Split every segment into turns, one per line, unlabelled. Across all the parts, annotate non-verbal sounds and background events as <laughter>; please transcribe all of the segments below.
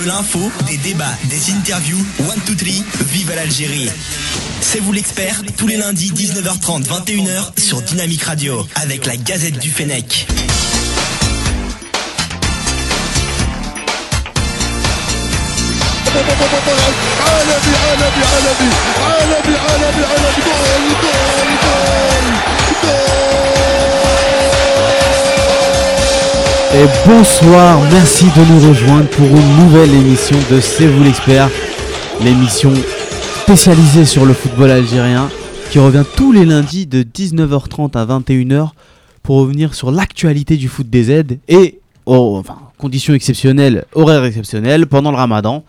De l'info, des débats, des interviews, One Two Three, vive à l'Algérie. C'est vous l'expert, tous les lundis 19h30, 21h sur Dynamique Radio, avec la Gazette du Fennec.
عالمي عالمي عالمي عالمي عالمي عالمي جول جول جول
Et bonsoir, merci de nous rejoindre pour une nouvelle émission de C'est vous l'expert, l'émission spécialisée sur le football algérien qui revient tous les lundis de 19h30 à 21h pour revenir sur l'actualité du foot des aides et, oh, enfin, conditions exceptionnelles, horaires exceptionnels pendant le ramadan.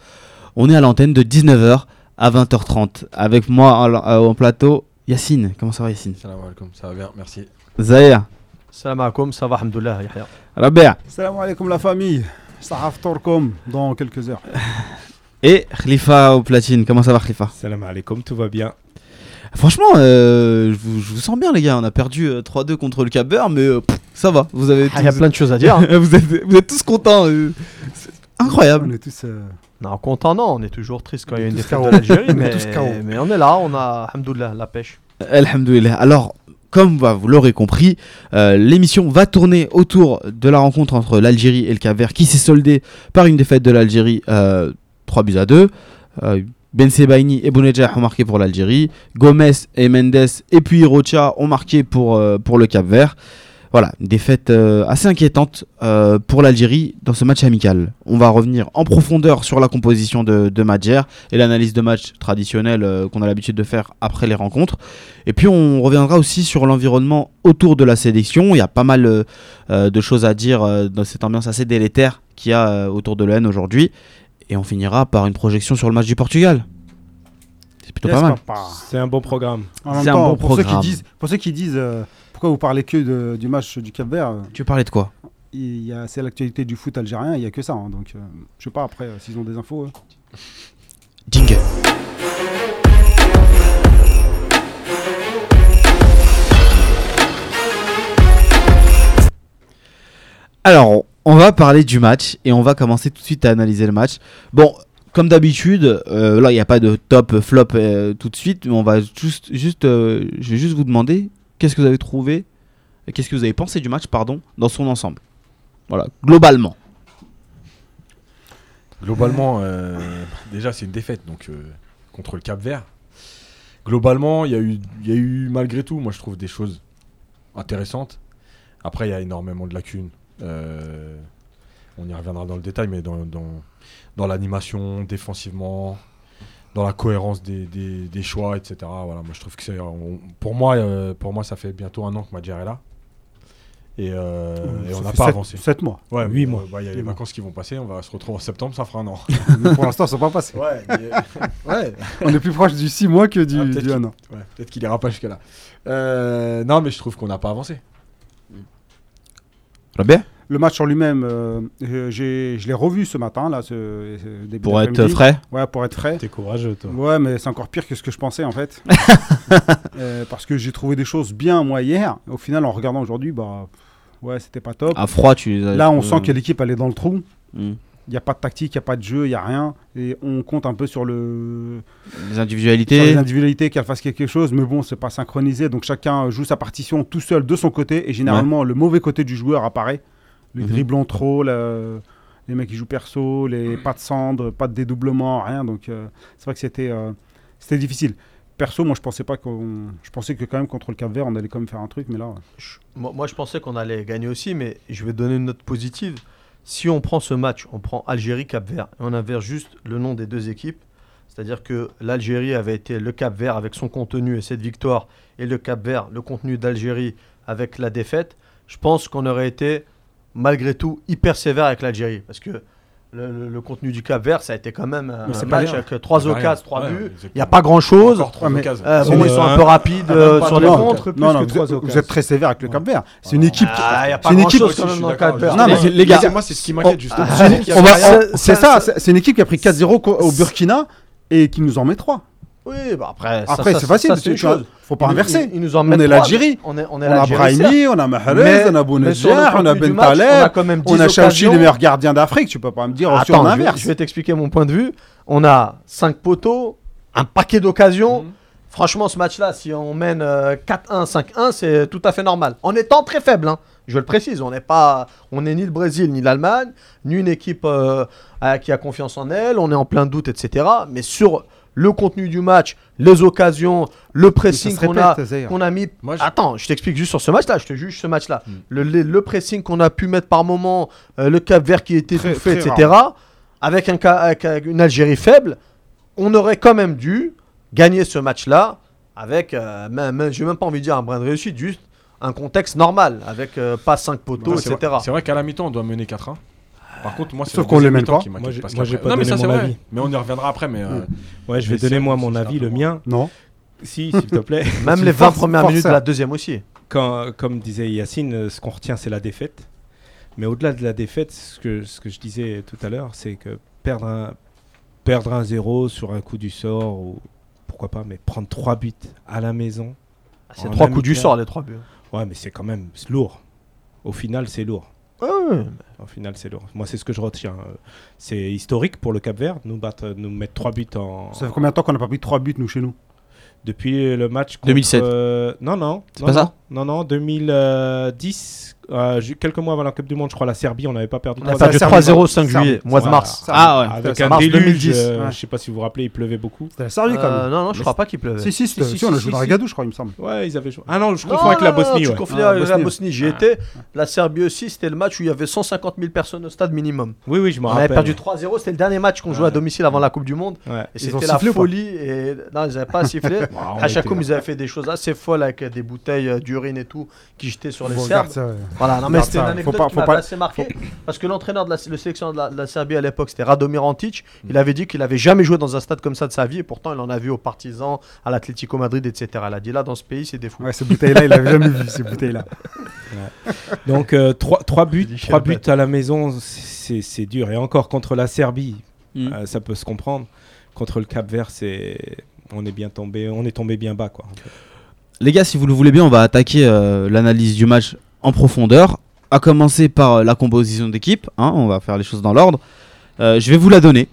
On est à l'antenne de 19h à 20h30. Avec moi en, en plateau, Yacine. Comment ça va Yacine
Salam alaikum, ça va bien, merci.
Zahir,
Salam alaikum, ça va, alhamdoulilah, Yahya.
Rabia
Salam alaikum la famille. Sahaf Torkom dans quelques heures.
et Khalifa au platine. Comment ça va Khalifa
Salam alaikum, tout va bien.
Franchement, euh, je, vous, je vous sens bien les gars, on a perdu euh, 3-2 contre le Cap Vert, mais euh, pff, ça va, vous avez
Ah, Il y a plein de choses à dire.
<laughs>
hein. <laughs>
vous, êtes, vous êtes tous contents. euh, c'est
On
incroyable.
est tous. euh,
non, content, non, on est toujours triste quand il y a une
tous
défaite
KO.
de l'Algérie,
On est
mais,
tous KO.
mais on est là, on a, alhamdoulilah, la pêche.
Alhamdoulilah. Alors, comme bah, vous l'aurez compris, euh, l'émission va tourner autour de la rencontre entre l'Algérie et le Cap Vert qui s'est soldée par une défaite de l'Algérie euh, 3 buts à 2. Euh, ben Sebaini et Bounedjah ont marqué pour l'Algérie. Gomez et Mendes et puis Rocha ont marqué pour, euh, pour le Cap Vert. Voilà, une défaite euh, assez inquiétante euh, pour l'Algérie dans ce match amical. On va revenir en profondeur sur la composition de, de Madjer et l'analyse de match traditionnelle euh, qu'on a l'habitude de faire après les rencontres. Et puis on reviendra aussi sur l'environnement autour de la sélection. Il y a pas mal euh, euh, de choses à dire euh, dans cette ambiance assez délétère qu'il y a euh, autour de l'ON aujourd'hui. Et on finira par une projection sur le match du Portugal. C'est plutôt pas mal.
C'est un bon programme.
En même
C'est un
temps,
bon
pour ceux qui
programme.
disent, pour ceux qui disent euh, pourquoi vous parlez que de- du match du Cap Vert, euh,
Tu parlais de quoi
il y a- c'est l'actualité du foot algérien, il n'y a que ça. hein, donc, euh, je sais pas après euh, s'ils ont des infos. euh.
Jingle. Alors, on va parler du match et on va commencer tout de suite à analyser le match. Bon, comme d'habitude, euh, là, il n'y a pas de top euh, flop euh, tout de suite, mais on va juste, juste, euh, je vais juste vous demander qu'est-ce que vous avez trouvé, euh, qu'est-ce que vous avez pensé du match, pardon, dans son ensemble. Voilà, globalement.
Globalement, euh, déjà c'est une défaite donc euh, contre le Cap Vert. Globalement, il y, a eu- il y a eu malgré tout, moi je trouve des choses intéressantes. Après, il y a énormément de lacunes. Euh, on y reviendra dans le détail, mais dans, dans, dans l'animation, défensivement, dans la cohérence des, des- des choix, etc. Voilà, moi je trouve que c'est, on- pour moi, euh, pour moi ça fait bientôt un an que Madjer est là. Et, euh, et on
Ça
n'a
fait
pas
sept-
avancé.
sept mois.
Ouais, oui,
Huit mois.
Il y a les
Huit mois.
vacances qui vont passer, on va se retrouver en septembre, ça fera un an.
Mais pour l'instant, ça va pas passer.
ouais, euh,
<laughs>
ouais.
On est plus proche du 6 mois que du,
Ah,
du
peut-être
un an.
peut-être qu'il ira pas jusque-là. Euh, non, mais je trouve qu'on n'a pas avancé.
Robert
Le match en lui-même, euh, euh, j'ai- je l'ai revu ce matin, là, ce, ce début
Pour être
d'après-midi.
frais.
Ouais, pour être frais.
T'es courageux, toi.
Ouais, mais c'est encore pire que ce que je pensais
<laughs>
en fait. Euh, parce que j'ai trouvé des choses bien moi hier. Au final, en regardant aujourd'hui, bah ouais, c'était pas top.
À froid, tu.
Là, on
euh,
sent que l'équipe elle est dans le trou.
hmm,
Il n'y a pas de tactique, il n'y a pas de jeu, il n'y a rien. Et on compte un peu sur, le...
Les
sur
individualités.
les individualités, qu'elle fasse quelque chose. Mais bon, c'est pas synchronisé. Donc chacun joue sa partition tout seul de son côté. Et généralement, le mauvais côté du joueur apparaît. Les
Mhm.
dribblants trop, la- les mecs qui jouent perso, les pas de cendre, pas de dédoublement, rien. Donc euh, c'est vrai que c'était euh, c'était difficile. Perso, moi je pensais pas qu'on. Je pensais que quand même contre le Cap Vert, on allait quand même faire un truc. Mais là,
Je- moi, moi, je pensais qu'on allait gagner aussi, mais je vais donner une note positive. Si on prend ce match, on prend Algérie-Cap-Vert, et on inverse juste le nom des deux équipes, c'est-à-dire que l'Algérie avait été le Cap-Vert avec son contenu et cette victoire, et le Cap-Vert, le contenu d'Algérie avec la défaite, je pense qu'on aurait été, malgré tout, hyper sévère avec l'Algérie, parce que le, le- le contenu du Cap-Vert, ça a été quand même un
Mais c'est pas
match
rien.
avec 3
Ça va
occasions,
rien.
3
Ouais,
buts,
exactement.
il n'y a pas grand-chose.
Encore trois
Ouais, Ah, mais-
occasions.
Euh,
C'est
bon,
le-
ils sont
Ah,
un peu rapides euh,
pas
sur
de
les
langue.
contres, plus
non,
que
non, vous,
trois
êtes, vous
occasions.
êtes très sévère avec le Cap Vert. C'est une
Ah,
équipe.
Ah, y a pas
c'est une
grand-chose
équipe-
quand
Je
même
suis
dans le
d'accord,
Cap-Vert.
je-
Non, mais
moi,
les gars- Oh,
c'est- moi, c'est ce qui m'inquiète justement.
Ah,
C'est qu'il y a
On va-
rien.
c'est- C'est ça. C'est c'est une équipe qui a pris 4-0 co- au Burkina et qui nous en met 3.
Oui, bah après, ça-
Après,
ça-
c'est
ça-
facile,
ça,
tu
c'est une
tu vois,
chose.
faut pas
Ils-
inverser.
ils- ils nous en
On
mettent
est
trois.
l'algérie.
On est, on est
On a
l'Algérie, certes.
Brahimi, on a
Mais-
Mahrez, on a
mais sur le
Bounedjah, on a
contenu du
Ben
match, On a
Taleb,
quand même 10
on a Chaouchi,
occasions.
le meilleur gardien d'Afrique. Tu peux pas me dire sur
Attends, je vais,
l'inverse.
je vais t'expliquer mon point de vue. On a 5 poteaux, un paquet d'occasions.
Mhm.
Franchement, ce match-là, si on mène euh, 4-1, 5-1, c'est tout à fait normal. En étant très faible, hein. je le précise, on n'est pas, on n'est ni le Brésil ni l'Allemagne, ni une équipe euh, à- qui a confiance en elle. On est en plein doute, etc. Mais sur le contenu du match, les occasions, le pressing
se
qu'on a,
répète, Zaire.
qu'on a mis.
Moi, je- Hmm.
Attends, je t'explique juste sur ce match-là. Je te juge ce match-là. Le, le- le pressing qu'on a pu mettre par moment, euh, le Cap Vert qui était
Très-
tout fait,
très
etc. Avec, un, ca- avec, euh, une Algérie faible, on aurait quand même dû gagner ce match-là avec, euh, même, même- j'ai même pas envie de dire un brin de réussite, juste un contexte normal, avec euh, pas 5 poteaux,
Ouais, c'est
etc.
vrai- C'est vrai qu'à la mi-temps, on doit mener 4-1. Par contre, moi, c'est
Sauf
le
qu'on les
deuxième
mène
mi-temps
pas.
qui m'inquiète,
Moi, j'ai-
parce
moi, j'ai
qu'après-
pas
Non, mais
donné
ça, c'est
mon
vrai.
avis.
Mais on y reviendra après. Mais euh,
Ouais, je vais
Mais c'est-
donner moi mon
c'est
avis, le
largement.
mien.
Non.
Si, s'il te plaît. <laughs>
Même
Tu
les 20
forces-
premières
forces
minutes de
ça.
la deuxième aussi.
Quand- comme disait Yacine, euh, ce qu'on retient, c'est la défaite. Mais au-delà de la défaite, ce que, ce que je disais tout à l'heure, c'est que perdre un, perdre un zéro sur un coup du sort, ou pourquoi pas, mais prendre trois buts à la maison,
C'est
En
trois coups du
amical.
sort, les trois buts.
ouais, mais c'est quand même c'est lourd. Au final, c'est lourd.
Ah
Ouais,
Au final, c'est lourd. Moi, c'est ce que je retiens. Euh, C'est historique pour le Cap-Vert, nous battre, nous mettre trois buts en
Ça fait combien de temps qu'on n'a pas pris 3 buts, nous, chez nous
depuis le match contre,
2007.
euh, non, non.
C'est
non,
pas
non.
ça
Non, non. 2010. euh, ju- quelques mois avant la Coupe du Monde, je crois, la Serbie, on n'avait pas perdu.
On a
trois
perdu
buts.
3-0 5
Serbie.
juillet, mois de
Voilà.
mars.
Ça, Ah
Ah,
Avec
avec
un
un
mars
déluge.
2010,
euh,
ouais.
Je sais pas si vous vous rappelez, il pleuvait beaucoup.
C'était la Serbie, quand
Euh,
même.
non, non, je crois pas qu'il pleuvait.
Ah, Si, si, c'était-
si,
si, on a
si,
joué
si,
dans la
si.
Gadou, je crois, il me semble.
Ouais, ils avaient joué. Ah non, je
Non,
confonds avec la
non, non,
Bosnie.
Tu
ouais.
confonds
Ah,
avec la
Bosnie.
Bosnie, j'y étais. La Serbie aussi, c'était le match où il y avait 150 000 personnes au stade minimum.
Oui, oui, je me
On avait
rappelle.
perdu 3-0, c'était le dernier match qu'on jouait à domicile avant la Coupe du Monde.
Ouais.
Et
Ils ont
c'était la
sifflé ou pas
folie. Et... Non, ils n'avaient pas
<laughs>
sifflé.
Bah, on
à chaque
était-
coup, ils avaient fait des choses assez folles avec des bouteilles euh, d'urine et tout qui jetaient sur les
Bon,
Serbes.
regarde ça, ouais.
Voilà, non, mais
Regarde
c'était une
ça,
anecdote
faut pas-
qui
faut
m'avait
pas-
assez marqué. Parce que l'entraîneur, de la, le sélectionneur de la, de la Serbie à l'époque, c'était Radomir Antic. Il avait dit qu'il avait jamais joué dans un stade comme ça de sa vie. Et pourtant, il en a vu aux Partisans, à l'Atlético Madrid, etc. Il a dit là, dans ce pays, c'est des fous.
Ouais, ces bouteilles-là, il l'avait jamais vu, ces bouteilles-là.
<laughs> Donc, 3, buts,
dis,
trois
quel
buts à la maison, c'est c'est dur. Et encore contre la Serbie,
Mm.
euh, ça peut se comprendre. Contre le Cap Vert, c'est. On est bien tombé, on est tombé bien bas quoi. en fait.
Les gars, si vous le voulez bien, on va attaquer euh, l'analyse du match en profondeur. À commencer par euh, la composition d'équipe. hein, on va faire les choses dans l'ordre. Euh, je vais vous la donner.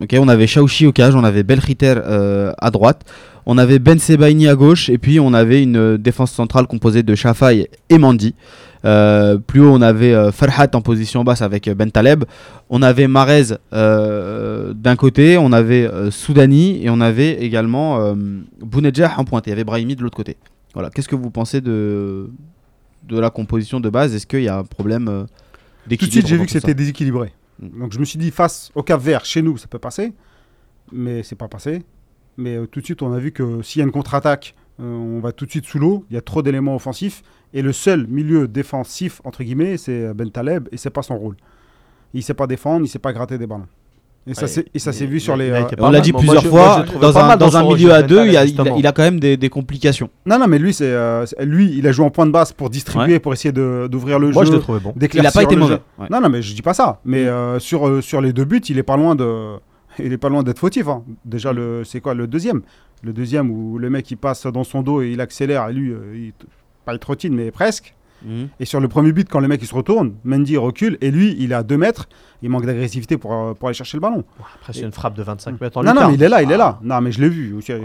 Ok, on avait Shaoshi au cage, on avait Belriter euh, à droite, on avait Ben Sebaini à gauche, et puis on avait une euh, défense centrale composée de Shafai et Mandy. Euh, plus haut, on avait euh, Farhat en position basse avec euh, Ben Taleb. On avait Marez euh, d'un côté, on avait euh, Soudani, et on avait également euh, Bounedjah en pointe. et Il y avait Brahimi de l'autre côté. Voilà. Qu'est-ce que vous pensez de, de la composition de base Est-ce qu'il y a un problème euh,
Tout de
d'équilibre
suite, j'ai
dans
vu
tout
que
ça
c'était déséquilibré.
Mm.
Donc je me suis dit, face au Cap Vert, chez nous, ça peut passer, mais c'est pas passé. Mais euh, tout de suite, on a vu que s'il y a une contre-attaque, euh, on va tout de suite sous l'eau. Il y a trop d'éléments offensifs et le seul milieu défensif entre guillemets, c'est euh, Ben Taleb et c'est pas son rôle. Il sait pas défendre, il sait pas gratter des ballons. Et ça,
Ouais,
s'est- et ça
mais-
s'est vu sur
mais
les.
il a
euh,
été pas
On l'a
mal.
dit
Moi,
plusieurs
je- moi,
fois,
je le trouvais
dans,
pas
un,
mal
dans
son
un
rôle,
milieu à
Jonathan
deux, il a,
Tah,
il a-
justement.
il a quand même des, des complications.
Non, non, mais lui, c'est euh, c'est- lui, il a joué en point de basse pour distribuer, pour essayer de- d'ouvrir le
Moi, je
jeu.
le trouvais bon.
Il n'a
d'éclaircir
pas été
le
mauvais.
jeu. Non, non, mais je dis pas ça. Mais euh, sur, euh, sur les deux buts, il est pas loin de, il est pas loin d'être fautif. hein. Déjà le, c'est quoi le deuxième Le deuxième où le mec il passe dans son dos et il accélère et lui, euh, il, t- pas il trottine mais presque.
Mhm.
Et sur le premier but, quand le mec il se retourne, Mendy recule et lui il est à 2 mètres, il manque d'agressivité pour, euh, pour aller chercher le ballon.
Après, c'est une frappe de 25 mètres en
Non, non,
lucarne.
mais il est là, il
Ah.
est là. Non, mais je l'ai vu. J'ai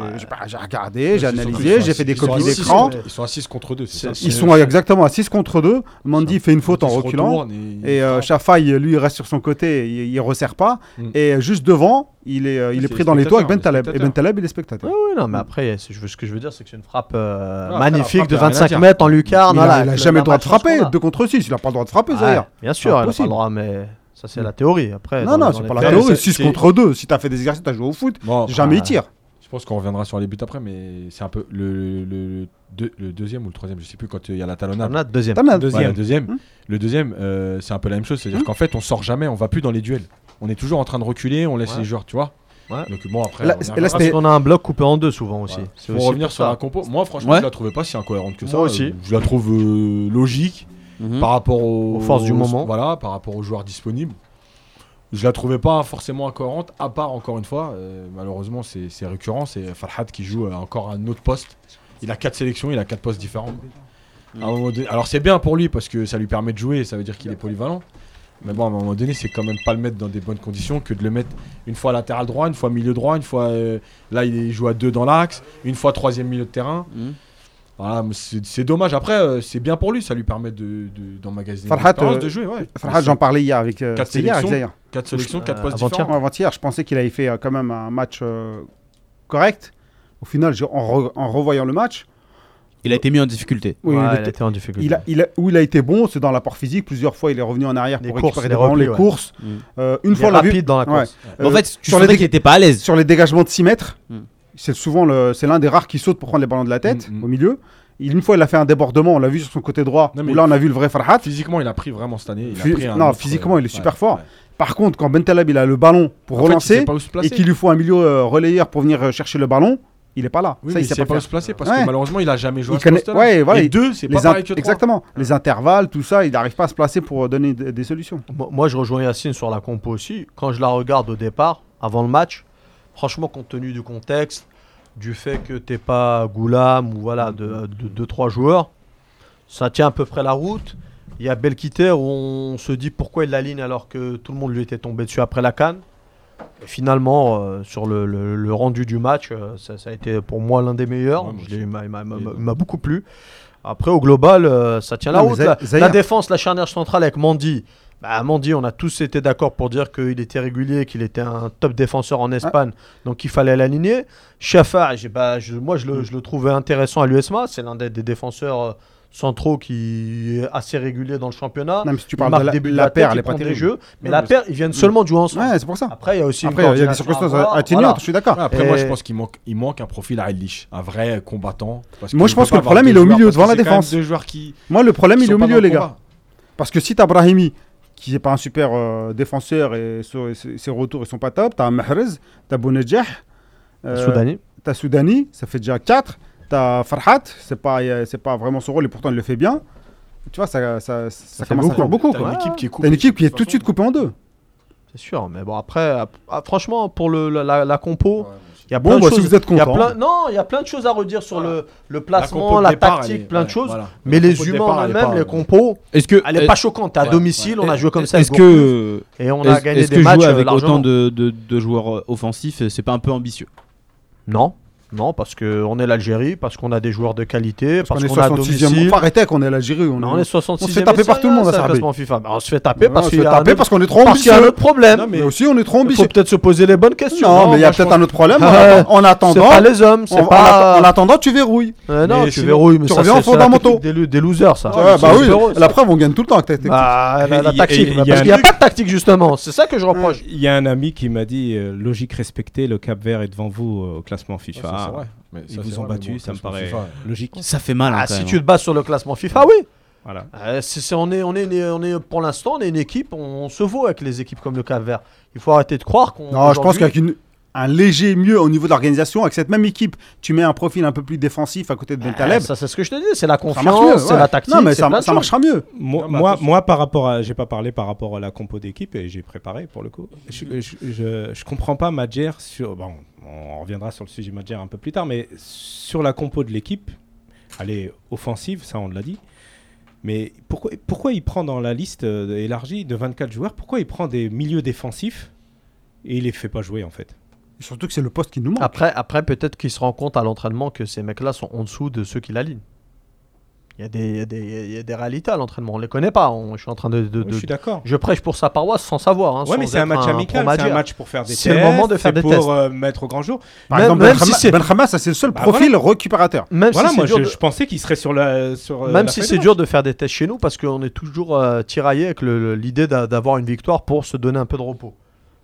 j'ai regardé, j'ai
ils sont-
analysé,
ils sont
j'ai fait des
assis- ils sont
copies
assis-
d'écran.
Ils sont à 6 contre 2, c'est ça.
Ils sont exactement à 6 contre 2. Mendy fait une faute en
Ils se
reculant.
retournent et-
Et euh, Chafaï, lui, il reste sur son côté, il, il resserre pas.
Mm.
Et euh, juste devant, il est, euh, il
C'est
est
les
pris dans les toits avec Ben
spectateurs, les
Taleb. Et Ben Taleb, il est spectateur.
Ouais, ouais, Ah non, mais après, c'est- je veux- ce que je veux dire, c'est que c'est une frappe euh,
Ah, la
magnifique
frappe,
de
elle a rien à
25
dire.
mètres en lucarne.
il
voilà,
a, il a
avec
jamais
la
le droit de
malchance qu'on
frapper.
a.
2 contre 6, il a pas le droit de frapper,
Ouais,
Zahir.
Ah, Bien sûr, il n'a pas le
Impossible.
droit, mais ça, c'est la théorie. Après,
non,
dans-
non,
dans
c'est
les
pas la
faits,
théorie.
c'est-
6
c'est-
contre 2. Si t'as fait des exercices, t'as joué au foot,
Bon,
jamais
ah.
il tire.
Je pense qu'on reviendra sur les buts après, mais c'est un peu le, le- le deux- le deuxième ou le troisième, je sais plus, quand il y a la talonnade.
on a deuxième.
T'en as-
Deuxième.
Ouais, le deuxième,
Hmm.
le deuxième euh, c'est un peu la même chose. C'est-à-dire qu'en fait, on sort jamais, on va plus dans les duels. On est toujours en train de reculer, on laisse
Ouais.
les joueurs, tu vois.
Ouais.
Donc bon, après,
Là,
on y
là,
reviendra.
c'était-
Parce qu'on a un bloc coupé en deux souvent aussi.
Voilà.
C'est
Pour
aussi
revenir
pour
sur
ça.
la compo, moi franchement,
Ouais.
je la trouvais pas si incohérente que ça.
Moi aussi.
Euh, Je la trouve euh, logique
Mhm.
par rapport aux,
Aux forces du moment.
Voilà, par rapport aux joueurs disponibles. Je la trouvais pas forcément incohérente, à part encore une fois, euh, malheureusement c'est c'est récurrent, c'est Falhat qui joue euh, encore un autre poste. Il a quatre sélections, il a quatre postes différents. quoi. À un moment donné- alors c'est bien pour lui parce que ça lui permet de jouer, ça veut dire qu'il est polyvalent. Mais bon, à un moment donné, c'est quand même pas le mettre dans des bonnes conditions que de le mettre une fois latéral droit, une fois milieu droit, une fois euh, là il joue à deux dans l'axe, une fois troisième milieu de terrain.
Mhm.
Voilà, mais c'est c'est dommage. Après, euh, c'est bien pour lui, ça lui permet de- de- d'emmagasiner de,
Farhat, euh,
de jouer. Ouais.
Farhad, j'en parlais hier avec. euh,
Quatre
c'était hier, avec
sélections.
Zahir.
4 sélections, 4
Euh,
postes
avant-hier.
différents.
Avant- Avant-hier, je pensais qu'il avait fait euh, quand même un match euh, correct. Au final, je- en, re- en revoyant le match,
Il a été mis en difficulté.
oui,
Ouais,
il
il,
était-
était en difficulté.
il a- il a- où il a été bon, c'est dans l'apport physique. Plusieurs fois, il est revenu en arrière
Les
pour
courses,
récupérer
les
des ballons,
replis,
les
ouais.
courses.
Mm.
Euh, une
Il
fois,
est
on l'a vu
rapide dans la
Ouais.
course.
en
euh,
fait, tu
sur les
sentais
dé-
qu'il était pas à l'aise.
sur les dégagements de 6 mètres,
Mm.
c'est souvent le- c'est l'un des rares qui saute pour prendre les ballons de la tête
Mm, mm.
au milieu. Il- une fois, il a fait un débordement, on l'a vu sur son côté droit,
Non, mais-
où là, on a vu le vrai Farhat.
Physiquement, il a pris vraiment cette année. Il a
Phy-
pris un
non,
autre, euh,
physiquement, il est super
ouais,
fort.
ouais.
Par contre, quand Bentaleb il a le ballon pour
En fait, il
relancer,
sait pas où se placer.
et qu'il lui faut un milieu euh, relayeur pour venir euh, chercher le ballon, il n'est pas là.
Oui,
ça,
mais
il
il
sait pas
pas où
faire.
se placer parce
Ouais.
que malheureusement, il a jamais joué
Il
à ce
connaît-
poste-là.
ouais, voilà,
Et
il-
deux, c'est
Les
pas
in-
pareil que Ah. trois.
Exactement. Les intervalles, tout ça, il n'arrive pas à se placer pour euh, donner d- des solutions.
Moi, moi, je rejoins Yacine sur la compo aussi. Quand je la regarde au départ, avant le match, franchement, compte tenu du contexte, du fait que t'es pas Goulam ou voilà, de, de, deux, trois joueurs, ça tient à peu près la route. Il y a Belkiter où on se dit pourquoi il l'aligne alors que tout le monde lui était tombé dessus après la canne. Finalement, euh, sur le, le- le rendu du match, euh, ça, ça a été pour moi l'un des meilleurs.
Ouais, moi
Je l'ai-
aussi.
il m'a- il m'a- m'a-
Il est bon.
m'a beaucoup plu. Après, au global, euh, ça tient la
Non, mais
route.
Zay-
La,
Zahir-
la défense, la charnière centrale avec Mandy. Bah, Mandy, on a tous été d'accord pour dire qu'il était régulier, qu'il était un top défenseur en Espagne, donc il fallait l'aligner. Chafar, j'ai- bah, je- moi, je le, je le trouvais intéressant à l'USMA. C'est l'un des, des défenseurs euh, centraux qui est assez régulier dans le championnat.
Non, mais si
Ah.
tu
Il
parles
marque
de la,
des buts de
la
la tête,
paire,
il
elle est pas
prend des
terrible.
jeux. Mais
Ouais,
la
mais
paire, ils viennent seulement jouer ensemble.
Ouais, c'est pour ça.
Après, il y a aussi une
Après, il y a des
coordination à
circonstances
avoir,
à atténuer,
voilà.
je suis d'accord.
Ouais, après, moi,
Et-
je pense qu'il manque, il manque un profil à Eilish, un vrai combattant. parce
Moi, je
tu peux
pense que
pas
le
avoir
problème,
deux
il est au
joueurs,
milieu,
parce
devant
que
la
c'est quand même
défense.
Deux joueurs qui.
Moi, le problème,
qui
il est
sont
au
pas
milieu,
dans le
les gars.
combat.
Parce que si t'as Brahimi, qui n'est pas un super euh, défenseur et sur- et ses ses retours ne sont pas top, t'as Mahrez, t'as Bounedjah, euh,
Soudani.
t'as Soudani, ça fait déjà 4. T'as Farhat, c'est pas, euh, c'est pas vraiment son rôle et pourtant il le fait bien. Tu vois, ça, ça, ça, commence à faire beaucoup.
T'as
quoi.
une équipe qui est coupée.
T'as une équipe qui
de
est
toute
tout de suite
façon.
coupée en deux.
C'est sûr, mais bon, après, ah, ah, franchement, pour le, la, la- la compo,
Ouais, moi aussi.
il y a
Bon,
plein de
bah, si
choses.
vous êtes
il y a
content.
plein- non, il y a plein de choses à redire sur
Voilà.
le, le
La compo
placement,
de
la,
départ, elle
tactique,
est-
plein de
ouais,
choses.
voilà.
Mais
La
les
compo de
humains
départ,
en
elle est
eux-mêmes,
pas-
les compos,
Est-ce que euh,
elle est pas choquante. À
ouais,
domicile, on a joué comme ça.
Est-ce
avec Gourcuff,
que
et on a
est-ce
gagné
est-ce
des
que
matchs
jouer
euh,
avec
largement.
autant de, de- de joueurs euh, offensifs, euh, c'est pas un peu ambitieux
Non, non, parce que on est l'Algérie, parce qu'on a des joueurs de qualité, parce,
on est
qu'on a
66e.
domicile.
Faut arrêter qu'on est l'Algérie. On,
Non, on
est-
est 66
on se fait taper par tout le monde, à Serbie.
FIFA. Bah, on se fait taper
Non,
parce
on se
qu'il
fait
y a
taper
un autre-
parce qu'on est trop
parce qu'il y a un
ambitieux.
autre problème.
Mais aussi, on est trop
Il faut
ambitieux.
peut-être se poser les bonnes questions.
Non, mais il y a
moi, je
peut-être
pense-
un autre problème.
Ouais.
En- En
C'est
attendant,
pas les hommes,
en-
c'est
en
pas.
atta- en attendant, tu verrouilles.
Euh, non,
Mais
tu
sinon,
verrouilles, mais
tu
ça,
reviens
c'est-
aux
c'est la
fondamentaux.
technique Des, lo- des losers, ça.
Ouais, bah
C'est
oui,
des héros, ça.
la preuve, on gagne tout le temps avec tes techniques.
Bah, la, la
Et-
tactique,
et-
bah,
et-
parce qu'il
et-
n'y a pas de tactique justement, c'est ça que je reproche.
Il y a un ami qui m'a dit euh, logique respectée, le Cap Vert est devant vous euh, au classement
Ouais,
FIFA.
Ah, ça, c'est vrai. Mais ça,
Ils vous
c'est
ont
vrai, mais
battu,
bon,
ça me
classement
paraît
FIFA, ouais.
logique.
Ça fait mal. hein,
Ah,
quand
si
même,
tu
hein.
te bases sur le classement FIFA, Ah oui.
Voilà.
Euh, c'est- c'est- on est, on est, une- on est, pour l'instant, on est une équipe, on, on se vaut avec les équipes comme le Cap Vert. Il faut arrêter de croire qu'on.
Non, je pense
aujourd'hui-
qu'avec une- un léger mieux au niveau de l'organisation, avec cette même équipe, tu mets un profil un peu plus défensif à côté de Bentaleb.
Ah, ça, c'est ce que je te dis, c'est la
ça marche
confiance,
mieux.
c'est
ouais.
la tactique.
Non, mais
c'est
ça,
plein de
ça
choses.
marchera mieux.
Moi,
Non, mais
moi,
bah, attention.
moi, par rapport à, j'ai pas parlé par rapport à la compo d'équipe et j'ai préparé pour le coup. Je, je, je- je comprends pas Madjer sur. Bon, on reviendra sur le sujet Madjer un peu plus tard, mais sur la compo de l'équipe, elle est offensive, ça on l'a dit. Mais pourquoi, pourquoi il prend dans la liste euh, élargie de 24 joueurs Pourquoi il prend des milieux défensifs et il les fait pas jouer en fait
Surtout que c'est le poste qui nous manque.
Après, après peut-être qu'il se rend compte à l'entraînement que ces mecs-là sont en dessous de ceux qui l'alignent. Il y, a des- il y a des- il y a des réalités à l'entraînement, on les connaît pas. on- je suis en train de. de-
Oui,
de-
Je suis d'accord.
je prêche pour sa paroisse sans savoir. hein,
Ouais,
sans
mais c'est un
être
match amical, c'est
pro-majeur.
un match pour faire des tests.
C'est le moment de faire
c'est
des
pour,
tests.
euh, mettre au grand jour.
Par
même-
exemple,
même
Benrahma,
si c'est-
Benrahma, ça c'est le seul
Bah
profil récupérateur.
Même
voilà,
si
moi
c'est dur
je,
de-
je pensais qu'il serait sur la. Sur, euh,
Même
la
si
feuille
c'est
de
dur de faire des tests chez nous parce qu'on est toujours euh, tiraillé avec le- le- l'idée d'a- d'avoir une victoire pour se donner un peu de repos.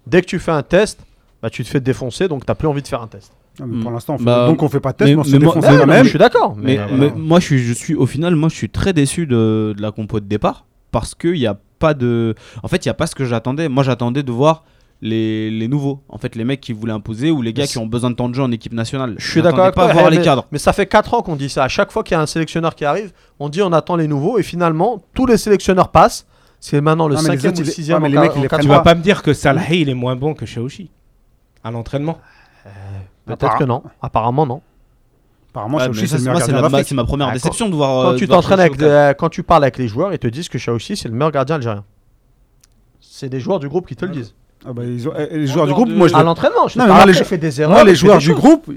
Dès que tu fais un test, bah, tu te fais défoncer donc t'as plus envie de faire un test.
Non, mais Pour
Hmm.
l'instant, on fait-
Bah,
donc on fait pas de test,
mais-
mais on se
mais
fait
moi-
défoncer
mais-
quand
mais-
je
même.
suis d'accord. Mais,
Mais
euh,
voilà.
Mais moi, je suis, je suis au final, moi, je suis très déçu de, de la compo de départ parce qu'il n'y a pas de. En fait, il n'y a pas ce que j'attendais. Moi, j'attendais de voir les, les nouveaux. En fait, les mecs qui voulaient imposer ou les gars
Mais
qui
c'est-
ont besoin de temps de jeu en équipe nationale.
je suis d'accord avec
Pas
toi,
voir
eh,
les
mais,
cadres.
mais ça fait 4 ans qu'on dit ça. À chaque fois qu'il y a un sélectionneur qui arrive, on dit on attend les nouveaux et finalement tous les sélectionneurs passent. C'est maintenant le
Non, mais les
cinquième
autres,
ou le
ils-
sixième
ouais, mais les
en
mecs,
quart-
ils
en
les
quart-
Tu
prennent
vas
Ah.
pas me dire que Salah il est moins bon que Shaoshi à l'entraînement.
Peut-être que non. Apparemment, non.
Apparemment,
Ouais, mais
Chaouchi,
ça,
c'est le
c'est
meilleur
moi, c'est
gardien
la- ma,
d'Afrique.
c'est ma première
Ah,
déception de voir.
Quand
euh,
tu
de voir
t'entraînes avec,
Chelsea au Qatar.
euh, quand tu parles avec les joueurs, ils te disent que Shaoxi c'est le meilleur gardien algérien. C'est des joueurs du groupe qui te le disent.
Ah bah, ils ont- eh, Les joueurs du groupe, moi, je
À
le-
l'entraînement, je te
Non, mais
parle
moi,
après,
les
il
jou-
fait des erreurs.
moi,
il
les
fait
joueurs
des
du
choses.
groupe,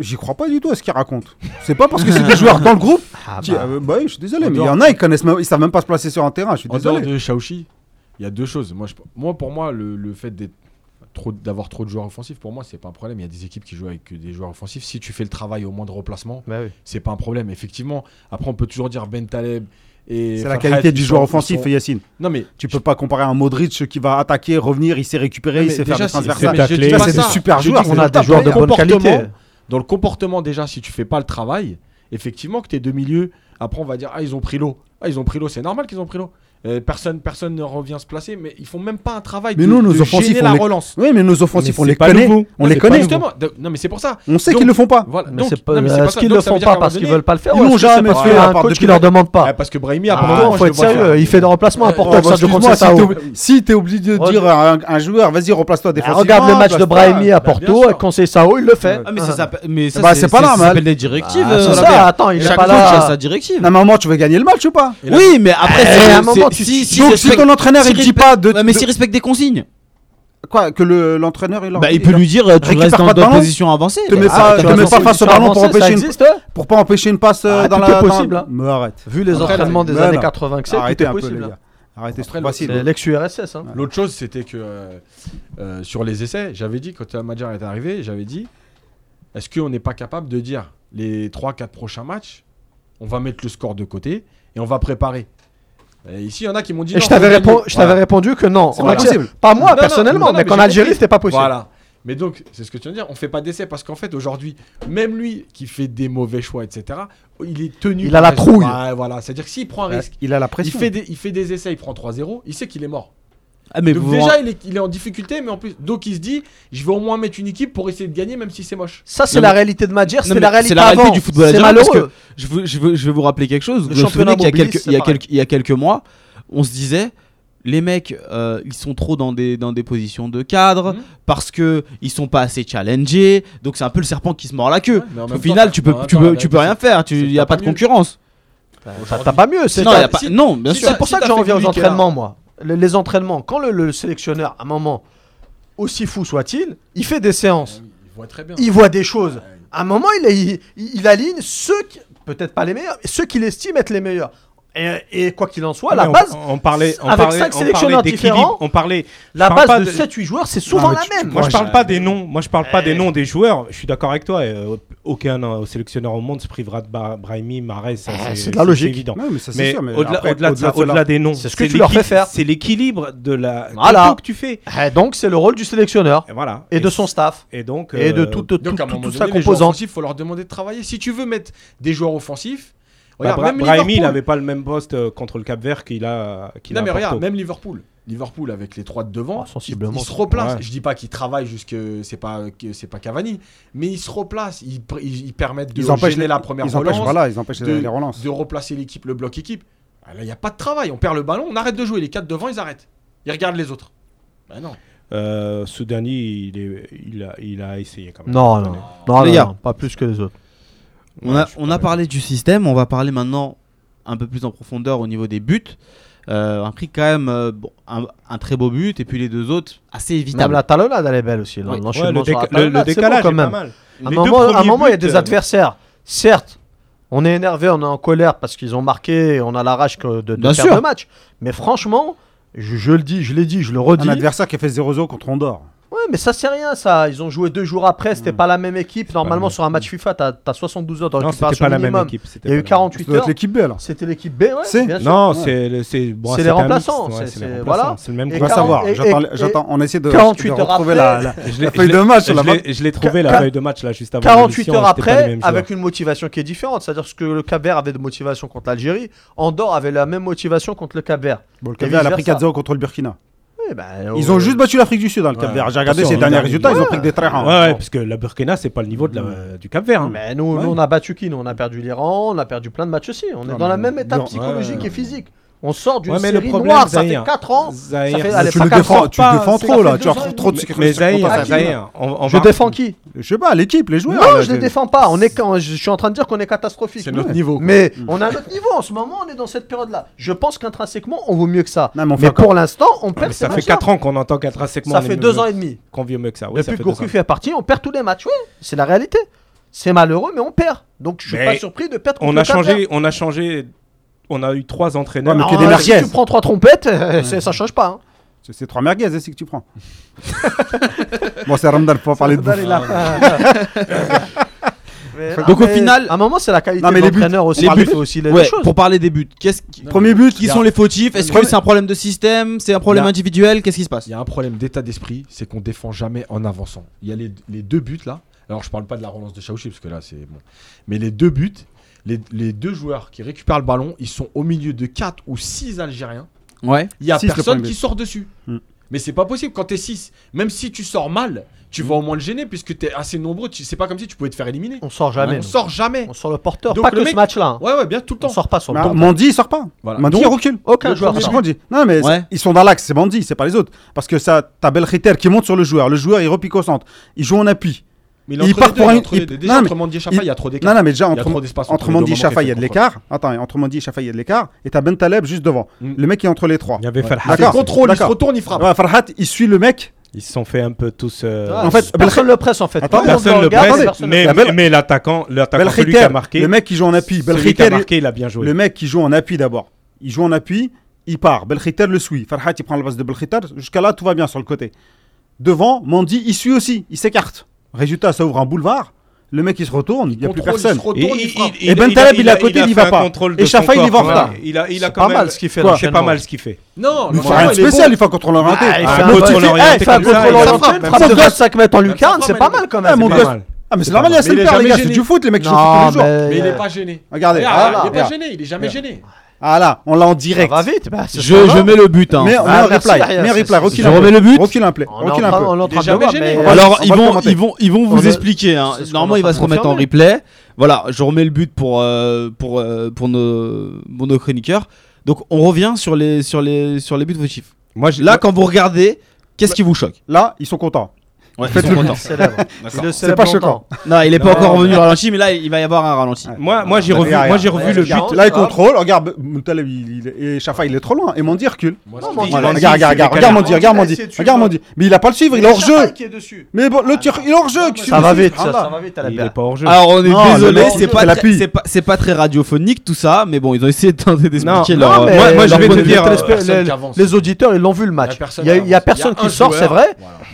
j'y crois pas du tout à ce qu'ils racontent. C'est pas parce que c'est des joueurs dans le groupe.
Ah
qui-
bah,
ah, bah oui, je suis désolé,
En
mais il y
dehors-
en a, ils connaissent, même- ils savent même pas se placer sur un terrain. Je suis
En dehors
désolé.
de Shaoxi, il y a deux choses. Moi, je- moi, pour moi, le, le fait d'être trop- d'avoir trop de joueurs offensifs, pour moi, c'est pas un problème. Il y a des équipes qui jouent avec que des joueurs offensifs. Si tu fais le travail au moindre replacement,
bah oui.
c'est pas un problème. Effectivement, après, on peut toujours dire Ben Taleb et.
C'est la
Farhat,
qualité
ils
du
sont-
joueur
ils
offensif,
sont-
Yacine.
Non, mais
Tu peux pas comparer un Modric qui va attaquer, revenir, il sait récupérer, il
mais
sait faire des
déjà, c'est- c'est-
transversales.
mais je
Ça,
dis
c'est
pas
des
ça.
super
Je dis
joueurs,
que
on
a
dans
des
le
joueurs de bonne
comportement-
qualité.
Dans le comportement, déjà, si tu fais pas le travail, effectivement, que tes deux milieux, après, on va dire Ah, ils ont pris l'eau. Ah, ils ont pris l'eau. C'est normal qu'ils ont pris l'eau. Euh, personne, personne ne revient se placer, mais ils font même pas un travail
Mais
de,
nous, nos
de
offensifs,
gêner
on
la
les-
relance.
Oui, mais nos offensifs,
Mais
on
c'est
les
pas
connaît.
nouveau.
On les
C'est pas
connaît.
Justement, de- non, mais c'est pour ça.
On sait
Donc-
qu'ils le font pas.
Voilà.
Mais
Donc,
c'est pas,
non, mais c'est
euh,
pas
ce
ça.
qu'ils
Donc,
ne
ça veut
font
dire
pas
qu'à un
parce
moment
qu'ils
donné-
veulent pas le faire.
Ils
ou
l'ont
est-ce que c'est
jamais
parce
fait,
qu'il y a
à
un
part
coach
depuis
qui
le-
leur demande
Ah,
pas.
parce que Brahimi,
Ah,
apparemment,
non,
je
faut
le
être
vois
sérieux.
faire.
Il fait le remplacement à Porto,
Excuse-moi,
Sergio Eh,
si
Conceição.
t'es obli- si t'es obligé de
Regarde-
dire à un, un joueur, vas-y, remplace-toi
Ah,
défensivement.
Regarde le match de
place-toi.
Brahimi à
Bah, bien
Porto,
sûr.
Conseil Sao, il le fait.
Ah, mais ça s'appelle. Mais ça,
Bah, c'est pas normal.
Ça s'appelle des directives.
Ah,
euh,
c'est
Robert.
ça, attends, il est
Chaque
pas
coach a sa
là.
directive.
À un moment, tu veux gagner le match ou pas
Et là-
Oui, mais après,
Eh,
c'est
à un moment, tu-
si, si
Donc, si
respecte-
ton entraîneur,
s'il
il te dit
respecte-
pas de-
Ouais, mais
de-
s'il respecte des consignes,
Quoi Que le- l'entraîneur, il leur-
bah, il
il
peut
leur-
lui dire euh, tu
Récupère
restes
pas
dans
de
dans
ballon.
position avancée.
Te mets
Ah,
pas-
tu
te
vas
mets
dans
pas
son-
face au ballon pour empêcher une-
existe, hein
pour pas empêcher une passe euh,
Ah,
dans
tout
la.
est
dans-
possible, hein.
Mais arrête.
Vu les
Après,
entraînements des
mais
années
non.
87, tout
Arrêtez
est
un peu, les
possible. hein.
gars. Arrêtez, c'est
Après,
trop
le-
facile.
C'est l'ex-URSS. Hein.
L'autre chose, c'était que euh, euh, sur les essais, j'avais dit, quand Madjar est arrivé, j'avais dit est-ce qu'on n'est pas capable de dire les 3-4 prochains matchs, on va mettre le score de côté et on va préparer Et Ici, il y en a qui m'ont dit
Et
non,
je t'avais
faut
répo-
gagner.
je t'avais
Voilà.
répondu que non.
C'est
on
pas
accepte.
possible.
Pas moi
Non, non,
personnellement,
non, non,
mais
mais
qu'en
j'ai
Algérie,
compris.
c'était pas possible.
Voilà. Mais donc, c'est ce que tu viens de dire, on fait pas d'essais parce qu'en fait, aujourd'hui, même lui qui fait des mauvais choix, etc., il est tenu.
Il
par
a la
raison.
trouille.
Ouais, voilà, c'est-à-dire que s'il prend un
Ouais,
risque,
Il a la
il
pression.
fait, des, il fait des essais, il prend 3-0, il sait qu'il est mort.
Ah, mais
Donc
vous-
déjà, il est, il est en difficulté, mais en plus, donc il se dit, je vais au moins mettre une équipe pour essayer de gagner, même si c'est moche.
Ça, c'est
Non,
la
mais-
réalité de Madjer, c'est
mais
la réalité
c'est la réalité
avant.
du football
C'est
algérien, parce que-
malheureux.
je, veux- je, veux- je vais vous rappeler quelque chose.
Le
Vous vous
championnat
souvenez qu'il y a
mobiliste,
quelques-
c'est
il y a
pareil.
quelques- il y a quelques mois, on se disait. Les mecs, euh, ils sont trop dans des, dans des positions de cadre
Mhm.
parce que ils sont pas assez challengés. Donc c'est un peu le serpent qui se mord la queue.
Ouais, mais en
Au
même
final,
temps,
tu peux,
en même
tu
temps,
peux, tu
la vérité,
peux rien faire. Tu,
c'est
il y a pas
pas
de
mieux.
concurrence.
Ça, T'as pas mieux. C'est
Non,
ça.
y a pas-
si-
non, bien
si
sûr.
t'as-
C'est pour ça que
t'as
j'en
fait
reviens aux
Milik,
entraînements, moi. Le- Les entraînements, quand le, le sélectionneur, à un moment, aussi fou soit-il, il fait des séances,
Il voit très bien.
il voit des choses. À un moment, il, il, il aligne ceux qui, peut-être pas les meilleurs, mais ceux qu'il estime être les meilleurs. Et, et quoi qu'il en soit, la
Mais on-
base,
on, parlait, on
avec
parlait,
cinq
on parlait
sélectionneurs
d'équilibre,
différents,
On parlait.
la
je parle
base
pas
de 7-8 joueurs, c'est souvent
mais
la
tu-
même.
Moi, je parle
j'ai-
pas des noms. Moi, je parle pas
Eh.
des noms des joueurs. Je suis d'accord avec toi. euh, aucun euh, sélectionneur au monde se privera de Ba- Brahimi, Mahrez. ça,
Eh, c'est de la logique.
c'est évident.
Non, mais ça, c'est
Mais
sûr, mais
au-delà
après,
au-delà de ça,
cela-
au-delà des noms,
C'est ce que tu leur
l'équil-
fais faire.
C'est l'équilibre de la
Voilà.
compo que tu fais.
Eh, donc, c'est le rôle du sélectionneur
Et voilà.
et de son staff
Et donc.
et de
euh,
toute, toute-
Donc à un
toute-
moment
toute sa
donné, les joueurs
composante.
offensifs, faut leur demander de travailler. Si tu veux mettre des joueurs offensifs,
bah,
regarde,
Bra-
même
Brahimi, il
Liverpool.
n'avait pas le même poste euh, contre le Cap Vert qu'il a. qu'il
Non
a à
mais regarde,
Porto.
même Liverpool. Liverpool avec les trois de devant,
Ah, sensiblement,
ils, ils se replacent.
ouais.
Je dis pas qu'ils travaillent jusque c'est pas que c'est pas Cavani, mais ils se replacent, ils, pr- ils, ils permettent de
Ils empêchent
gêner
les-
la première
Ils empêchent,
relance,
voilà, ils empêchent
de,
les les relances.
de replacer l'équipe, le bloc équipe. Ah, là, il y a pas de travail, on perd le ballon, on arrête de jouer, les quatre devant, ils arrêtent. Ils regardent les autres. Bah non.
Euh, ce dernier, il, est, il, a, il a essayé quand même.
Non, non, non, non,
Les gars.
non, pas plus que les autres.
On
Ouais,
a,
je suis
on
pas
a
d'accord.
parlé du système, on va parler maintenant un peu plus en profondeur au niveau des buts. Euh, on a pris quand même euh, bon, un, un très beau but et puis les deux autres assez
Même
évitables.
la talonnade, elle est belle aussi.
Ouais,
l'enchaînement
Ouais, le,
sur la
déca- le- le
talonnade, c'est bon
décalage
quand
est
même.
pas mal.
À un
Les deux
moment, à un
premiers
moment, il y a
buts,
des
euh,
adversaires. Certes, on est énervé, on est en colère parce qu'ils ont marqué et on a la rage que de, de
Bien
perdre
sûr.
le match. Mais franchement, je, je le dis, je l'ai dit, je le
Un
redis.
adversaire qui a fait 0-0 contre Andorre.
Ouais, mais ça, c'est rien, ça. Ils ont joué deux jours après, c'était pas la même équipe. Normalement,
Hmm. la
sur un match FIFA, t'as as 72 heures de
Non, c'était
récupération
pas la même
minimum.
équipe. c'était
Il y a eu
pas la même
48
Ça doit
heures.
être l'équipe B alors.
C'était l'équipe B, ouais.
C'est-
bien sûr.
Non,
Ouais.
c'est le- c'est bon,
C'est
c'était
les
un mixte,
remplaçants,
ouais,
c'est-
c'est les
c'est-
remplaçants,
voilà.
c'est le même
Et
On va
concept.
40
savoir.
et-
J'attends,
et-
j'attends. On essaie de,
48
de
heures
retrouver
après.
la, la-
Je l'ai-
la feuille
je
de
l'ai-
match sur
je
la
l'ai-
map.
Je l'ai trouvé la
Qua-
feuille de match là juste avant.
48
l'émission,
heures
c'était pas les
après,
mêmes joueurs.
avec une motivation qui est différente. C'est-à-dire ce que le Cap Vert avait de motivation contre l'Algérie, Andorre avait la même motivation contre le Cap Vert.
Bon, le
Et
Cap Vert, elle a pris
vice-versa.
4-0 contre le Burkina.
Eh ben,
Ils
on-
ont juste battu l'Afrique du Sud, hein, le Cap
Ouais.
Vert. J'ai regardé
Attention,
ces
on
derniers
a-
résultats, ils ont pris que des traits.
Ouais, ouais, parce que la Burkina, c'est pas le niveau de la- du Cap Vert. hein.
Mais nous, nous,
Ouais.
on a battu qui nous On a perdu l'Iran, on a perdu plein de matchs aussi. On est
Non,
dans la
mais
même
non,
étape
ouais,
psychologique
ouais,
et physique. On sort d'une
Ouais, mais le
série
problème,
noire, ça fait
Zahir.
4 ans.
Zahir,
fait-
ça-
allez,
tu
pas
le
quatre
défends,
ans,
tu
pas-
le défends
ça
trop
fait
là,
deux
tu
ans et
retrouves trop de
demi.
secrets.
mais Zahir,
Zahir,
Zahir, on, on
Je
va-
défends qui
Je sais pas, l'équipe, les joueurs.
Non,
là,
je les défends pas. On est, quand- je suis en train de dire qu'on est catastrophique.
C'est notre niveau. quoi.
Mais on a notre niveau en ce moment, on est dans cette période-là. Je pense qu'intrinsèquement, on vaut mieux que ça.
Non, mais on fait
mais
encore-
pour l'instant, on perd.
Mais ça
ces
fait
matchs-là.
4 ans qu'on entend qu'intrinsèquement.
Ça fait 2 ans et demi.
Qu'on vit mieux que ça. Ouais,
Depuis
ça fait
que
deux ans.
Gourcuff est parti, on perd tous les matchs. Oui, c'est la réalité. C'est malheureux, mais on perd. Donc je suis
Mais
pas surpris de perdre.
On
contre
a
le Cap Vert.
changé, on a changé, on a eu trois entraîneurs.
Ouais, mais
Ah,
que des merguez.
Si tu prends trois trompettes, <laughs> euh, c'est- ça change pas. hein.
C'est- C'est trois merguez, hein, c'est que
<laughs>
tu prends. bon, c'est Ramdal, faut pas parler de bouffe.
Ah, <laughs> Mais
Donc,
non,
au
mais
final-
à un moment, c'est la qualité
Non, mais
de
les buts-
l'entraîneur aussi.
les
Il
buts-
fait aussi les
Ouais,
choses.
pour parler des buts, qu'est-ce qui-
Premier but,
qui sont les fautifs Est-ce que c'est un problème de système C'est un problème
Non.
individuel Qu'est-ce qui se passe
Il y a un problème d'état d'esprit, c'est qu'on défend jamais en avançant. Il y a les, les deux buts là. Alors je parle pas de la relance de Chaouchi parce que là c'est bon. Mais les deux buts, les, les deux joueurs qui récupèrent le ballon, ils sont au milieu de 4 ou 6 Algériens.
Ouais.
Il y a
Six, le
personne
premier
qui
but.
sort dessus.
Hmm.
Mais c'est pas possible quand t'es 6. Même si tu sors mal, tu
Hmm.
vas au moins le gêner puisque t'es assez nombreux. Tu- C'est pas comme si tu pouvais te faire éliminer.
On sort jamais.
on
nous.
sort jamais.
On sort le porteur.
Donc,
pas
le
que
mec-
ce match-là. hein.
Ouais ouais bien tout le
On
temps.
sort pas sur le
Ma-
porteur.
Bah, Mandy, il sort pas.
Voilà.
Mandy, il recule.
Bah, Aucun
Le
joueur
premier
sort.
but. Mandy. Non, mais
Ouais.
ils sont dans l'axe, c'est Mandy, c'est pas les autres. Parce que ça, t'as Belkhiter qui monte sur le joueur. Le joueur, il repique au centre. Il joue en appui.
Mais
Il
entre
part
les deux,
pour
il est
un-
entre les
il-
deux.
non,
Déjà
mais
entre Mandy et Chapa,
il-
il y a trop d'écart.
Non, non, mais déjà,
Il y a
entre,
trop d'espace
entre
les deux
Mandy et
moments
Chafa, il y a de
qu'il faut
l'écart. Attends, entre Mandy et Chafa, il y a de l'écart. Et t'as Ben Taleb juste devant.
Mm.
Le mec est entre les trois.
Il y avait Falha.
Il
D'accord.
contrôle, il se
D'accord.
retourne, il frappe.
Ouais, Farhat, il suit le mec.
Ils se sont fait un peu tous. euh,
Ouais,
en fait,
personne le presse en fait.
Attends,
Tout le monde
personne le
regarde,
presse,
personne
mais,
le
Bel-
mais l'attaquant, l'attaquant celui qui
Belkhiter,
a marqué,
le mec qui joue en appui.
celui qui a
Belkhiter, il-
marqué, il a bien joué.
Le mec qui joue en appui d'abord. Il joue en appui, il part. Belkhiter le suit. Farhat, il prend la base de Belkhiter. Jusqu'à là, tout va bien sur le côté. Devant, Mandy, il suit aussi. Il s'écarte. Résultat, ça ouvre un boulevard. Le mec, il se retourne. Il n'y a plus
Contrôle, il se
personne.
retourne, il frappe.
Et Ben Taleb, il est à côté, il
fait
va
un
pas.
contrôle de
Et Chafa,
son
il est
corps,
en retard.
ouais. Il a, il a
C'est
quand
pas
même.
mal ce qu'il fait,
Quoi C'est
l'enchaînement.
pas mal ce qu'il fait.
Non,
Il
non,
fait rien de
il est
spécial,
bon.
il fait un contrôle orienté.
Ah, il fait
un
Motif-
contrôle
Eh,
orienté
il fait
presse.
un
Pas
comme ça,
contrôle
il
contrôle
frappe,
orienté.
orienté,
frappe,
frappe de
frappe,
25 mètres en lucarne,
frappe,
c'est
mais
pas
il est-
mal quand
Ah,
même.
mon
c'est
gosse.
pas mal.
Ah, mais c'est
C'est
normal,
pas
il y a
mal. Mais il est
Selper, les
jamais
gars, c'est
gêné.
du foot, les mecs qui jouent au foot
Non,
tous les jours.
mais- euh,
Mais il est pas gêné.
Regardez,
Regarde,
ah,
il est
là,
pas gêné, il est jamais gêné.
ah là, on l'a en
Ça
direct.
va vite. bah, ce
je,
soir-là,
je mets le but. hein.
Mais on
Ah,
un
merci,
replay,
Arias.
mais replay, recule
Je
un
remets
peu.
le but.
Recule un peu,
On est en
recule un
train-
peu.
on est en
Il est
train de le
jamais
voir,
gêné.
mais-
va-
hein. Alors
on
ils
va le
vont,
commenter.
ils vont, ils vont
On
vous
est-
expliquer. hein.
c'est ce qu'on
Normalement,
est
il
en
va se
train de
remettre en
confirmer.
replay. Voilà, je remets le but pour euh, pour euh, pour nos pour nos chroniqueurs. Donc on revient sur les sur les sur les buts fautifs.
Moi, je-
Là, quand vous regardez, qu'est-ce qui vous choque
Là, ils sont contents.
ouais,
Faites
ils sont
le
contents.
Célèbre. Il le
C'est
célèbre
pas
longtemps.
choquant.
Non, il est pas
Non,
encore
mais-
revenu au ralenti, mais là, il va y avoir un ralenti.
moi, moi, j'ai
Ah,
revu,
regarde,
moi, j'ai
regarde,
revu le but.
regarde.
Là, il contrôle. Regarde, Moutaleb, il, il- et Chafa, il est trop loin. Et Mandy recule.
Non,
Moi,
Mandy,
je
Voilà, regarde,
Mandy, il fait
regarde, regarde,
des
regarde
canards.
Mandy, regarde
Mandy, il
Mandy,
a essayé de
regarde
suivre.
Mandy. Mais il a pas le suivre, il est hors jeu. Mais bon, le tir, il est hors jeu. Ah, bah.
Ça va vite, ça, ça va vite à la
Il est
paire.
pas hors jeu.
Alors on est
Non,
désolé,
non,
c'est
non,
pas,
c'est la
très-
pluie.
c'est pas c'est pas très radiophonique tout ça, mais bon, ils ont essayé de tenter d'expliquer
Non,
leur.
non, mais-
moi, moi, je
leur
vais
point
te
de vue
dire.
de
euh,
respect- les- Les auditeurs, ils l'ont vu le match. Il y a- il y a personne qui sort, c'est vrai.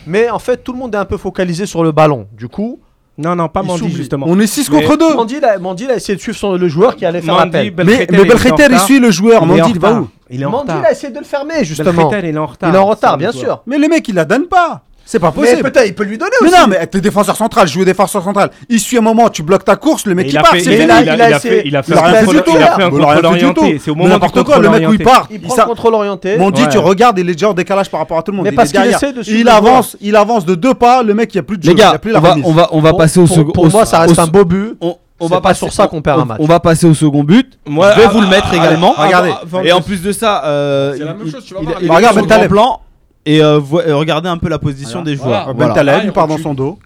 Mais en fait, tout le monde est un peu focalisé sur le ballon. Du coup,
Non, non, pas
Il
Mandy
s'oublie.
justement.
On est 6
Mais-
contre 2.
Mandy, il a, Mandy, il a essayé de suivre son- le joueur qui allait faire
Mandy,
l'appel.
Mais, mais
Belkhiter, il est en
Belkhiter, il
retard.
suit le joueur.
Il est en
Mandy, il va
retard.
où
Il est en
Mandy,
retard.
il a essayé de le fermer, justement.
Belkhiter, il est en retard.
Il est en retard,
C'est
bien
le joueur.
sûr.
Mais le mec, il la donne pas. C'est pas
Mais
possible.
peut-être, il peut lui donner
Mais
aussi.
non, mais avec les défenseurs centrales, jouer défenseur central. Il suit un moment, tu bloques ta course, le mec
Mais
il
a
part,
fait-
c'est
mais
il
fini.
a- il a-
il a
il a
essayé-
fait- il a fait
il a
un
rien fait
contrôle-
du
il a
tout.
fait un
Il a rien
contrôle
fait du tout.
orienté. C'est au
Mais
moment du
n'importe quoi,
contrôle
le mec où il
orienté.
part.
Il
il
prend
s'a-
le contrôle orienté.
Mon dit,
Ouais.
tu regardes, il est déjà en décalage par rapport à tout le monde.
Mais
il est
parce qu'il
derrière.
essaie de suivre
Il
le
avance, il avance de deux pas, le mec, il n'y a plus de jeu,
Les
il y
gars,
a plus la
on va
remise.
on va on va
Pour-
passer au
pour-
second.
Pour
au-
moi, ça
au
reste
se-
un beau but.
On, on
C'est
va
pas
passer-
sur ça qu'on perd un
on-
match.
On va passer au second but.
Moi,
je vais
ah,
vous le mettre
allez,
également.
regardez.
Et en plus de ça, euh,
C'est la
il-
même chose, tu vas
il-
voir,
il-
les
il est
mecs
sur
sont
le grand
devant.
plan et euh, vo- euh, regardez un peu la position
Voilà.
des joueurs.
Ben
Voilà.
Taleb,
Ah, il
il part dans
recule.
son dos.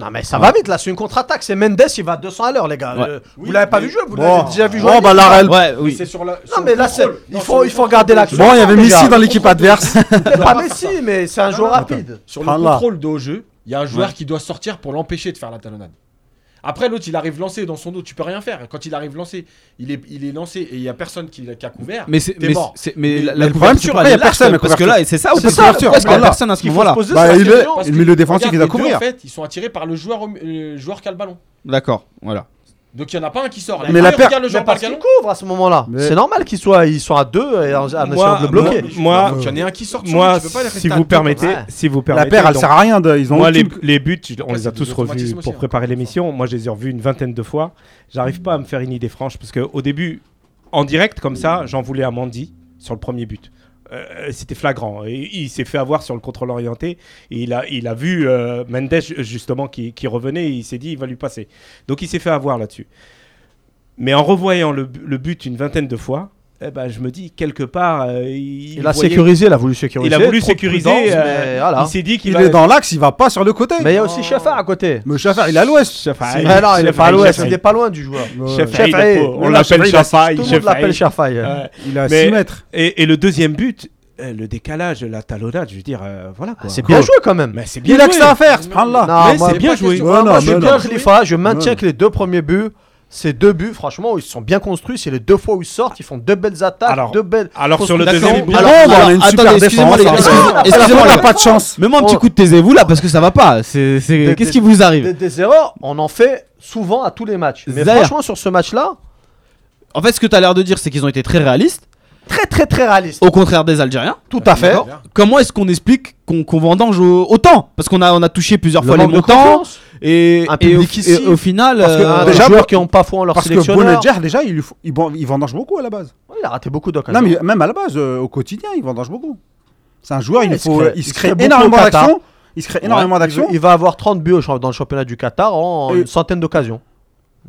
Non, mais ça va vite là, c'est une contre-attaque. C'est Mendes, il va à 200 à l'heure, les gars.
Ouais.
Euh, Vous
Oui,
l'avez pas
mais-
vu jouer, vous
Bon,
l'avez déjà vu jouer.
bon, bah l'arrêt.
Ouais, oui.
C'est sur la.
Non, mais là, c'est- il faut, il faut regarder l'action.
Bon, il y avait
déjà.
Messi dans l'équipe adverse.
C'est pas Messi, mais c'est un joueur
non,
rapide.
Sur
Ah
le
là.
contrôle de haut jeu, il y a un joueur qui doit sortir pour l'empêcher de faire la talonnade. Après, l'autre, il arrive lancé dans son dos, tu peux rien faire. Quand il arrive lancé, il est, il est lancé et il y a personne qui, l'a- qui a couvert.
Mais c'est
T'es
mais
mort.
c'est- mais la,
mais
la
le problème, c'est
couverture
pourquoi
elle
il y
est
a
lâche
personne, la
parce que
couverture.
là et c'est ça
C'est
aussi
ça,
pourquoi
la
est-ce qu'il y a
couverture.
personne à ce
qu'il faut
moment-là
se poser,
Bah,
c'est la
il
question.
est-
Parce
le
que
milieu
les-
défensif,
regarde,
il doit
les deux,
courir.
En fait, ils sont attirés par le joueur, au- le joueur qui a le ballon.
D'accord, voilà.
Donc il n'y en a pas un qui sort.
Mais la
Allez,
per-
regarde le
Mais
joueur par
parce
le
qu'il
ballon.
couvre à ce moment-là.
Mais-
C'est normal qu'ils soient, ils sont à deux et en, en essayant
Moi,
de le bloquer.
Moi,
il y en a un qui sort.
Moi,
tu peux pas les
si
rester à
vous
deux comme
permettez,
ça.
si vous
La
permettez,
paire, elle
donc,
sert à rien. de- Ils ont
Moi, les,
aucune-
les buts, je- on
Ouais,
les a
c'est
tous
des
revus
automatismes aussi,
pour
hein. Mm.
préparer l'émission. Moi, je les ai revus une vingtaine de fois. J'arrive pas à me faire une idée franche parce qu'au début, en direct, comme ça, j'en voulais à Mandy sur le premier but. Euh, C'était flagrant. Et il s'est fait avoir sur le contrôle orienté. Et il a, il a vu euh, Mendes, justement, qui, qui revenait. Et il s'est dit, il va lui passer. Donc, il s'est fait avoir là-dessus. Mais en revoyant le, bu- le but une vingtaine de fois, eh ben, je me dis, quelque part, euh, il,
Il a
voyait-
sécurisé, il a voulu sécuriser.
il a voulu
trop de
sécuriser.
prudence, mais
euh,
voilà.
Il s'est dit qu'il
Il
va-
est dans l'axe, il va pas sur le côté.
Mais il y a aussi Chafard à côté.
Mais Chafar, il est à l'ouest.
Chaffaï.
Ah non, il est pas à
Chaffaï,
l'ouest, il
Chaffaï.
est pas loin du joueur.
Chaffaï, il
Chaffaï,
est pauvre. on
là,
l'appelle
il a-
Chaffaï.
Tout le monde l'appelle Chaffaï. euh.
Ouais.
Il est à
Mais-
6 mètres.
Et, et le deuxième but, euh, le décalage, la talonnade, je veux dire, euh, voilà quoi.
C'est bien joué quand même.
Mais c'est
Il
bien
a que
joué.
ça à faire, subhanallah.
Non,
mais
moi,
c'est bien joué.
Moi,
Ouais,
moi,
non,
je suis
mais
bien
non.
Khalifa, je maintiens
Ouais.
que les deux premiers buts, ces deux buts, franchement, ils sont bien construits. C'est les deux fois où ils sortent, ils font deux belles attaques,
Alors-
deux belles.
Alors sur le
Construction.
deuxième but, <laughs>
Alors,
bon, bah, on a une super
attendez, excusez-moi
défense,
les gars,
hein.
excusez-
<laughs> Ah,
excusez-moi
On
les
n'a
gars. <laughs>
pas de chance.
Même un petit
Oh.
coup de taisez-vous là parce que ça va pas. C'est, c'est...
Des-
Qu'est-ce
des-
qui vous arrive
Des, des erreurs, on en fait souvent à tous les matchs. Mais
Zahir.
franchement, sur ce match-là,
En fait, ce que tu as l'air de dire, c'est qu'ils ont été très réalistes,
très très très réaliste.
au contraire des Algériens.
Tout à fait.
Comment est-ce qu'on explique qu'on, qu'on vendange au- autant Parce qu'on a, on a touché plusieurs fois les
manque de
montants.
confiance.
Et,
Un
et au,
public
fi-
ici.
et au final.
Parce que,
euh,
hein, des
déjà,
joueurs
pour-
qui n'ont pas foi en leur
Parce que
sélectionneur.
Bonedjah, déjà, il, lui faut- il, bon- il vendange beaucoup à la base.
Ouais, il a raté beaucoup
Non,
d'occasions.
mais même à la base, euh, au quotidien, il vendange beaucoup. C'est un joueur, il,
Ouais,
lui
il se
faut,
crée-
il
il
se
se crée
crée
beaucoup
énormément
au Qatar.
d'actions. Il se crée énormément
Il va-
d'actions.
Il va avoir 30 buts au- dans le championnat du Qatar en
Et-
une centaine d'occasions.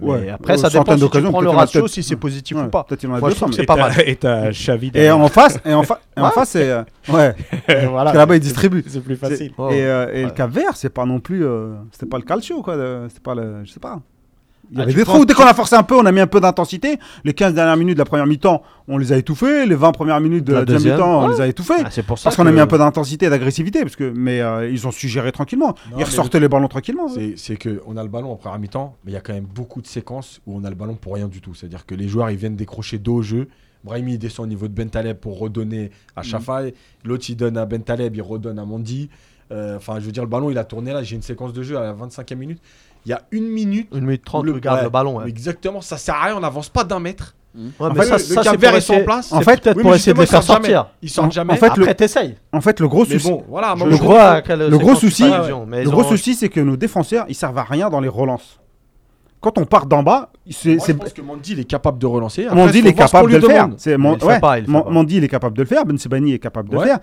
Ouais.
Mais après,
Une
ça dépend
centaine
si tu
d'occasions,
prends le
peut-être,
ratio,
peut-être.
si c'est positif
Ouais,
ou pas.
Peut-être il y en a
Moi, je
deux,
trouve
mais-
que c'est
et
pas
t'as-
mal.
Et t'as euh, Xavi
Et
derrière.
en face, et
<laughs>
en, fa- et en face, c'est. euh, Ouais,
Voilà.
parce que là-bas, il distribue.
C'est plus
C'est-
facile.
Oh.
Et, euh, et le
Ouais.
Cap Vert, c'est pas non plus. euh, C'était pas le calcio, quoi. de- C'était pas le. Je sais pas. Il y
Ah,
avait
tu
des
penses-
trous. Dès qu'on a forcé un peu, on a mis un peu d'intensité. Les 15 dernières minutes de la première mi-temps, on les a étouffées. Les 20 premières minutes de
La
la deuxième
deuxième,
mi-temps, on
ouais.
les a étouffées.
Ah, c'est pour ça
Parce qu'on a mis un peu d'intensité et d'agressivité, parce que mais euh, ils ont su gérer tranquillement.
Non, mais
ils ressortaient les ballons tranquillement. ouais.
C'est- C'est que on a le ballon en première mi-temps, mais il y a quand même beaucoup de séquences où on a le ballon pour rien du tout. C'est-à-dire que les joueurs ils viennent décrocher dos au jeu. Brahimi il descend au niveau de Bentaleb pour redonner à Shafai. L'autre il donne à Bentaleb, il redonne à Mandy. Euh, Enfin, je veux dire, le ballon il a tourné là. J'ai une séquence de jeu à la 25e minute. Il y a une minute.
Une minute trente,
où
tu gardes
ouais,
le ballon.
où
ouais.
Exactement, ça sert à rien, on n'avance pas d'un mètre.
Ouais,
En
mais
fait,
ça,
le- le
ça, c'est
Cap
pour
Vert est
essayer-
en place.
En
c'est
fait,
peut-être
Oui,
pour
mais
essayer de
justement,
les
ils
faire
sortent jamais.
sortir.
Ils sortent jamais.
en fait,
Après, t'essayes.
En fait, le gros
mais
souci,
bon, voilà. moi,
Je
je-
crois que le
le gros souci-
le
le gros souci, c'est que nos défenseurs, ils servent à rien dans les relances. Quand on part d'en bas, c'est
moi, je
c'est-
pense que Mandy il est capable de relancer. Après,
Mandy il
faut
est
voir ce qu'on
capable de
lui
le faire.
demande.
C'est
Mais
Mon-
il le fait
ouais,
pas, il le fait
Mon-
pas.
Mandy il est capable de le faire. Ben Sebani est capable de
Ouais.
le faire.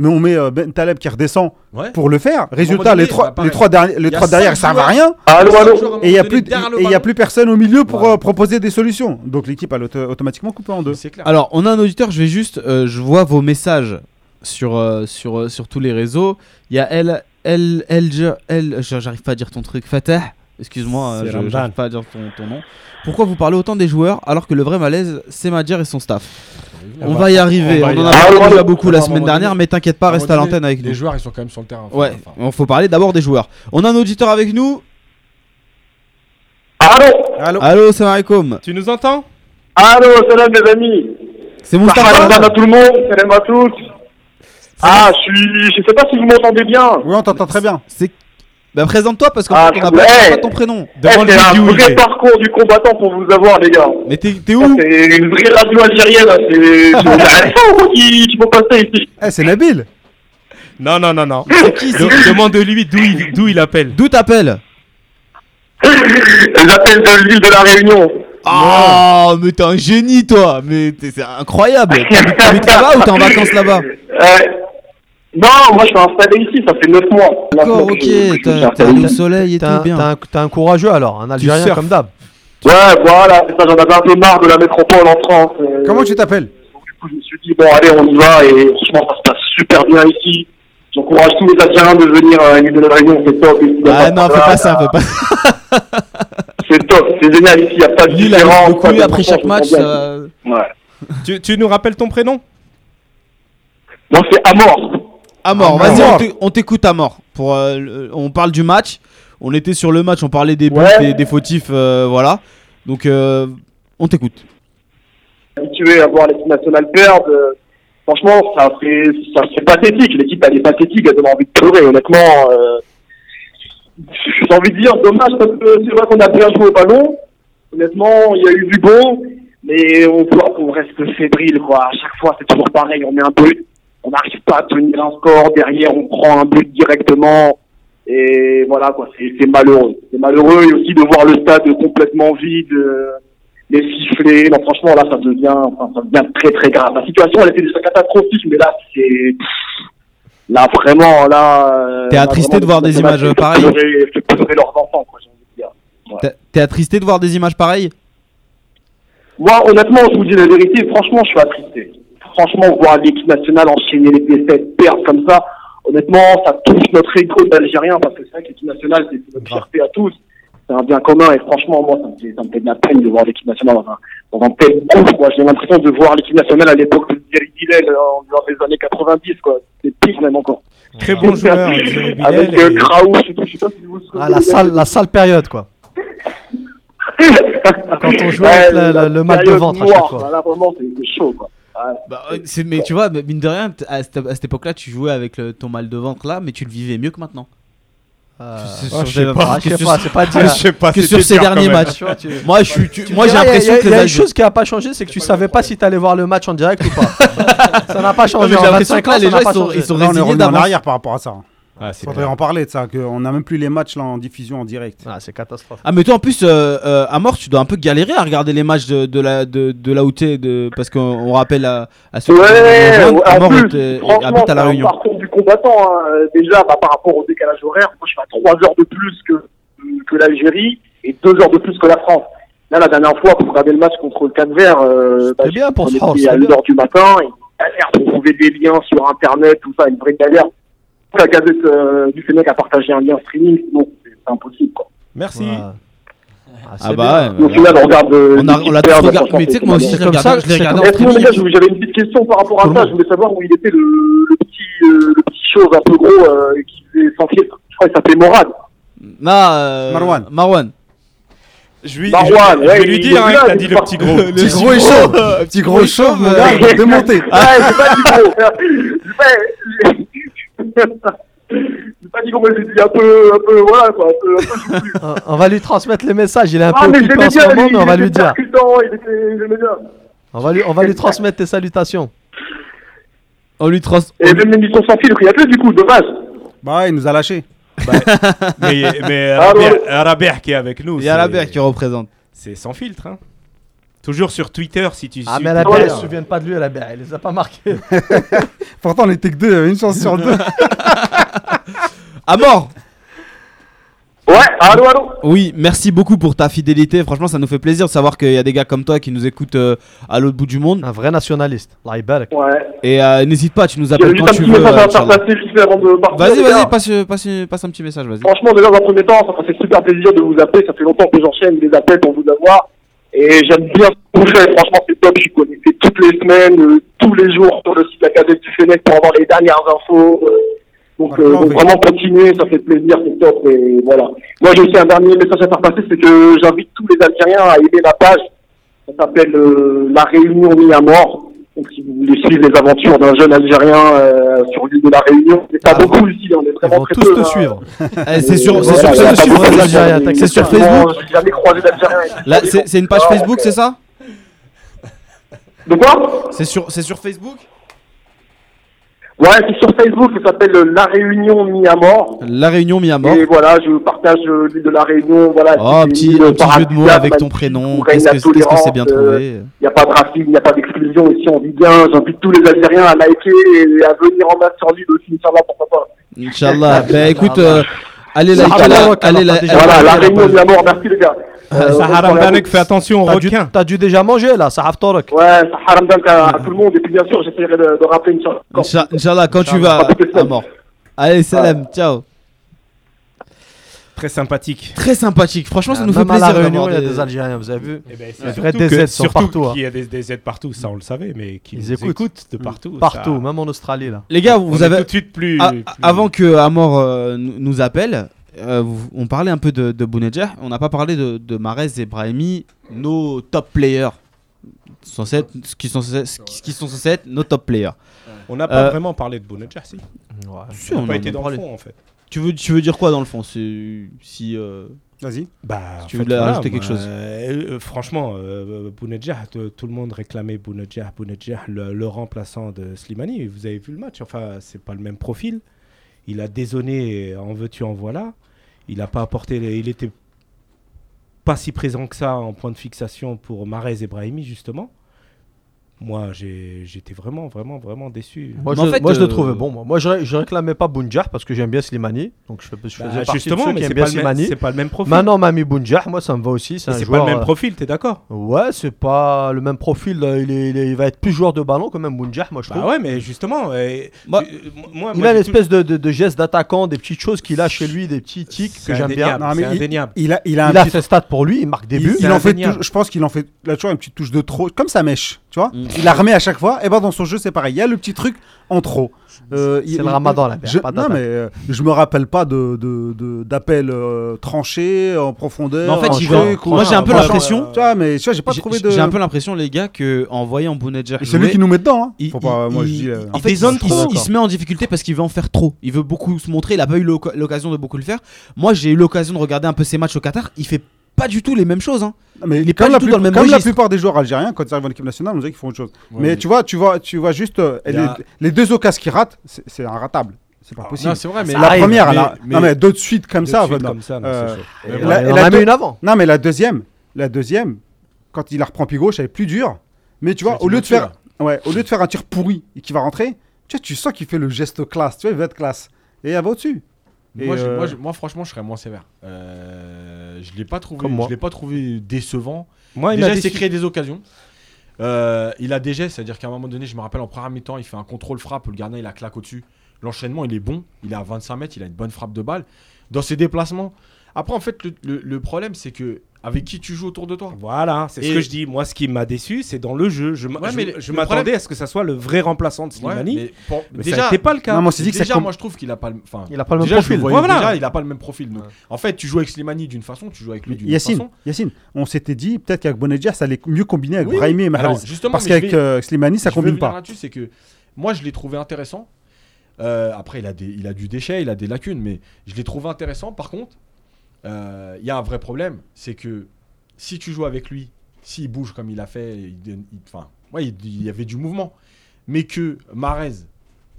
Mais on met euh, Ben Taleb qui redescend
Ouais.
pour le faire. Résultat,
donné,
les trois,
bah, pareil.
les trois derni-
Il y
les
a
trois derrière, ils
cinq
servent à
joueurs.
rien.
Allô, allô.
Et il n'y a, plus- et il y a plus personne au milieu pour
Voilà.
euh, proposer des solutions. Donc l'équipe, elle est auto- automatiquement coupée en deux.
C'est clair.
Alors, on a un auditeur, je vais juste. euh, je vois vos messages sur, euh, sur, euh, sur tous les réseaux. Il y a elle. Elle. Elle. je- elle- je- J'arrive pas à dire ton truc, Fatah. Excuse-moi, euh,
C'est
je-
Ramdan.
j'arrive pas à dire ton, ton nom. Pourquoi vous parlez autant des joueurs alors que le vrai malaise, c'est Madjer et son staff On va y arriver.
Ah bah, on
On,
va y
en a
arriver.
parlé déjà beaucoup la
À un
semaine
moment
dernière,
donné-
mais t'inquiète pas,
un
reste à
moment donné,
l'antenne avec
Les
nous.
joueurs, ils sont quand même sur le terrain.
Ouais,
Enfin,
on faut parler d'abord des joueurs. On a un auditeur avec nous.
Allô
Allô, salam alaikum.
Tu nous entends
Allô, salam les amis. Bah,
C'est
Salam
Moustapha.
à tout le monde, salam à tous. Ah, je suis, je sais pas si vous m'entendez bien.
Oui, on t'entend très bien.
C'est. Bah, présente-toi parce qu'on
Ah,
n'a
ouais.
pas ton prénom.
Eh,
Demande
c'est un
Didi où il
vrai
est.
parcours du combattant pour vous avoir, les gars.
Mais t'es t'es
Ça,
où
C'est une vraie radio algérienne, hein, c'est c'est Alexandre qui, qui faut passer ici.
Eh, c'est Nabil.
Non, non, non,
<laughs>
non. De- Demande-lui d'où il, d'où il appelle.
D'où t'appelles
J'appelle de l'île de la Réunion.
Ah, mais t'es un génie, toi Mais t'es- c'est incroyable T'habites t'habites là-bas ou t'es en vacances là-bas
Euh, non, moi je suis installé ici, ça fait 9 mois.
D'accord,
Maintenant que
ok,
je- que je suis
t'as t'as
installé.
le soleil et
T'es un,
tout, bien.
t'es un- t'es un courageux alors, un Algérien
surfes.
comme d'hab.
Ouais, voilà, c'est ça, j'en avais un peu marre de la métropole en France. euh,
Comment tu t'appelles
Du coup, je me suis dit, bon, allez, on y va, et franchement, ça se passe super bien ici. J'encourage tous les Algériens de venir euh, à l'île de la Réunion, c'est top. ici, y a
Ah
de
non, fais
problème.
pas ça, fais pas ça
C'est top, c'est génial ici, il n'y a pas de
Lille
différence.
a beaucoup
quoi,
eu
donc,
après
franchement,
chaque match, euh,
je me sens bien.
ça-
Ouais.
Tu, tu nous rappelles ton prénom
euh.
Moi, c'est à mort.
à mort.
Ah,
Vas-y,
mort.
on t'é- on t'écoute à mort. Pour, euh, le- on parle du match, on était sur le match, on parlait des buts,
Ouais.
des, des fautifs, euh, voilà. Donc, euh, on t'écoute.
Habitué à voir l'équipe nationale perdre, euh, franchement, ça fait, ça fait pathétique. L'équipe, elle est pathétique, elle donne envie de pleurer, honnêtement. euh, J'ai envie de dire, dommage, parce que c'est vrai qu'on a bien joué au ballon. Honnêtement, il y a eu du bon, mais on, voit qu'on reste fébrile, quoi. À chaque fois, c'est toujours pareil, on met un but, on n'arrive pas à tenir un score, derrière, on prend un but directement. Et voilà, quoi, c'est c'est malheureux. C'est malheureux, et aussi de voir le stade complètement vide, euh, les sifflets. Non, franchement, là, ça devient, enfin, ça devient très, très grave. La situation, elle était déjà catastrophique, mais là, c'est... Là, vraiment, là... euh,
T'es
là,
attristé
vraiment,
de voir des
les
images
Français,
pareilles
je pleurais- je pleurais leurs enfants, quoi, j'ai envie de dire.
T'as- T'es attristé de voir des images pareilles
Moi, honnêtement, je vous dis la vérité, franchement, je suis attristé. Franchement, voir l'équipe nationale enchaîner les défaites, perdre comme ça, honnêtement, ça touche notre ego d'Algérien, parce que c'est vrai que l'équipe nationale, c'est c'est notre fierté à tous. C'est un bien commun, et franchement, moi, ça me fait, ça me fait de la peine de voir l'équipe nationale dans un, dans un tel groupe, quoi. J'ai l'impression de voir l'équipe nationale à l'époque de Thierry euh, Dilel, dans dans les années 90, quoi. C'est pire, même encore.
Très bon joueur, Thierry
hein,
Bilal,
Avec euh,
et-
Kraus et tout, je sais pas si vous vous souvenez.
Ah, la sale, la sale période, quoi. <laughs>
Quand
on jouait avec la- la- le mal de ventre à chaque fois.
Là, vraiment, c'est c'est chaud, quoi. Ouais.
Bah, euh, c'est- mais tu vois, mais mine de rien, t- à cette, à cette époque-là, tu jouais avec le- ton mal de ventre là, mais tu le vivais mieux que maintenant.
Euh,
C'est
ah,
sur
je sais
des-
pas, je sais pas, c'est pas
<laughs>
dire.
sais pas
que
si
sur
c'est
ces
dur quand
derniers
même.
matchs.
Tu vois, tu-
Moi, je suis, tu-
Tu
moi,
me
j'ai
diras,
l'impression
y a-
que
y
les
a une
âges.
chose qui a pas changé, c'est que tu savais pas si t'allais voir le match en direct ou pas. ça n'a pas
Non,
changé.
mais
en
j'ai l'impression
25
que là,
ans,
les
ça
gens
n'a pas
ils sont,
changé.
ils sont
Là, on est
résignés
revenu en
d'avance.
arrière par rapport à ça. hein
Ah, c'est
Faudrait
clair.
en parler de ça, qu'on n'a même plus les matchs là, en diffusion en direct.
Ah, c'est catastrophe.
Ah mais toi en plus euh, euh, à mort tu dois un peu galérer à regarder les matchs de, de la de, de la OUT, de parce qu'on on rappelle à, à ceux
Ouais,
qui nous rejoignent, à
en
mort
plus,
était-
franchement,
habite à
c'est
la
un
Réunion.
parcours du combattant. hein. Euh, Déjà, bah, par rapport au décalage horaire, moi, je suis à 3 heures de plus que, que l'Algérie et 2 heures de plus que la France. Là, la dernière fois, pour regarder le match contre le Cap-Vert, euh, bah,
C'était bien pour
on
se
était
rendre,
à
c'était
1
bien.
heure du matin, et galère pour trouver des liens sur Internet, tout ça, une vraie galère. La gazette euh, du Sénèque a partagé un lien streaming, donc c'est c'est impossible, quoi.
Merci.
Voilà. Ah,
Ah
c'est
bah
bien.
ouais,
Donc là, on regarde... euh,
on a
l'équipe
on l'a tous
perdre,
regardé
franchement,
mais tu sais
c'est
que moi aussi
pas
je l'ai
comme
regardé
ça
en- je l'ai
que-
regardé en
c'est
Honnêtement, Eh, les
streaming.
gars, je vous- j'avais une petite question par rapport à ça. Je voulais savoir où il était le, le petit, euh, le petit chose un peu gros euh, qui faisait sans filtre. Je crois qu'il s'appelait Morad.
Non, euh,
Marwan.
Marwan.
Je lui,
Marouane,
je- je vais
ouais,
lui
il-
dire hein,
il-
que t'as dit le petit gros.
Le petit gros est chaud. Petit gros chauve mon
Ah,
gars.
<laughs>
démonté. <laughs> Ouais, j'ai pas dit <laughs> gros. J'ai pas- J'ai pas dit gros, mais j'ai dit un peu, un peu, voilà quoi. Un peu, un peu soufflu.
On- Ah, On va lui transmettre le message. Il est un
Ah,
peu
mais je
occupé
l'aimais
en ce
bien,
moment,
lui,
mais on va lui dire.
Il était percutant, il était, je l'aimais bien.
On va lui, on va lui transmettre tes salutations.
On lui trans
Et même l'émission sans filtre, il y a plus du coup, dommage.
Bah, ouais, il nous a lâchés.
Mais, mais
Ah,
Rabia,
ouais.
Rabia qui est avec nous.
il y a
c'est-
la BR qui représente.
C'est sans filtre. hein. Toujours sur Twitter si tu
Ah,
suis.
mais la
Ouais.
BR, ils
euh,
se souviennent pas de lui, la BR. Elle les a pas marqués.
Pourtant, on était que deux, il y avait une chance sur deux.
À mort.
Ouais, allô, allô.
Oui, merci beaucoup pour ta fidélité. Franchement, ça nous fait plaisir de savoir qu'il y a des gars comme toi qui nous écoutent euh, à l'autre bout du monde.
Un vrai nationaliste. Allah Ibarak.
Ouais.
Et euh, n'hésite pas, tu nous
J'ai
appelles
juste
quand
un
tu
petit
veux.
message
euh,
à faire
Inch'Allah.
passer vite fait avant de partir.
Vas-y,
les gars.
vas-y, passe, passe, passe un petit message, vas-y.
Franchement, déjà, dans un premier temps, ça m'a fait super plaisir de vous appeler. Ça fait longtemps que j'enchaîne les appels pour vous avoir. Et j'aime bien ce que vous faites. Franchement, c'est top. Je suis connecté toutes les semaines, euh, tous les jours sur le site de la Gazette du Fennec pour avoir les dernières infos. euh. Donc, euh,
Franchement,
donc
oui.
vraiment, continuer, ça fait plaisir, c'est top. Et voilà. Moi, j'ai aussi un dernier message à faire passer, c'est que j'invite tous les Algériens à aimer la page. Ça s'appelle euh, La Réunion mis à mort. Donc, si vous voulez suivre les aventures d'un jeune Algérien euh, sur l'île de la Réunion, c'est pas
Ah,
beaucoup ici, on est
Ils
vraiment
vont
très
tous
peu,
te
hein.
suivre.
Eh, c'est sur, c'est
Voilà,
sur,
il y
c'est
a pas
sur-
beaucoup
les
de
Algériens,
gens,
t'inquiète
c'est sur
mais
Facebook.
J'ai jamais croisé d'Algérien.
Là, c'est c'est une page
Ah,
Facebook, c'est ça
De quoi
C'est sur, c'est sur Facebook
Ouais, c'est sur Facebook, ça s'appelle euh, La Réunion mis à mort.
La réunion mis à mort.
Et voilà, je partage euh, l'île de La Réunion. Voilà,
Oh,
c'est
petit,
une île
un petit jeu de mots
paradisiaque,
avec ton
magnifique,
prénom.
où règne
Qu'est-ce
la
que qu'est-ce que c'est bien
tolérance, euh,
trouvé
Il n'y a pas de racisme, il n'y a pas d'exclusion. Ici, on vit bien. J'invite tous les Algériens à liker et à venir en masse sur l'île aussi, Inch'Allah, pourquoi pas.
Inch'Allah. Bah écoute, euh, allez
Ça
liker
va,
la.
ouais,
Allez
alors,
la-
déjà,
Voilà, La
parlé,
Réunion
la
mis à mort, merci les gars.
Ah,
Euh, bonne
Sahara
soirée à
Mbanek,
vous.
fais attention au
T'as dû,
requin.
t'as dû déjà manger là, ça Torek.
Ouais, Sahara Mbanek à, à tout le monde. Et puis, bien sûr, j'essaierai de, de rappeler une chose.
Incha- euh, Inch'Allah, quand tu vas.
Pas toutes les
À
semaines.
mort. Allez, salam, ciao.
Très sympathique.
Très sympathique. Franchement, ça nous fait
Ah, Même à
plaisir.
la Réunion,
d'avoir
il y a
des-
des Algériens, vous avez vu
Eh ben, c'est
Ouais.
surtout
Vrai, des
que-
aides sont
surtout
partout, hein.
qu'il y a des, des aides partout, ça on le savait, mais qu'ils
Ils
nous
écoutent.
de partout.
Partout,
ça-
même en Australie là.
Les gars,
on
Mm. vous
est
avez.
tout de suite plus.
Ah,
plus-
avant que Amor euh, nous nous appelle, euh, vous- on parlait un peu de, de Bounedjah, on n'a pas parlé de, de Mahrez et Brahimi, nos top players. Censés être- ce qui sont censés- ce qui- ce qui sont censés être nos top players.
On n'a pas
Euh,
vraiment parlé de Bounedjah, si.
Si,
On
en
n'a pas
a
été dans le
parlé.
fond, en fait.
Tu veux, tu veux dire quoi dans le fond c'est- Si euh,
Vas-y.
Bah,
tu voulais rajouter quelque chose.
euh, euh, franchement, euh, Bounedjah, t- tout le monde réclamait Bounedjah, Bounedjah, le, le remplaçant de Slimani. Vous avez vu le match, enfin, c'est pas le même profil. Il a désonné en veux-tu, en voilà. Il n'a pas apporté, les- il était pas si présent que ça en point de fixation pour Marez et Brahimi, justement. Moi, j'ai- j'étais vraiment, vraiment, vraiment déçu.
Moi,
Mais en
je,
fait,
moi, je le
euh,
trouvais bon. Moi, moi je, ré- je réclamais pas Bounjah parce que j'aime bien Slimani. Donc, je, fais- je
Bah,
faisais partie de
justement,
ceux
mais
qui aiment
c'est
bien
pas, le même-
Slimani.
c'est pas le même profil.
Maintenant, on m'a mis Bounjah. Moi, ça me va aussi. C'est
Et
un
c'est pas
joueur.
le même
euh,
profil, t'es d'accord
Ouais, c'est pas le même profil. là. Il, est- il est- il va être plus joueur de ballon quand même, Bounjah, moi, je trouve.
Bah ouais, mais justement, euh,
Bah,
Moi-
tu- euh, moi,
il
moi,
a une
j'ai tout-
espèce de, de, de gestes d'attaquant, des petites choses qu'il a chez lui, des petits tics
C'est
que j'aime bien.
indéniable,
Non, mais
C'est
il-
indéniable.
<laughs> Il a, il a un
Il a
petit-
ses stats pour lui, il marque des
il-
buts.
il en fait
indéniable.
toujours- je pense qu'il en fait là toujours une petite touche de trop, comme sa mèche, tu
Mm.
vois. Il la remet à chaque fois. Et ben dans son jeu c'est pareil. Il y a le petit truc en trop. Euh, il-
C'est le
il-
ramadan, là,
Je,
pas
non
d'attaque.
mais euh, je me rappelle pas de de- de- d'appel euh, tranché en profondeur.
Mais en fait,
un
j'y
truc,
vais.
ou-
Moi, j'ai un peu
Franchement,
l'impression-
euh, Tu vois, mais tu vois, j'ai pas
J'ai-
trouvé de.
J'ai un peu l'impression, les gars, que en voyant Bounedjah
Et C'est lui
jouer,
qui nous met dedans. hein.
il,
Faut pas,
il-
moi, je
il-
dis, euh,
il-
En
il
fait,
dézone
il se
qu'il se-
trouve
il se met en difficulté parce qu'il veut en faire trop. Il veut beaucoup se montrer. Il a pas eu l'oc- l'occasion de beaucoup le faire. Moi, j'ai eu l'occasion de regarder un peu ses matchs au Qatar. Il fait pas du tout les mêmes choses. hein.
Mais
Il est
comme,
pas
la,
du tout dans le même
comme la
registre.
plupart des joueurs algériens, quand ils arrivent en équipe nationale, on dirait qu'ils font autre chose.
Ouais,
mais tu vois, tu vois, tu vois juste euh,
Il y
les,
a- Ah,
les deux occasions qui ratent, c'est c'est inratable. C'est pas possible.
Non, c'est vrai, mais
la première, elle a-
mais-
non mais deux de suite comme
De
ça.
suite,
enfin, non.
comme ça, non,
Euh,
c'est chaud.
Et
Et
on
la- et
en
la
a mis
deux-
une avant.
Non mais la deuxième, la deuxième, quand il la reprend pied gauche, elle est plus dure. Mais tu vois,
Celle
au
qui
lieu
le
de
tue,
faire, ouais, au lieu de faire un tir pourri et qui va rentrer, tu vois, tu sens qu'il fait le geste classe. Tu vois, il va être classe. Et elle va au-dessus. Et,
moi, je-
euh,
moi, je- moi, franchement, je serais moins sévère. Euh, je l'ai pas trouvé,
Comme moi.
je l'ai pas trouvé décevant.
Moi, il m'a
déjà, il s'est
déçu.
créé des occasions. Euh, il a des gestes, c'est-à-dire qu'à un moment donné, je me rappelle en première mi-temps, il fait un contrôle frappe, le gardien il a claque au-dessus. L'enchaînement il est bon, il est à 25 mètres, il a une bonne frappe de balle. Dans ses déplacements. Après, en fait, le, le- le problème c'est que avec qui tu joues autour de toi
Voilà, c'est ce
Et-
que je dis. Moi, ce qui m'a déçu, c'est dans le jeu. Je, m-
Ouais,
je-
mais le-
je
le
m'attendais
problème-
à ce que ça soit le vrai remplaçant de
Ouais,
Slimani.
mais pour-
mais ça
déjà,
n'était pas le cas.
Non, moi, c'est dit que ça
déjà,
com-
moi je trouve qu'il a pas le. Enfin,
Il a pas le même
déjà, je
profil.
le voyais
Voilà.
déjà, il a pas le même profil. donc.
Ouais.
En fait, tu joues avec Slimani d'une façon, tu joues avec lui d'une autre
Yacine,
façon.
Yacine, on s'était dit peut-être qu'avec Bonedja, ça allait mieux combiner avec
Oui, oui.
Brahimi et
Alors,
Mahrez.
justement,
Parce
mais je
qu'avec
vais-
euh, Slimani, ça
Je veux
combine
venir
pas.
là-dessus, c'est que moi, je l'ai trouvé intéressant. Euh, après, il a, des, il a du déchet, il a des lacunes, mais je l'ai trouvé intéressant. Par contre, euh, il y a un vrai problème, c'est que si tu joues avec lui, s'il bouge comme il a fait, il, donne- il- enfin, ouais, il, il y avait du mouvement, mais que Marez,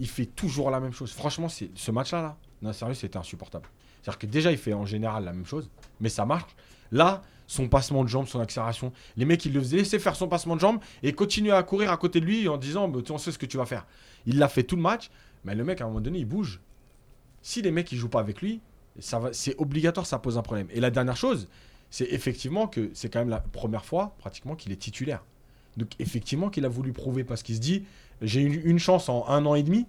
il fait toujours la même chose. Franchement, c'est ce match-là, là, non, sérieux, c'était insupportable. C'est-à-dire que déjà, il fait en général la même chose, mais ça marche. Là, son passement de jambe, son accélération, les mecs, ils le faisaient laisser faire son passement de jambe et continuer à courir à côté de lui en disant bah, tu- on sait ce que tu vas faire. Il l'a fait tout le match, mais le mec à un moment donné il bouge. Si les mecs ils jouent pas avec lui, ça va, c'est obligatoire, ça pose un problème. Et la dernière chose, c'est effectivement que c'est quand même la première fois pratiquement qu'il est titulaire. Donc effectivement qu'il a voulu prouver parce qu'il se dit j'ai eu une chance en un an et demi.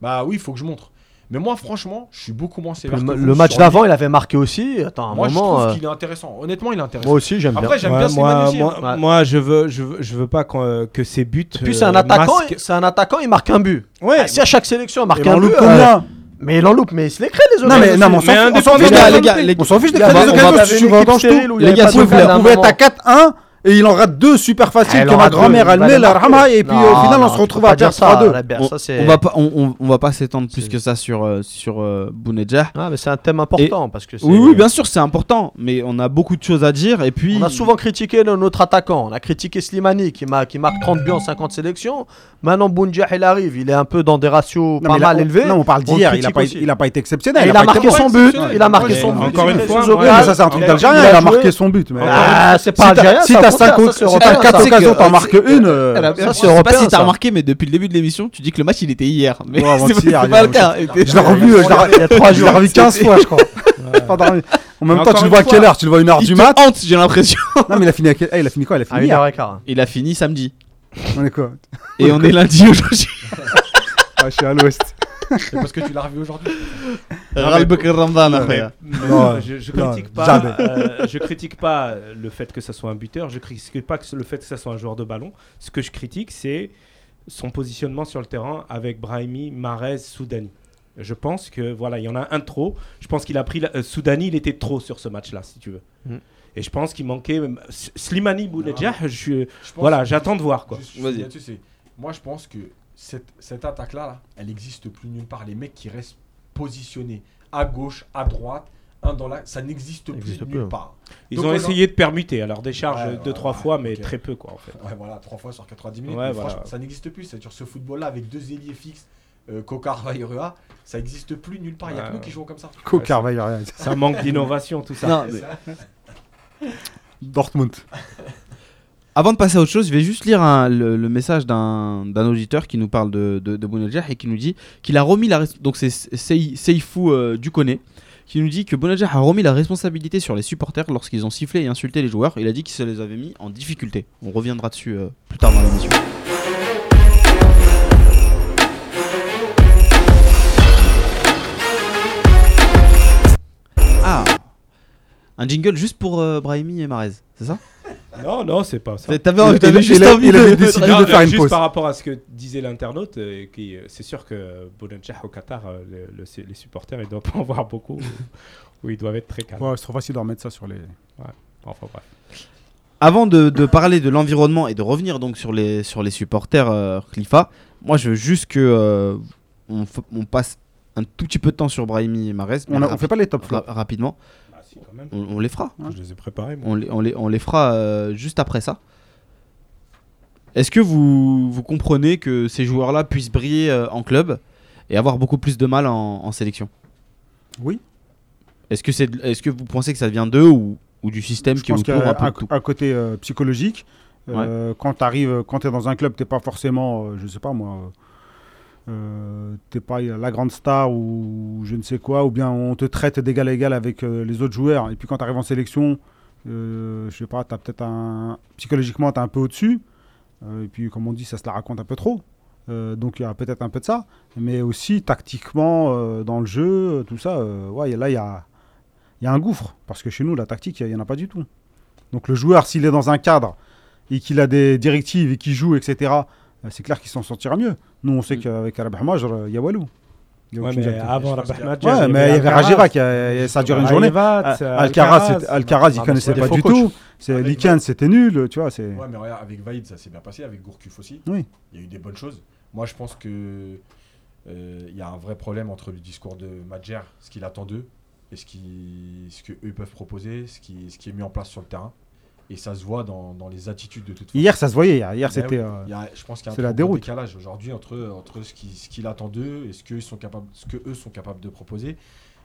Bah oui, il faut que je montre. Mais moi franchement, je suis beaucoup moins sévère. que
Le,
vous
le match
sur lui.
d'avant, il avait marqué aussi. Attends, un
moi
moment.
je
euh,
trouve qu'il est intéressant. Honnêtement, il est intéressant.
Moi aussi, j'aime bien.
Après j'aime
Ouais,
bien Slimani
moi,
aussi, hein.
moi,
Ouais.
moi, je veux, je veux, je veux pas qu'on, euh, que ces buts.
Puis c'est un
euh,
attaquant,
masquent-
c'est un attaquant, il marque un but.
Ouais,
si à chaque sélection, il marque
Et
un
on
but.
loupe
euh,
combien
mais il en loupe, mais il se les crée les
Non, mais,
occasions.
non, mais on s'en
mais
fiche- on s'en
indépendant-
fiche
Mais
des-
les gars,
on s'en fiche des
les gars,
crédits
on va
occasions, si
taper
tu
une
vas
équipe
dans ce
stérile
tout.
où il y
Les
avait
gars,
pas de
vous pouvez
cadre à un
vous pouvez être à
moment.
4-1 et il en rate deux super faciles
Elle
comme
en
ma
rate
grand-mère,
deux,
elle
il va
met
les
la
marquer.
rama et puis
Non,
au final on
non,
se
tu
retrouve
peux
à
pas dire
perdre
ça,
3-2.
Albert,
On,
ça, c'est-
on va pas, on, on- on va pas s'étendre plus que ça sur euh, sur euh, Bounedjah.
Ah, mais c'est un thème important parce que c'est-
Oui, oui, bien sûr, c'est important, mais on a beaucoup de choses à dire. Et puis,
On a souvent critiqué le- notre attaquant. On a critiqué Slimani qui, ma- qui marque 30 buts en 50 sélections. Maintenant, Bounjah, il arrive. Il est un peu dans des ratios
Non,
pas
mais là,
mal
on-
élevés.
Non, on parle
On le
d'hier, il a
critique
pas-
aussi.
il a pas été
Et
exceptionnel.
il a marqué
pas
son
exceptionnel.
but. Il a marqué
Mais
son but.
encore une
Sous Ah,
fois,
Zobrist,
ouais,
Oui, mais ça c'est un truc
Il a-
d'Algérien,
il a
il a
joué.
marqué son but. mais-
Ah, c'est
Si
pas algérien.
t'as- si
ça, au
t'as
contraire,
cinq
ça, c'est
si t'as
européen, ça.
quatre occasions, t'en
euh,
marques une. euh,
la-
Ça, c'est
je sais pas
européen,
si t'as
ça.
remarqué, mais depuis le début de l'émission, tu dis que le match il était hier. Mais
Ouais,
<laughs> c'est
avant-hier,
c'est pas le
il y a-
cas. Et-
Je l'ai revu, euh, je l'ai re-
Il y a 3
je
jours.
l'ai revu 15 fois, je crois. Pendant- En même
Mais
temps,
encore
tu le
une
vois à quelle
fois,
heure Tu le vois à une heure
Il
du
te
<laughs>
mat
hante, j'ai l'impression.
Non, mais il a fini à quelle- eh, il a fini quoi Il a
À
fini
une <laughs>
hier.
heure et quart.
il a fini samedi.
On est quoi
Et on est lundi aujourd'hui.
Ah, je suis à l'ouest.
C'est parce que tu l'as revu aujourd'hui.
Ralbekir Ramdan, après.
Non,
je, je
non,
critique pas.
jamais.
euh, je critique pas le fait que ça soit un buteur. Je critique pas que ce- le fait que ça soit un joueur de ballon. Ce que je critique, c'est son positionnement sur le terrain avec Brahimi, Marez, Soudani. Je pense que voilà, il y en a un de trop. Je pense qu'il a pris la- euh, Soudani, il était trop sur ce match-là, si tu veux.
Mm.
Et je pense qu'il manquait même- S- Slimani Bounedjah. Je, suis-
Je pense-
voilà, j'attends de voir quoi.
Juste, je finis là-dessus, c'est- Moi, je pense que cette, cette attaque-là, là, elle n'existe plus nulle part. Les mecs qui restent positionnés à gauche, à droite, un dans la, ça n'existe plus
N'existe plus,
nulle
hein.
part.
Ils
Donc,
ont
on a-
essayé de permuter, alors des charges
Ouais, ouais,
deux trois
ouais,
fois, mais
ok.
très peu quoi en fait.
Ouais, voilà, trois fois sur 90 minutes.
Ouais,
mais
voilà.
franchement, ça n'existe plus. C'est-à-dire ce football-là avec deux ailiers fixes, euh, Cocard, Vairua, ça n'existe plus nulle part. Il n'y a
Ouais.
que nous qui jouons comme ça.
Cocard, va y avoir rien.
Ça manque d'innovation tout ça.
Non, mais-
Dortmund.
Avant de passer à autre chose, je vais juste lire un- le, le message d'un d'un auditeur qui nous parle de, de, de Bounedjah et qui nous dit qu'il a remis la. res- Donc c'est Sei- Seifou euh, Duconé qui nous dit que Bounedjah a remis la responsabilité sur les supporters lorsqu'ils ont sifflé et insulté les joueurs. Il a dit qu'il se les avait mis en difficulté. On reviendra dessus euh, plus tard dans l'émission. Ah Un jingle juste pour euh, Brahimi et Marez, c'est ça
Non, non, c'est pas ça.
T'avais
Il-
t'avais
il-
juste
il a-
envie
il
de- <laughs>
avait décidé
Non,
de faire une
juste
pause.
par rapport à ce que disait l'internaute, euh, qui, euh, c'est sûr que Bounedjah au Qatar, euh, le- le- les supporters, ils doivent <laughs> pas en voir beaucoup, ou- ou ils doivent être très calmes.
Ouais, c'est trop facile de remettre ça sur les.
Enfin bref.
Avant de, de parler de l'environnement et de revenir donc sur les, sur les supporters euh, Khalifa, moi je veux juste que euh, on, f- on passe un tout petit peu de temps sur Brahimi et Marez. mais
On, a- on
rapi-
fait pas les top flops.
ra- rapidement,
Ah, si, quand même.
on, on les fera.
Je les ai préparés, moi.
On les, on les, on les fera euh, juste après ça. Est-ce que vous, vous comprenez que ces joueurs-là puissent briller euh, en club et avoir beaucoup plus de mal en, en sélection
Oui.
Est-ce que, c'est, est-ce que vous pensez que ça vient d'eux ou, ou du système
Je
qui est
pense qu'il y
autour un
a
peu
un,
de tout
un côté euh, psychologique. Euh, Quand tu arrives, quand tu es dans un club, tu pas forcément, euh, je sais pas moi, euh, t'es pas la grande star ou je ne sais quoi, ou bien on te traite d'égal à égal avec euh, les autres joueurs. Et puis quand tu arrives en sélection, euh, je sais pas, t'as peut-être un. Psychologiquement, tu es un peu au-dessus. Euh, et puis, comme on dit, ça se la raconte un peu trop. Euh, donc il y a peut-être un peu de ça. Mais aussi, tactiquement, euh, dans le jeu, tout ça, euh, ouais, y a- là, il y a, il y a un gouffre. Parce que chez nous, la tactique, il n'y en a pas du tout. Donc le joueur, s'il est dans un cadre et qu'il a des directives et qu'il joue, etc., euh, c'est clair qu'il s'en sortira mieux. Nous, on sait qu'avec Arab Hamajr, euh, il y a Walou. Il y a
Mm. Ouais,
aucune
mais
directive.
avant
Je
la
pense qu'il y a-
Ouais, mais il y avait Rajivac, euh, et ça dure une journée. Ah, Alcaraz, c'était- Alcaraz, il
ne
connaissait
des
pas
faux
du
coachs.
tout. C'est
Avec
Likens, c'était nul, tu vois. C'est
Ouais, mais regarde, avec Vaïd, ça s'est bien passé, avec Gourcuff aussi.
Oui.
Il y a eu des bonnes choses. Moi, je pense que euh, il y a un vrai problème entre le discours de Madjer, ce qu'il attend d'eux, et ce qu'eux ce que eux peuvent proposer, ce qui, ce qui est mis en place sur le terrain. Et ça se voit dans, dans les attitudes de toute façon.
Hier, ça se voyait. Hier, hier,
Ouais,
c'était.
ouais.
euh,
Il y a- je pense qu'il y a un
c'est la
trop gros
déroute.
décalage aujourd'hui entre, entre ce qu'il ce qu'il attend d'eux et ce qu'eux sont, capables- ce que eux sont capables de proposer.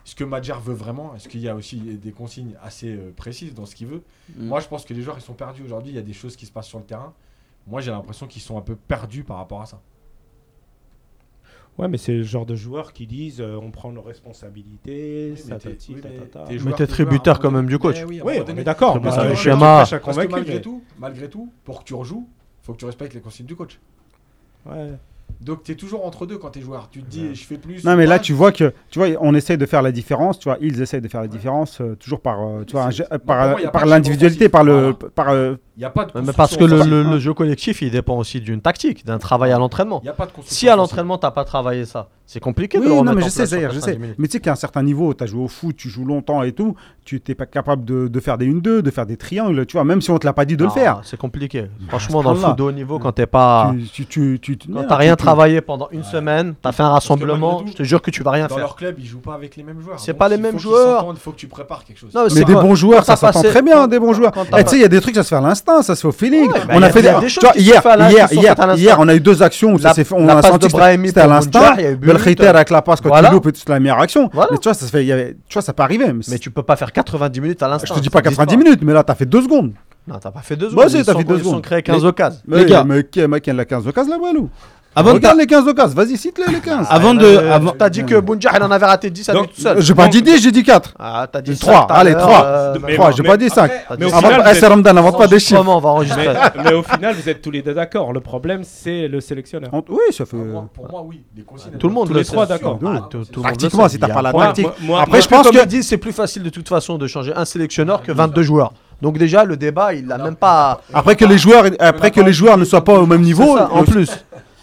Ce que Madjer veut vraiment, est-ce qu'il y a aussi des consignes assez euh, précises dans ce qu'il veut
Mm.
Moi, je pense que les joueurs, ils sont perdus aujourd'hui. Il y a des choses qui se passent sur le terrain. Moi, j'ai l'impression qu'ils sont un peu perdus par rapport à ça.
Ouais, mais c'est le genre de joueurs qui disent euh, on prend nos responsabilités, tatati, tatata.
joueurs- t'es tributaire quand même du coach.
Eh Oui,
Oui, on est d'accord.
Parce
bah,
que
euh,
le
je suis
schéma-
tout à fait
Parce que
convaincu,
malgré,
mais-
tout, malgré tout, pour que tu rejoues, faut que tu respectes les consignes du coach.
Ouais.
Donc, tu es toujours entre deux quand tu es joueur. Tu te dis, je fais plus.
Non mais là
pas,
tu vois que tu vois on essaye de faire la différence tu vois ils essayent de faire la différence euh, toujours par euh, tu vois un
C'est-
ge-
c'est-
par,
pour moi, il y a pas
par
de
l'individualité
chiffre
par le
offensif.
par euh,
Il n'y a pas de
Ouais, mais
construction
parce que le,
offensive.
le- le jeu collectif, il dépend aussi d'une tactique, d'un travail à l'entraînement.
Il n'y a pas de construction
Si à
offensive.
l'entraînement, t'as pas travaillé ça, c'est compliqué de le
oui non
remettre
mais
en
je sais
place sur
Zahir, je sais
90 minutes.
mais tu sais qu'à un certain niveau tu as joué au foot tu joues longtemps et tout tu t'es pas capable de, de faire des 1-2 de faire des triangles tu vois même si on te l'a pas dit de
Ah,
le faire
C'est compliqué. Franchement, dans le
Mashallah.
foot de haut niveau, quand t'es pas.
tu tu tu, tu-
Quand
non,
t'as
tu-
rien
tu-
travaillé pendant une
Ouais.
semaine, t'as fait un rassemblement,
malgré tout,
je te jure que tu vas rien
Dans
faire.
leur club, ils jouent pas avec les mêmes joueurs.
C'est
Donc,
pas les
il faut
mêmes
qu'ils
joueurs.
s'entendent, faut que tu prépares quelque chose.
Non, mais
mais
c'est
des
quoi
bons joueurs,
Quand t'as
ça s'entend
passé-
très bien, des bons
quand-
joueurs.
quand t'as
Eh, Tu sais, il y a des trucs, ça se fait à l'instant, ça se fait au feeling.
Ouais, bah,
on
y
a
a
fait
des-
des-
y a des
tu
choses
vois,
qui se
hier,
font à la-
hier,
qui sont
hier,
faites à l'instant.
hier, on a eu deux actions où ça
La-
s'est fait, on
la
a
passe
senti
de
que
Brahimi
c'était à
pour
l'instant.
Bounedjah, il y a eu but.
Belkhiter avec la passe quand
Voilà.
tu loupes et toute la meilleure action.
Voilà.
Mais tu vois, ça se fait, il y avait- tu vois, ça peut arriver. Mais
Mais
c'est-
tu peux pas faire 90 minutes à
je
l'instant.
te dis
ça
pas
existe
90 minutes, mais là, t'as fait deux secondes.
Non, t'as pas fait deux
Bah
secondes.
si,
ils
t'as
sont-
fait deux
Ils sont
secondes.
créés 15 occasions.
Les
Mais-
gars.
mais qui mais qui a la 15 occasions là-bas, Lou
Avant de,
Regarde les 15 occasions, vas-y, cite-les, les 15.
avant de, avant-
Ah, euh, T'as dit que Bounjah, il en avait raté 10 à lui
Donc,
tout seul.
J'ai pas dit 10, j'ai dit 4.
Ah, t'as dit
3,
cinq tout à
allez,
l'heure,
3.
euh,
Mais-
3, j'ai pas Eh, dit 5.
t'as dit
mais au
cinq.
final, vous êtes-
Ramdan, n'invente pas des chiffres.
Comment on va enregistrer
Mais, mais au final, vous êtes tous les deux d'accord. Le problème, c'est le sélectionneur.
On- Oui, ça fait.
Pour moi, pour moi, oui. Les consignes,
Tout le monde
Tous
le
les
sait.
trois, d'accord.
Ah,
tout- tout le monde le
Pratiquement,
sait,
si
il
t'as
y a
pas la
un point.
tactique.
Moi- moi-
Après,
moi-
je pense
Comme
que.
ils disent, c'est plus facile de toute façon de changer un sélectionneur que 22 joueurs. Donc déjà, le débat, il n'a même pas...
Après que les joueurs, après que les joueurs ne soient pas au même niveau,
C'est ça, en
le-
plus. Mm.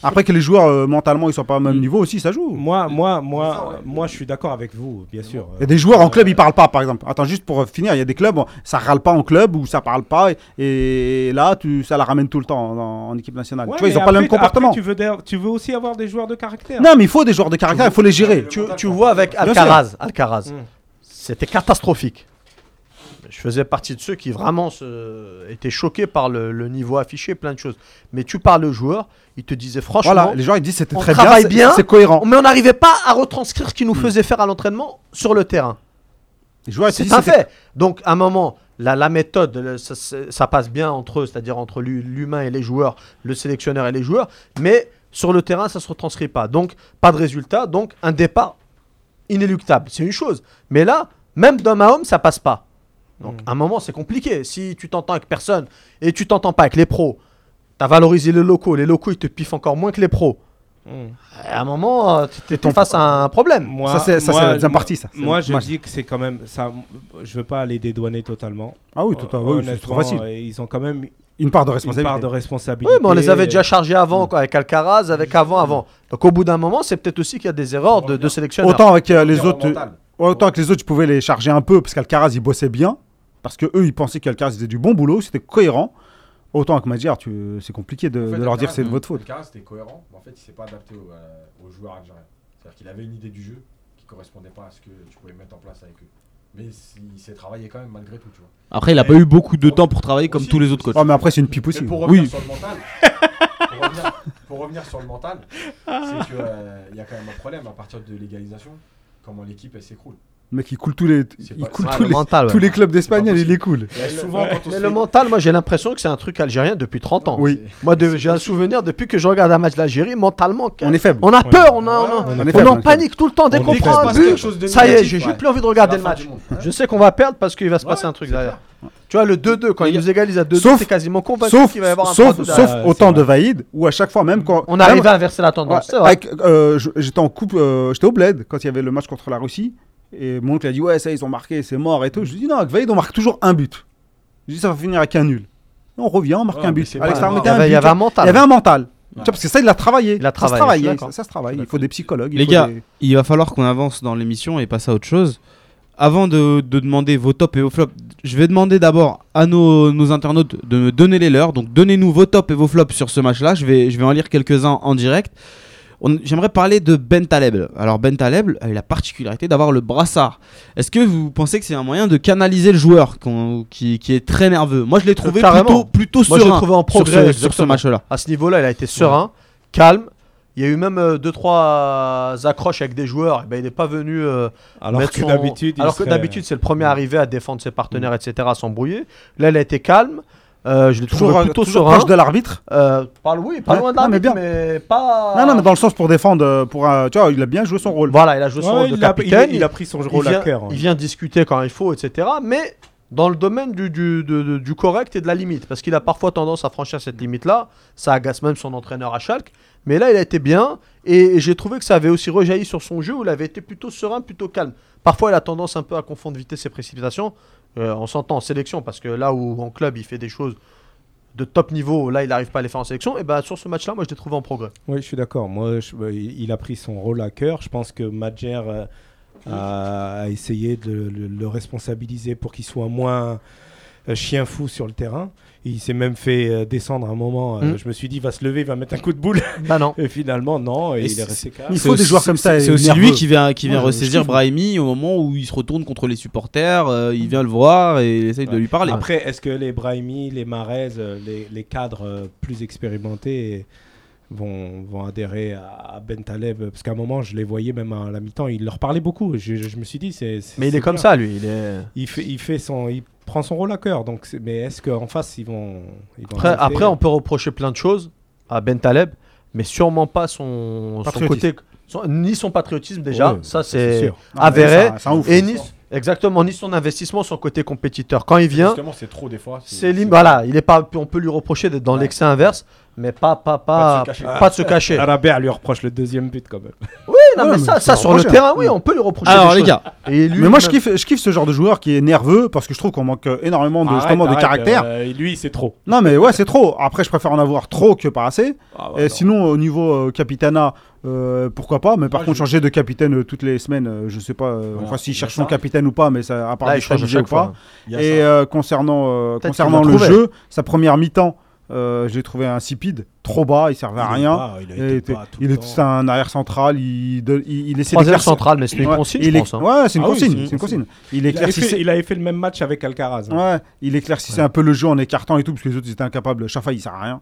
après que les joueurs euh, mentalement ils soient pas au même niveau aussi, ça joue.
Moi, moi, moi, moi, je suis d'accord avec vous, bien sûr.
Il y a des joueurs en club ils parlent pas par exemple. Attends juste pour euh, finir, il y a des clubs ça râle pas en club ou ça parle pas et, et là tu ça la ramène tout le temps en, en équipe nationale.
Ouais,
tu vois ils
mais
ont pas le
après-
même comportement.
après, tu, veux d'air- tu veux aussi avoir des joueurs de caractère.
Non mais il faut des joueurs de caractère, il faut les gérer.
Tu, tu vois avec
sûr.
Alcaraz, Alcaraz,
Mm.
c'était catastrophique. Je faisais partie de ceux qui vraiment se- étaient choqués par le, le niveau affiché, plein de choses. Mais tu parles aux joueurs, ils te disaient franchement,
Voilà, les joueurs ils disent c'était
on
très
travaille
c'est-
bien.
c'est cohérent.
mais on n'arrivait pas à retranscrire
Hmm.
ce qu'ils nous faisaient faire à l'entraînement sur le terrain.
Les joueurs ils
C'est
disent
un
c'était-
fait. Donc à un moment, la, la méthode, le- ça, ça- ça passe bien entre eux, c'est-à-dire entre l'hu- l'humain et les joueurs, le sélectionneur et les joueurs, mais sur le terrain, ça ne se retranscrit pas. Donc, pas de résultat, donc un départ inéluctable, c'est une chose. Mais là, même d'homme à homme, ça passe pas. Donc,
Hmm.
à un moment, c'est compliqué. Si tu t'entends avec personne et tu t'entends pas avec les pros, tu as valorisé les locaux, les locaux, ils te piffent encore moins que les pros. À un moment, tu es
Hmm. ton-
face à un problème.
Ça, c'est- ça, c'est la deuxième partie, ça. C'est
Moi,
le
je
match.
dis que c'est quand même. Ça, je veux pas les dédouaner totalement.
Ah oui, tout à oui, c'est trop
Honnêtement,
facile.
euh, Ils ont quand
Une
même
part de
une part de
responsabilité.
responsabilité.
Oui, mais on les avait déjà chargés avant, quoi, avec Alcaraz, avec avant, avant. Donc au bout d'un moment, c'est peut-être aussi qu'il y a des erreurs de, de sélectionneurs.
Autant avec euh, les
Environnemental.
autres, autant que les autres, je pouvais les charger un peu parce qu'Alcaraz il bossait bien, parce que eux ils pensaient qu'Alcaraz faisait du bon boulot, c'était cohérent. Autant avec Madjar, tu... c'est compliqué de, de leur dire que c'est de votre faute.
Alcaraz c'était cohérent, mais en fait il s'est pas adapté au, euh, aux joueurs algériens. C'est-à-dire qu'il avait une idée du jeu qui correspondait pas à ce que tu pouvais mettre en place avec eux. Mais c- il s'est travaillé quand même malgré tout, tu vois.
Après, il a pas eu beaucoup de temps pour travailler comme tous les autres coachs.
Oh, mais après, c'est une pipe aussi.
Mais pour revenir
Oui.
sur le
<laughs>
mental, pour, revenir, pour revenir sur le mental, c'est qu'il y a quand même un problème à partir de l'égalisation, comment l'équipe elle s'écroule.
Le mec, il coule tous les,
C'est
il
pas-
coule
Ouais,
tous,
le
les...
mental, ouais. <laughs>
tous les clubs d'Espagnol,
C'est
il
pas
les coule.
Et souvent quand on
Mais
se
le
fait-
mental, moi j'ai l'impression que c'est un truc algérien depuis 30 ans.
Oui,
Moi de- j'ai un souvenir depuis que je regarde un match d'Algérie, mentalement,
on est faible.
on a peur, on, a, on, a-
Voilà.
On est
on est
faible, on
en
est
panique tout le temps dès
On
qu'on
dit
qu'il
prend
se
un
passe
but.
quelque chose de
Ça y est,
négatif,
j'ai j'ai
ouais.
plus envie de
c'est la
regarder le
fin
match.
du
hein.
monde.
Je sais qu'on va perdre parce qu'il va se passer un truc derrière. Tu vois, le 2-2, quand ils nous égalisent à 2-2,
Sauf-
t'es quasiment convaincu
Sauf,
qu'il va y avoir un
sauf,
3-2
sauf
derrière.
Ah,
autant
c'est
de vaïdes où à chaque fois, même quand.
On
même-
arrive à inverser la tendance.
Ouais,
c'est vrai.
avec, euh, je- j'étais en couple, euh, j'étais au bled quand il y avait le match contre la Russie. Et mon oncle a dit Ouais, ça, ils ont marqué, c'est mort et tout. Je lui ai dit Non, avec Vaïd, on marque toujours un but. Je lui ai dit Ça va finir avec un nul. On revient, on marque
Ouais,
un
mais
but.
c'est
À l'extérieur,
pas-
on
Il y
mettait
avait- il
un
y
but.
avait un mental.
Il y avait un mental. Tu
Ouais.
vois, parce que ça, il l'a travaillé.
Il l'a
Ça
travaillé, je
se
suis
travaille,
d'accord.
ça, ça se travaille. Il faut des psychologues. il
Les
faut
gars,
des-
il va falloir qu'on avance dans l'émission et passer à autre chose. Avant de, de demander vos tops et vos flops, je vais demander d'abord à nos, nos internautes de me donner les leurs. Donc donnez-nous vos tops et vos flops sur ce match-là. Je vais, je vais en lire quelques-uns en direct. On- J'aimerais parler de Ben Taleb. Alors Ben Taleb a eu la particularité d'avoir le brassard. Est-ce que vous pensez que c'est un moyen de canaliser le joueur qu'on- qui, qui est très nerveux Moi je l'ai trouvé
Euh,
plutôt,
Carrément.
plutôt
Moi, je l'ai
serein
trouvé en
sur
progrès,
ce- sur ce,
exactement.
match-là.
À ce niveau-là, il a été serein, calme. Il y a eu même 2 deux trois euh, accroches avec des joueurs. Eh ben, il n'est pas venu. euh,
Alors
mettre
que
son-
d'habitude. il
alors que
serait-
d'habitude, c'est le premier
Mm.
arrivé à défendre ses partenaires, etc., à s'embrouiller. Là, il a été calme. Euh, je l'ai trouvé
Toujours, euh,
plutôt
toujours
serein.
proche de l'arbitre.
Euh, pas loin, oui, pas
Ouais,
loin de
non, mais
l'arbitre,
bien.
mais, pas.
Non, non, mais dans le sens pour défendre. euh, Pour, euh, tu vois, il a bien joué son rôle.
Voilà, il a joué son
Ouais,
rôle de
il, a, il,
capitaine.
il a pris son rôle
vient,
à cœur. hein.
il vient discuter quand il faut, etc. Mais dans le domaine du, du- de- de- du correct et de la limite. Parce qu'il a parfois tendance à franchir cette limite-là. Ça agace même son entraîneur à Schalke. Mais là, il a été bien. Et, j'ai trouvé que ça avait aussi rejailli sur son jeu où il avait été plutôt serein, plutôt calme. Parfois, il a tendance un peu à confondre vitesse et précipitation. Euh, on s'entend en sélection. Parce que là où en club, il fait des choses de top niveau, là, il n'arrive pas à les faire en sélection. Et ben sur ce match-là, moi, je l'ai trouvé en progrès.
Oui, je suis d'accord. Moi, je- euh, il il a pris son rôle à cœur. Je pense que Madjer euh, a a essayé de le, le responsabiliser pour qu'il soit moins euh, chien fou sur le terrain. Il s'est même fait euh, descendre un moment. euh,
Mm.
Je me suis dit, il va se lever, il va mettre un coup de boule.
Bah non.
Et finalement, non.
Et
Et il est
c'est-
resté calme.
Il faut des joueurs comme ça.
C'est aussi
nerveux.
lui qui vient, qui vient
Ouais, je
ressaisir
kiffe.
Brahimi au moment où il se retourne contre les supporters, euh, il vient le voir et il essaye de
Ouais.
lui parler.
Après, est-ce que les Brahimi, les Marez, euh, les, les cadres euh, plus expérimentés vont, vont adhérer à, à Ben Taleb Parce qu'à un moment, je les voyais même à la mi-temps, il leur parlait beaucoup. Je, je me suis dit, c'est. c'est-
Mais il
c'est
est comme
bien.
ça, lui. Il est.
Il, fait, il, fait son, il prend son rôle à cœur. Donc, c'est- mais est-ce qu'en face, ils vont. ils vont
Après,
rester
après, on peut reprocher plein de choses à Ben Taleb, mais sûrement pas son, son
Patriotisme.
côté, son- ni son patriotisme déjà,
Ouais,
ça
C'est
c'est
sûr.
Non, mais
avéré.
ça- C'est un ouf.
Et ni, exactement, ni son investissement, son côté compétiteur. Quand il
Hein
vient,
Justement, c'est trop des fois.
c'est lim- voilà, il est pas, on peut lui reprocher d'être dans l'excès inverse, mais pas, pas, pas,
Pas de se cacher.
pas de se
<laughs>
cacher.
Arabert Ah, lui reproche le deuxième but quand même.
Oui, non, mais
Ouais, mais
ça,
c'est
ça sur le
reproché.
terrain, oui, on peut lui reprocher.
Ah, Alors
des
les
choses.
gars,
Et lui,
Mais moi, je
même-
kiffe, je kiffe ce genre de joueur qui est nerveux parce que je trouve qu'on manque euh, énormément de,
Arrête,
justement, de
arrête,
caractère.
Bah,
euh, lui, c'est trop.
Non, mais ouais, c'est trop. Après, je préfère en avoir trop que pas assez. Et sinon, au niveau euh, capitana, euh, pourquoi pas Mais par
Moi,
contre,
je-
changer de capitaine euh, toutes les semaines, euh, je sais pas. euh,
Voilà,
enfin, s'il
il y a
cherche
ça.
son capitaine ou pas, mais ça, à part
Là,
du
il change à
stratégie
chaque
ou pas.
fois.
Et euh, concernant, euh,
Peut-être
concernant
qu'il
le
l'a trouvé.
jeu, sa première mi-temps, euh, je l'ai trouvé insipide, trop bas, il servait à rien.
Il,
Il était- il est tout un arrière central, il, de- il, il essaie
troisième
d'éclaircir-
central, mais c'est une
Ouais,
consigne,
il
je
est-
pense. hein.
Ouais, c'est une
Ah oui,
consigne.
c'est une
c'est une consigne. Il
Il avait,
éclaircissait,
fait, il avait fait le même match avec Alcaraz. hein.
Ouais, il éclaircissait un peu le jeu en écartant et tout, parce que les autres ils étaient incapables. Chafa, il sert à rien.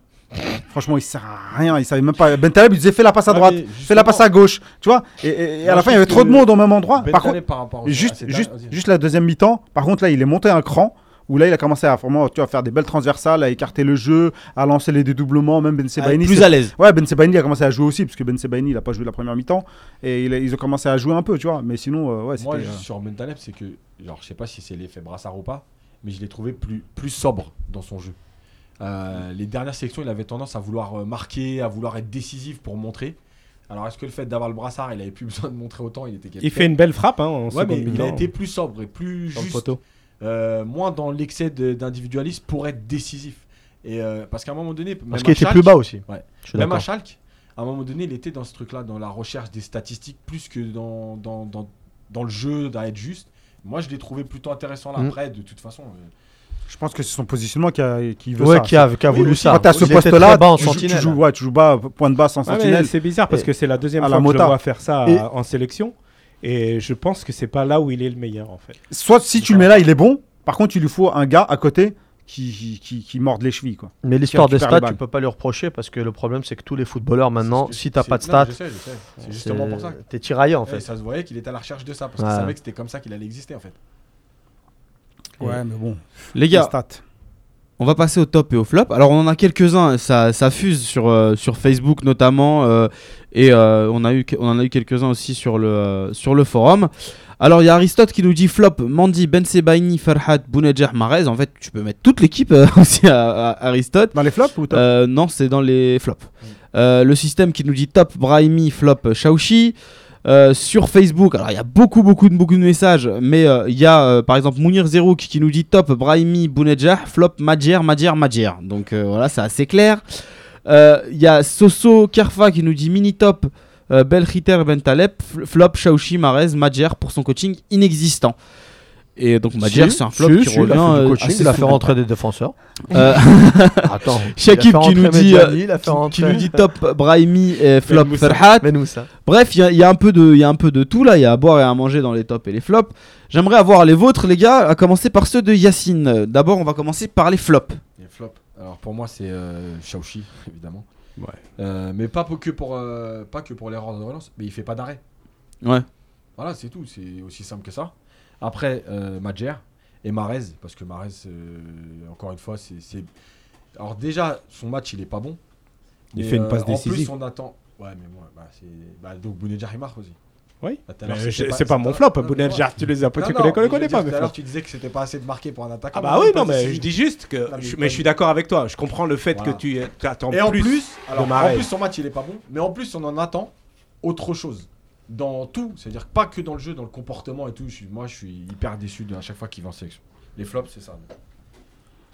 Franchement, il sert à rien. Il savait même pas. Ben Taleb, il disait fais la passe à
Ah,
droite,
mais
fais la
justement-
passe à gauche. Tu vois Et, et- et à
Moi,
la
je
fin, il y avait
trouve
trop
que
de monde au même endroit.
Ben
par
Taleb
contre,
rapport au- à
juste,
cette-
juste,
vas-y.
juste la deuxième mi-temps, par contre, là, il est monté un cran où là il a commencé à vraiment tu vois, faire des belles transversales, à écarter le jeu, à lancer les dédoublements, même Ben Sebaini.
plus à l'aise.
Ouais, Ben Sebaini a commencé à jouer aussi, parce que Ben Sebaini il a pas joué la première mi-temps, et il a- ils ont commencé à jouer un peu, tu vois. Mais sinon, euh, ouais, c'était.
Moi, je-
euh,
sur Bentaleb, c'est que, genre, je sais pas si c'est l'effet brassard ou pas, mais je l'ai trouvé plus, plus sobre dans son jeu. Euh, les dernières sélections, il avait tendance à vouloir euh, marquer, à vouloir être décisif pour montrer. Alors, est-ce que le fait d'avoir le brassard, il avait plus <laughs> besoin de montrer autant Il était
Il fait une belle frappe hein, en
Ouais,
seconde
mais il a
mi-temps,
été plus sobre et plus
dans le
juste.
poteau.
euh, moins dans l'excès de- d'individualisme pour être décisif. Et euh, parce qu'à un moment donné, même
Parce qu'il
à
était
Schalke-
plus bas aussi.
Ouais.
Je suis
même à
d'accord.
Schalke, à un moment donné, il était dans ce truc-là, dans la recherche des statistiques, plus que dans, dans, dans, dans le jeu, d'être juste. Moi, je l'ai trouvé plutôt intéressant là.
Mm.
Après, de toute façon, euh,
Je pense que c'est son positionnement qui, a- qui veut
Ouais,
ça.
qui a, qui a voulu ça.
Quand t'as ce
Il était
poste-là,
très bas en
tu, joues- tu
sentinelle.
joues, ouais, tu joues bas, point de basse en
Ouais, mais
sentinelle.
c'est bizarre parce que c'est la deuxième
à la
fois que je
Mota.
le vois faire ça
Et-
à- en sélection. Et je pense que c'est pas là où il est le meilleur en fait.
Soit si tu le mets là, il est bon. Par contre, il lui faut un gars à côté qui, qui, qui, qui morde les chevilles, quoi.
Mais l'histoire
Tu
des
perds le
stats,
ballon.
tu peux pas lui reprocher parce que le problème, c'est que tous les footballeurs maintenant,
c'est ce que-
si t'as
c'est-
pas de
non,
stats,
mais je sais, je sais. C'est justement pour ça. Eh, que-
T'es tiraillé en
Ouais,
fait.
ça se voyait qu'il était à la recherche de ça parce
Ouais.
qu'il savait que c'était comme ça qu'il allait exister en fait.
Ouais, mais bon.
Les
Les
gars,
stats.
On va passer au top et au flop. Alors on en a quelques-uns, ça, ça fuse sur, euh, sur Facebook notamment, euh, et euh, on, a eu, on en a eu quelques-uns aussi sur le, euh, sur le forum. Alors il y a Aristote qui nous dit flop, Mandy, Ben Sebaini, Farhat, Bounedjah, Marez. En fait tu peux mettre toute l'équipe euh, <laughs> aussi à, à Aristote.
Dans les flops ou top
Euh, non c'est dans les flops. Euh, le système qui nous dit top, Brahimi, flop, euh, Shaoxi. Euh, sur Facebook, alors il y a beaucoup, beaucoup, de- beaucoup de messages, mais euh, il y a euh, par exemple Mounir Zerouk qui nous dit top, Brahimi, Bounedjah, flop, Madjer, Madjer, Madjer. Donc euh, voilà, c'est assez clair. Euh, Il y a Soso Kerfa qui nous dit mini top, euh, Belkhiter, Bentaleb, fl- flop, Shaoshi, Marez, Madjer pour son coaching inexistant. Et donc Madjer,
Si,
c'est un flop
si,
qui
si, il a
revient.
fait du
euh,
coaching,
assez
il a fait
souvent.
rentrer des défenseurs.
Euh, <laughs>
Attends.
Shakib qui nous dit, euh,
il a fait
qui
rentrer.
nous dit top, Brahimi, et flop,
Moussa.
Ferhat.
Mais nous ça.
Bref, il y, a- il y a un peu de, il y a un peu de tout là. Il y a à boire et à manger dans les tops et les flops. J'aimerais avoir les vôtres, les gars. À commencer par ceux de Yacine. Euh, D'abord, on va commencer par les flops.
Les flops. Alors pour moi, c'est euh, Shaoxi, <laughs> évidemment.
Ouais.
Euh, mais pas pour- que pour, euh, pas que pour l'erreur de relance, mais il fait pas d'arrêt.
Ouais.
Voilà, c'est tout. C'est aussi simple que ça. Après, euh, Madjer et Marez, parce que Marez, euh, encore une fois, c'est. c'est- Alors déjà, son match, il est pas bon.
Il
Mais,
fait une passe
En
décisive.
plus, on attend. Ouais, mais moi, bah, c'est. Bah, donc Bounedjah, il marque aussi.
Oui.
Bah, tout à l'heure,
Mais
c'était
je- C'est pas mon
c'était-
flop.
Non, mais
Bounedjah,
voilà.
tu les as pas, tu
Non,
connais,
non,
connais,
mais je
connais
dis,
pas.
Tout
mes
à l'heure,
flops.
tu disais que c'était pas assez de marquer pour un attaquant.
Ah bah
mais
oui,
il
non,
passe
mais
aussi.
je dis juste que.
mais
je-
il
mais je suis d'accord avec toi. Je comprends le fait
Voilà.
que tu euh, attends
Et en plus, alors, en
de Mahrez.
plus son match il est pas bon, mais en plus on en attend autre chose dans tout, c'est-à-dire pas que dans le jeu, dans le comportement et tout. Je suis- moi je suis hyper déçu de à chaque fois qu'il va en sélection. Les flops c'est ça.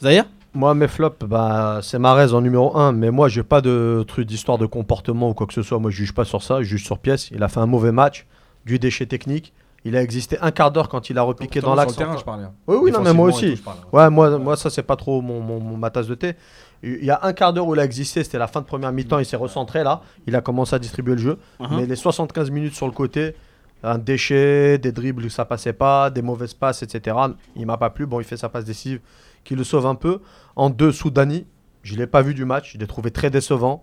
Zahir
Moi, mes flops, bah, c'est Marez en numéro 1, mais moi, j'ai pas de truc d'histoire de comportement ou quoi que ce soit. Moi, je juge pas sur ça, je juge sur pièce. Il a fait un mauvais match, du déchet technique. Il a existé un quart d'heure quand il a repiqué dans
Comportement
l'axe.
sur le terrain, je parlais. hein.
Oui, oui, non, mais moi
Défensivement et
aussi.
tout, je parle, hein.
Ouais, moi, moi ça, c'est pas trop mon, mon- mon- ma tasse de thé. Il y a un quart d'heure où il a existé, c'était la fin de première mi-temps, il s'est recentré là, il a commencé à distribuer le jeu. Mais les 75 minutes sur le côté, un déchet, des dribbles où ça passait pas, des mauvaises passes, etc. Il m'a pas plu. Bon, il fait sa passe décisive qui le sauve un peu. En deux, Soudani, je l'ai pas vu du match, je l'ai trouvé très décevant.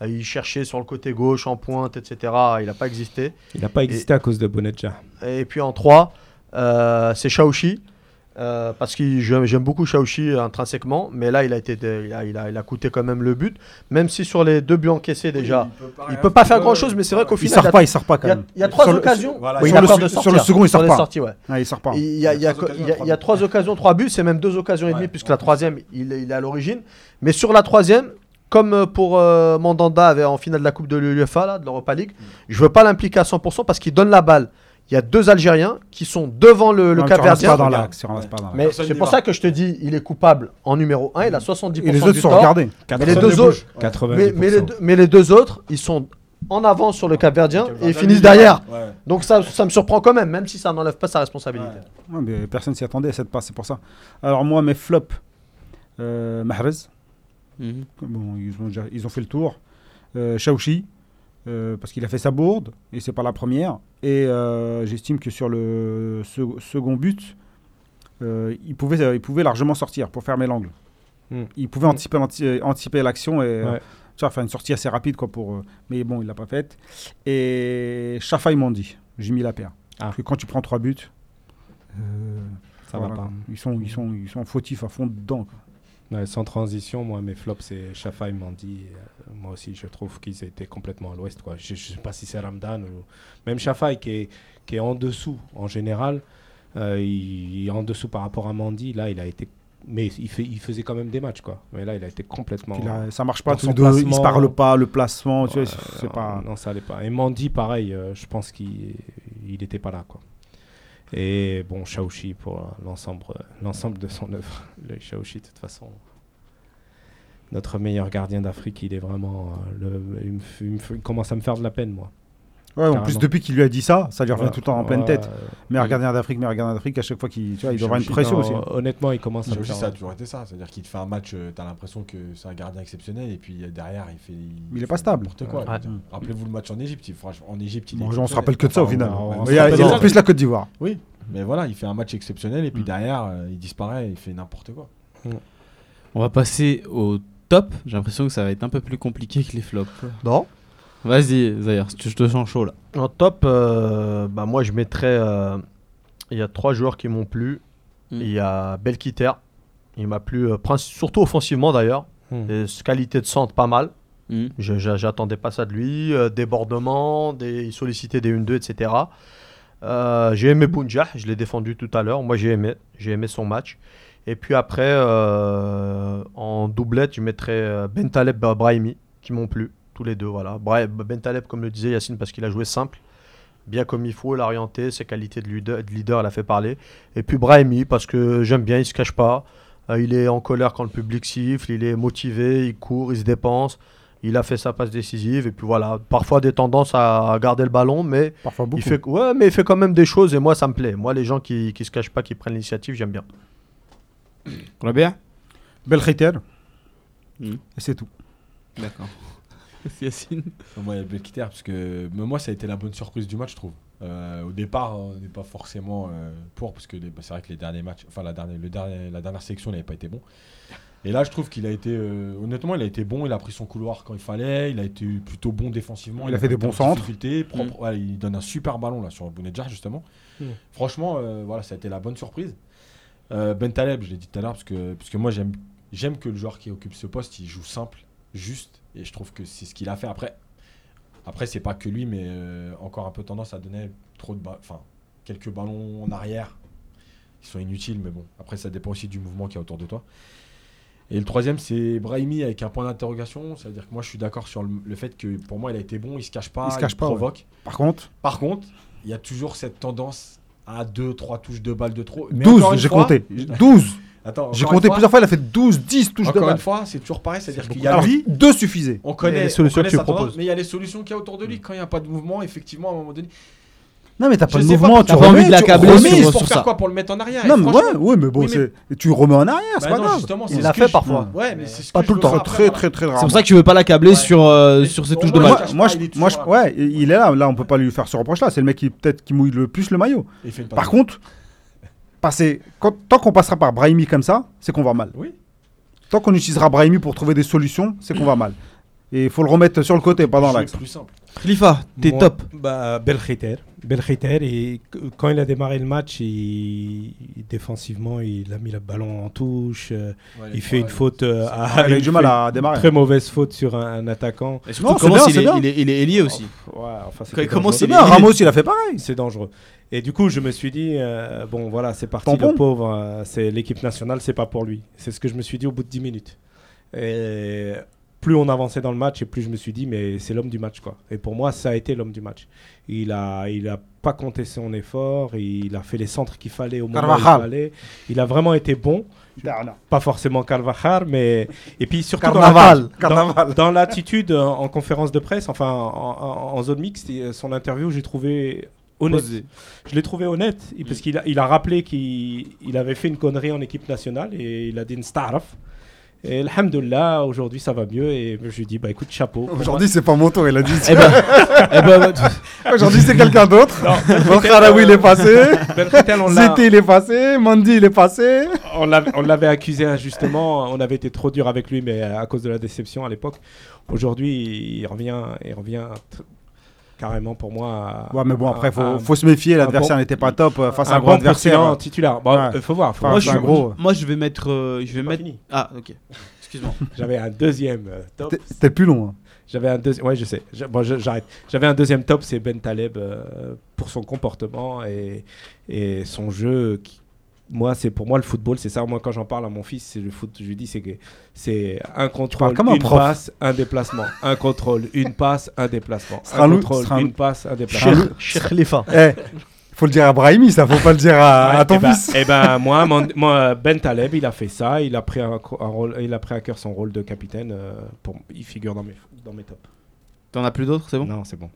Euh, Il cherchait sur le côté gauche, en pointe, etc. Il n'a pas existé.
Il n'a pas
existé
existé à cause de Bounedjah.
Et puis en 3, c'est Shaoxi. euh, parce que j'aime j'aime beaucoup Shaoxi intrinsèquement, mais là il a, été, il, a, il a- il a coûté quand même le but. Même si sur les deux buts encaissés déjà,
peut pas,
il
rien
peut pas faire
Ouais,
grand chose,
ouais.
mais c'est vrai qu'au
Il
final,
sort pas, il sort pas quand
il y a-
même.
il y a trois
Sur le-
occasions.
Voilà,
Oui,
il
il a
le
peur
su-
de
sur
sortir.
le second, il
Sur
sort
les
pas.
sorties, ouais.
Ouais, il sort pas.
Il y a- il y a-
Trois occasions,
il y a-
trois
il y a
buts.
trois occasions, trois buts, c'est même deux occasions et demie,
Ouais.
puisque la troisième, il, est- il est à l'origine. Mais sur la troisième, comme euh, pour euh, Mandanda avait en finale de la Coupe de l'UEFA, là, de l'Europa League, je veux pas l'impliquer à 100% parce qu'il donne la balle. Il y a deux Algériens qui sont devant le, le
Non, tu ramasses
Cap-Verdien.
pas dans
regarde.
l'axe, tu ramasses pas dans l'axe.
Mais
Personne
c'est
n'y
pour
va.
ça que je te dis, il est coupable en numéro 1, il a 70%
Et les autres
du
sont
tort.
regardés.
Mais les deux autres, mais,
90%.
mais les deux, mais les deux autres, ils sont en avance sur le Cap-Verdien et ils
Verdun,
finissent
il-
derrière.
Ouais.
Donc ça, ça me surprend quand même, même si ça n'enlève pas sa responsabilité.
Ouais, mais personne s'y attendait à cette passe, c'est pour ça. Alors moi, mes flops, euh, Mahrez, bon, ils, ont déjà- ils ont fait le tour. Euh, Shaoxi, euh, parce qu'il a fait sa bourde, et c'est pas la première. Et euh, j'estime que sur le se- second but, euh, il, pouvait, il pouvait largement sortir pour fermer l'angle.
Hmm.
Il pouvait anticiper, l'anti- anticiper l'action et euh,
Ouais.
tu vois, faire une sortie assez rapide. Quoi, pour, euh, mais bon, il l'a pas faite. Et Shafa Mandi, j'ai mis la paire.
Ah.
Parce que quand tu prends trois buts, euh,
Ça
Voilà,
va pas.
Ils sont, ils, sont, ils sont fautifs à fond dedans. quoi.
Ouais, sans transition, moi, mes flops, c'est Shafa et Mandy. Euh, Moi aussi, je trouve qu'ils étaient complètement à l'ouest. quoi. Je ne sais pas si c'est Ramdan ou. Même Shafa qui est, qui est en dessous, en général, euh, il, il est en dessous par rapport à Mandy. Là, il a été. Mais il, fait, il faisait quand même des matchs, quoi. Mais là, il a été complètement.
Puis là, ça marche pas,
Dans
tous
son
les deux, ils se
placement.
parlent pas, le placement, tu
Ouais,
vois, c'est c'est
non,
pas.
Non, ça allait pas. Et Mandy, pareil, euh, je pense qu'il il était pas là, quoi. Et bon, Shaoxi pour euh, l'ensemble, euh, l'ensemble de son œuvre. <laughs> Le Shaoxi, de toute façon, notre meilleur gardien d'Afrique, il est vraiment. euh, le, il, me f- il me f- il commence à me faire de la peine, moi.
Ouais, en plus,
carrément.
depuis qu'il lui a dit ça, ça lui revient
Voilà.
tout le temps en
Ouais,
pleine tête.
euh,
Meilleur gardien d'Afrique, meilleur gardien d'Afrique, à chaque fois qu'il tu vois, il doit avoir une
Shaoxi,
pression
non,
aussi.
Honnêtement, il commence à me
Shaoxi,
faire. euh,
ça a toujours été ça. C'est-à-dire qu'il te fait un match, euh, t'as l'impression que c'est un gardien exceptionnel, et puis euh, derrière, il fait.
Mais il est
fait
pas stable.
n'importe quoi.
Ouais.
je veux dire. Rappelez-vous le match en Égypte. il- franchement, En Égypte, il est
Bon, on se rappelle que de ça au
Enfin,
final.
on- on
Mais
se
Il y a, il y a
rappelle
en plus la Côte d'Ivoire.
Oui, mais voilà, il fait un match exceptionnel et puis
Mm.
derrière, euh, il disparaît, il fait n'importe quoi.
On va passer au top. J'ai l'impression que ça va être un peu plus compliqué que les flops.
Non.
Vas-y, Zahir, tu- je te sens chaud là.
En top, euh, bah moi je mettrais. euh, Il y a trois joueurs qui m'ont plu.
Mm.
Il y a Belkiter. Il m'a plu, euh, princi- surtout offensivement d'ailleurs.
Mm.
Et s- Qualité de centre, pas mal.
Mm.
Je- je- J'attendais pas ça de lui. Euh, débordement, des, il sollicitait des 1-2, etc. Euh, j'ai aimé Bounjah, je l'ai défendu tout à l'heure. Moi j'ai aimé, j'ai aimé son match. Et puis après, euh, en doublette, je mettrais euh, Bentaleb Brahimi, qui m'ont plu, tous les deux. Voilà. Bra- Bentaleb, comme le disait Yacine, parce qu'il a joué simple, bien comme il faut, il a orienté, ses qualités de leader, de leader l'a fait parler. Et puis Brahimi, parce que j'aime bien, il se cache pas. Euh, il est en colère quand le public siffle, il est motivé, il court, il se dépense. Il a fait sa passe décisive et puis voilà, parfois des tendances à garder le ballon, mais
Parfois beaucoup.
il fait ouais, mais il fait quand même des choses et moi ça me plaît. Moi les gens qui qui se cachent pas, qui prennent l'initiative, j'aime bien.
Robert
Belkhiter.
Mm.
Et c'est tout.
D'accord. Yacine
Moi, il y a Belkiter, parce que mais moi, ça a été la bonne surprise du match, je trouve. Euh, au départ, on n'est pas forcément euh, pour, parce que les- bah, c'est vrai que les derniers matchs, enfin la dernière, le dernier, la dernière sélection n'avait pas été bon. Et là, je trouve qu'il a été, euh, honnêtement, il a été bon. Il a pris son couloir quand il fallait. Il a été plutôt bon défensivement.
Il a fait
pas
des
été en
bons centres. Mm.
difficulté, propre. Ouais, il donne un super ballon là sur Bounedjah justement.
Mm.
Franchement, euh, voilà, ça a été la bonne surprise. Euh, ben Taleb, je l'ai dit tout à l'heure, parce que, parce que moi j'aime, j'aime que le joueur qui occupe ce poste, il joue simple, juste, et je trouve que c'est ce qu'il a fait. Après, après c'est pas que lui, mais euh, encore un peu tendance à donner trop de, ba- enfin, quelques ballons en arrière qui sont inutiles, mais bon, après ça dépend aussi du mouvement qu'il y a autour de toi. Et le troisième, c'est Brahimi avec un point d'interrogation. C'est-à-dire que moi, je suis d'accord sur le, le fait que pour moi, il a été bon, il se cache pas,
Il se cache pas, ouais.
provoque.
Par contre,
Par contre, il y a toujours cette tendance à 2, 3 touches de balles de trop. Mais encore
12,
une
j'ai
fois-
compté. 12.
Attends,
J'ai
encore une
compté
fois-
plusieurs fois, il a fait 12, 10 touches de
Encore
balle.
une fois, c'est toujours pareil. C'est-à-dire qu'il y a
Alors,
lui,
2 suffisaient.
Il
on
y a
connaît
les solutions
on connaît
que tu
sa tendance,
proposes.
mais il y a les solutions qu'il y a autour de lui. Quand il n'y a pas de mouvement, effectivement, à un moment donné.
Non, mais t'as
Je
pas de
sais pas,
mouvement, tu
t'as pas envie
remets,
de l'accabler
tu
Mais
sur-
remets.
c'est pour
sur
faire
ça.
quoi pour le mettre en arrière
Non,
Et
mais
franchement-
ouais, ouais, mais bon,
Oui, mais-
c'est- tu remets en arrière, c'est
Bah
pas
non,
grave.
justement, c'est
Il
ce
l'a
que
fait
je-
parfois.
Ouais, mais c'est ce
Pas
que
tout le
je veux
temps,
après,
très
voilà.
très très rare.
C'est pour ça que tu veux pas l'accabler
Ouais.
sur, euh,
Mais
sur ces
au
touches de
moins,
balle.
il cache
moi,
pas,
je-
il est toujours
moi, je-
là.
ouais, Ah, il il est là, là on peut pas lui faire ce reproche là, c'est le mec qui peut-être qui mouille le plus le maillot.
Il fait une passe.
Par contre, passer quand- tant qu'on passera par Brahimi comme ça, c'est qu'on va mal.
Oui.
Tant qu'on utilisera Brahimi pour trouver des solutions, c'est qu'on va mal. Et il faut le remettre sur le côté, pas dans
Jouer
l'axe.
plus simple.
Khalifa, t'es
Moi,
top.
bah, Belkhiter. Belkhiter, et qu- quand il a démarré le match, il, il- défensivement, il a mis le ballon en touche. euh,
Ouais,
il
les
fait
trois,
une faute. euh,
c'est-
à-
Ah, il a eu
il
du mal
fait
à démarrer.
une Très mauvaise faute sur un, un attaquant.
Et surtout,
Non, c'est bien,
comment il
c'est
est-
bien.
il est- il est ailier aussi.
Ouais, enfin, c'était
Qu- comment
dangereux.
c'est
C'est bien,
il-
Ramos il a fait pareil.
C'est dangereux. Et du coup, je me suis dit, euh, bon, voilà, c'est parti,
Tampon.
le pauvre, euh, c'est l'équipe nationale, c'est pas pour lui. C'est ce que je me suis dit au bout de 10 minutes. Et plus on avançait dans le match, et plus je me suis dit, mais c'est l'homme du match, quoi. Et pour moi, ça a été l'homme du match. Il a, il a pas compté son effort, il a fait les centres qu'il fallait au moment
Carvajal.
où il fallait. Il a vraiment été bon pas forcément Carvajal, mais et puis surtout dans
Carnaval,
la- dans
carnaval.
dans l'attitude euh, en conférence de presse, enfin en, en- en zone mixte, et, euh, son interview, j'ai trouvé honnête.
Posé.
Je l'ai trouvé honnête et-
Mm.
parce qu'il a, il a rappelé qu'il il avait fait une connerie en équipe nationale et il a dit Nstaaraf. Et alhamdoulilah, aujourd'hui ça va mieux et je lui dis bah écoute chapeau. Pour
Aujourd'hui c'est pas mon tour, il a dit.
Eh ben, eh ben,
<laughs> Aujourd'hui c'est quelqu'un d'autre.
moi- Non,
Belkharaoui il est passé. <laughs>
Belkhatel, on l'a-
Zété il est passé, Mandy il est passé.
on l'avait on l'avait accusé injustement, on avait été trop dur avec lui, mais à cause de la déception à l'époque. Aujourd'hui, il revient, il revient t- carrément pour moi. à-
Ouais, mais bon,
à-
après, faut,
à-
faut se méfier. L'adversaire
bon-
n'était pas top euh, face à
un
un gros
bon
adversaire.
adversaire titulaire. Bah,
Ouais.
euh, faut voir. faut
Enfin,
voir.
c'est un
Moi, je-
gros.
Moi, je vais mettre. euh, je vais mettre.
fini.
Ah, ok. Excuse-moi.
J'avais un deuxième euh, top.
T'es- T'es plus long. hein.
J'avais un deuxième. Ouais, je sais. Je- bon, je- j'arrête. J'avais un deuxième top, c'est Ben Taleb euh, pour son comportement et, et son jeu. qui- Moi, c'est pour moi le football, c'est ça. Moi, quand j'en parle à mon fils, c'est le foot. Je lui dis, c'est que c'est un contrôle,
comme un
une
Bah, prof.
passe, un déplacement, un contrôle, une passe, un déplacement,
Ce sera
un
nous-
contrôle,
ce sera
une
nous-
passe, un déplacement.
Cheikh- Cheikh Khalifa.
Eh, faut le dire à Brahimi, ça, faut pas le dire à,
Ouais,
Ah, à ton
eh ben-
fils.
eh ben, moi, mon- moi, Ben Taleb, il a fait ça. Il a pris un, co- un rôle, il a pris à cœur son rôle de capitaine. euh, pour, il figure dans mes, dans mes tops.
T'en as plus d'autres, c'est bon
Non, c'est bon.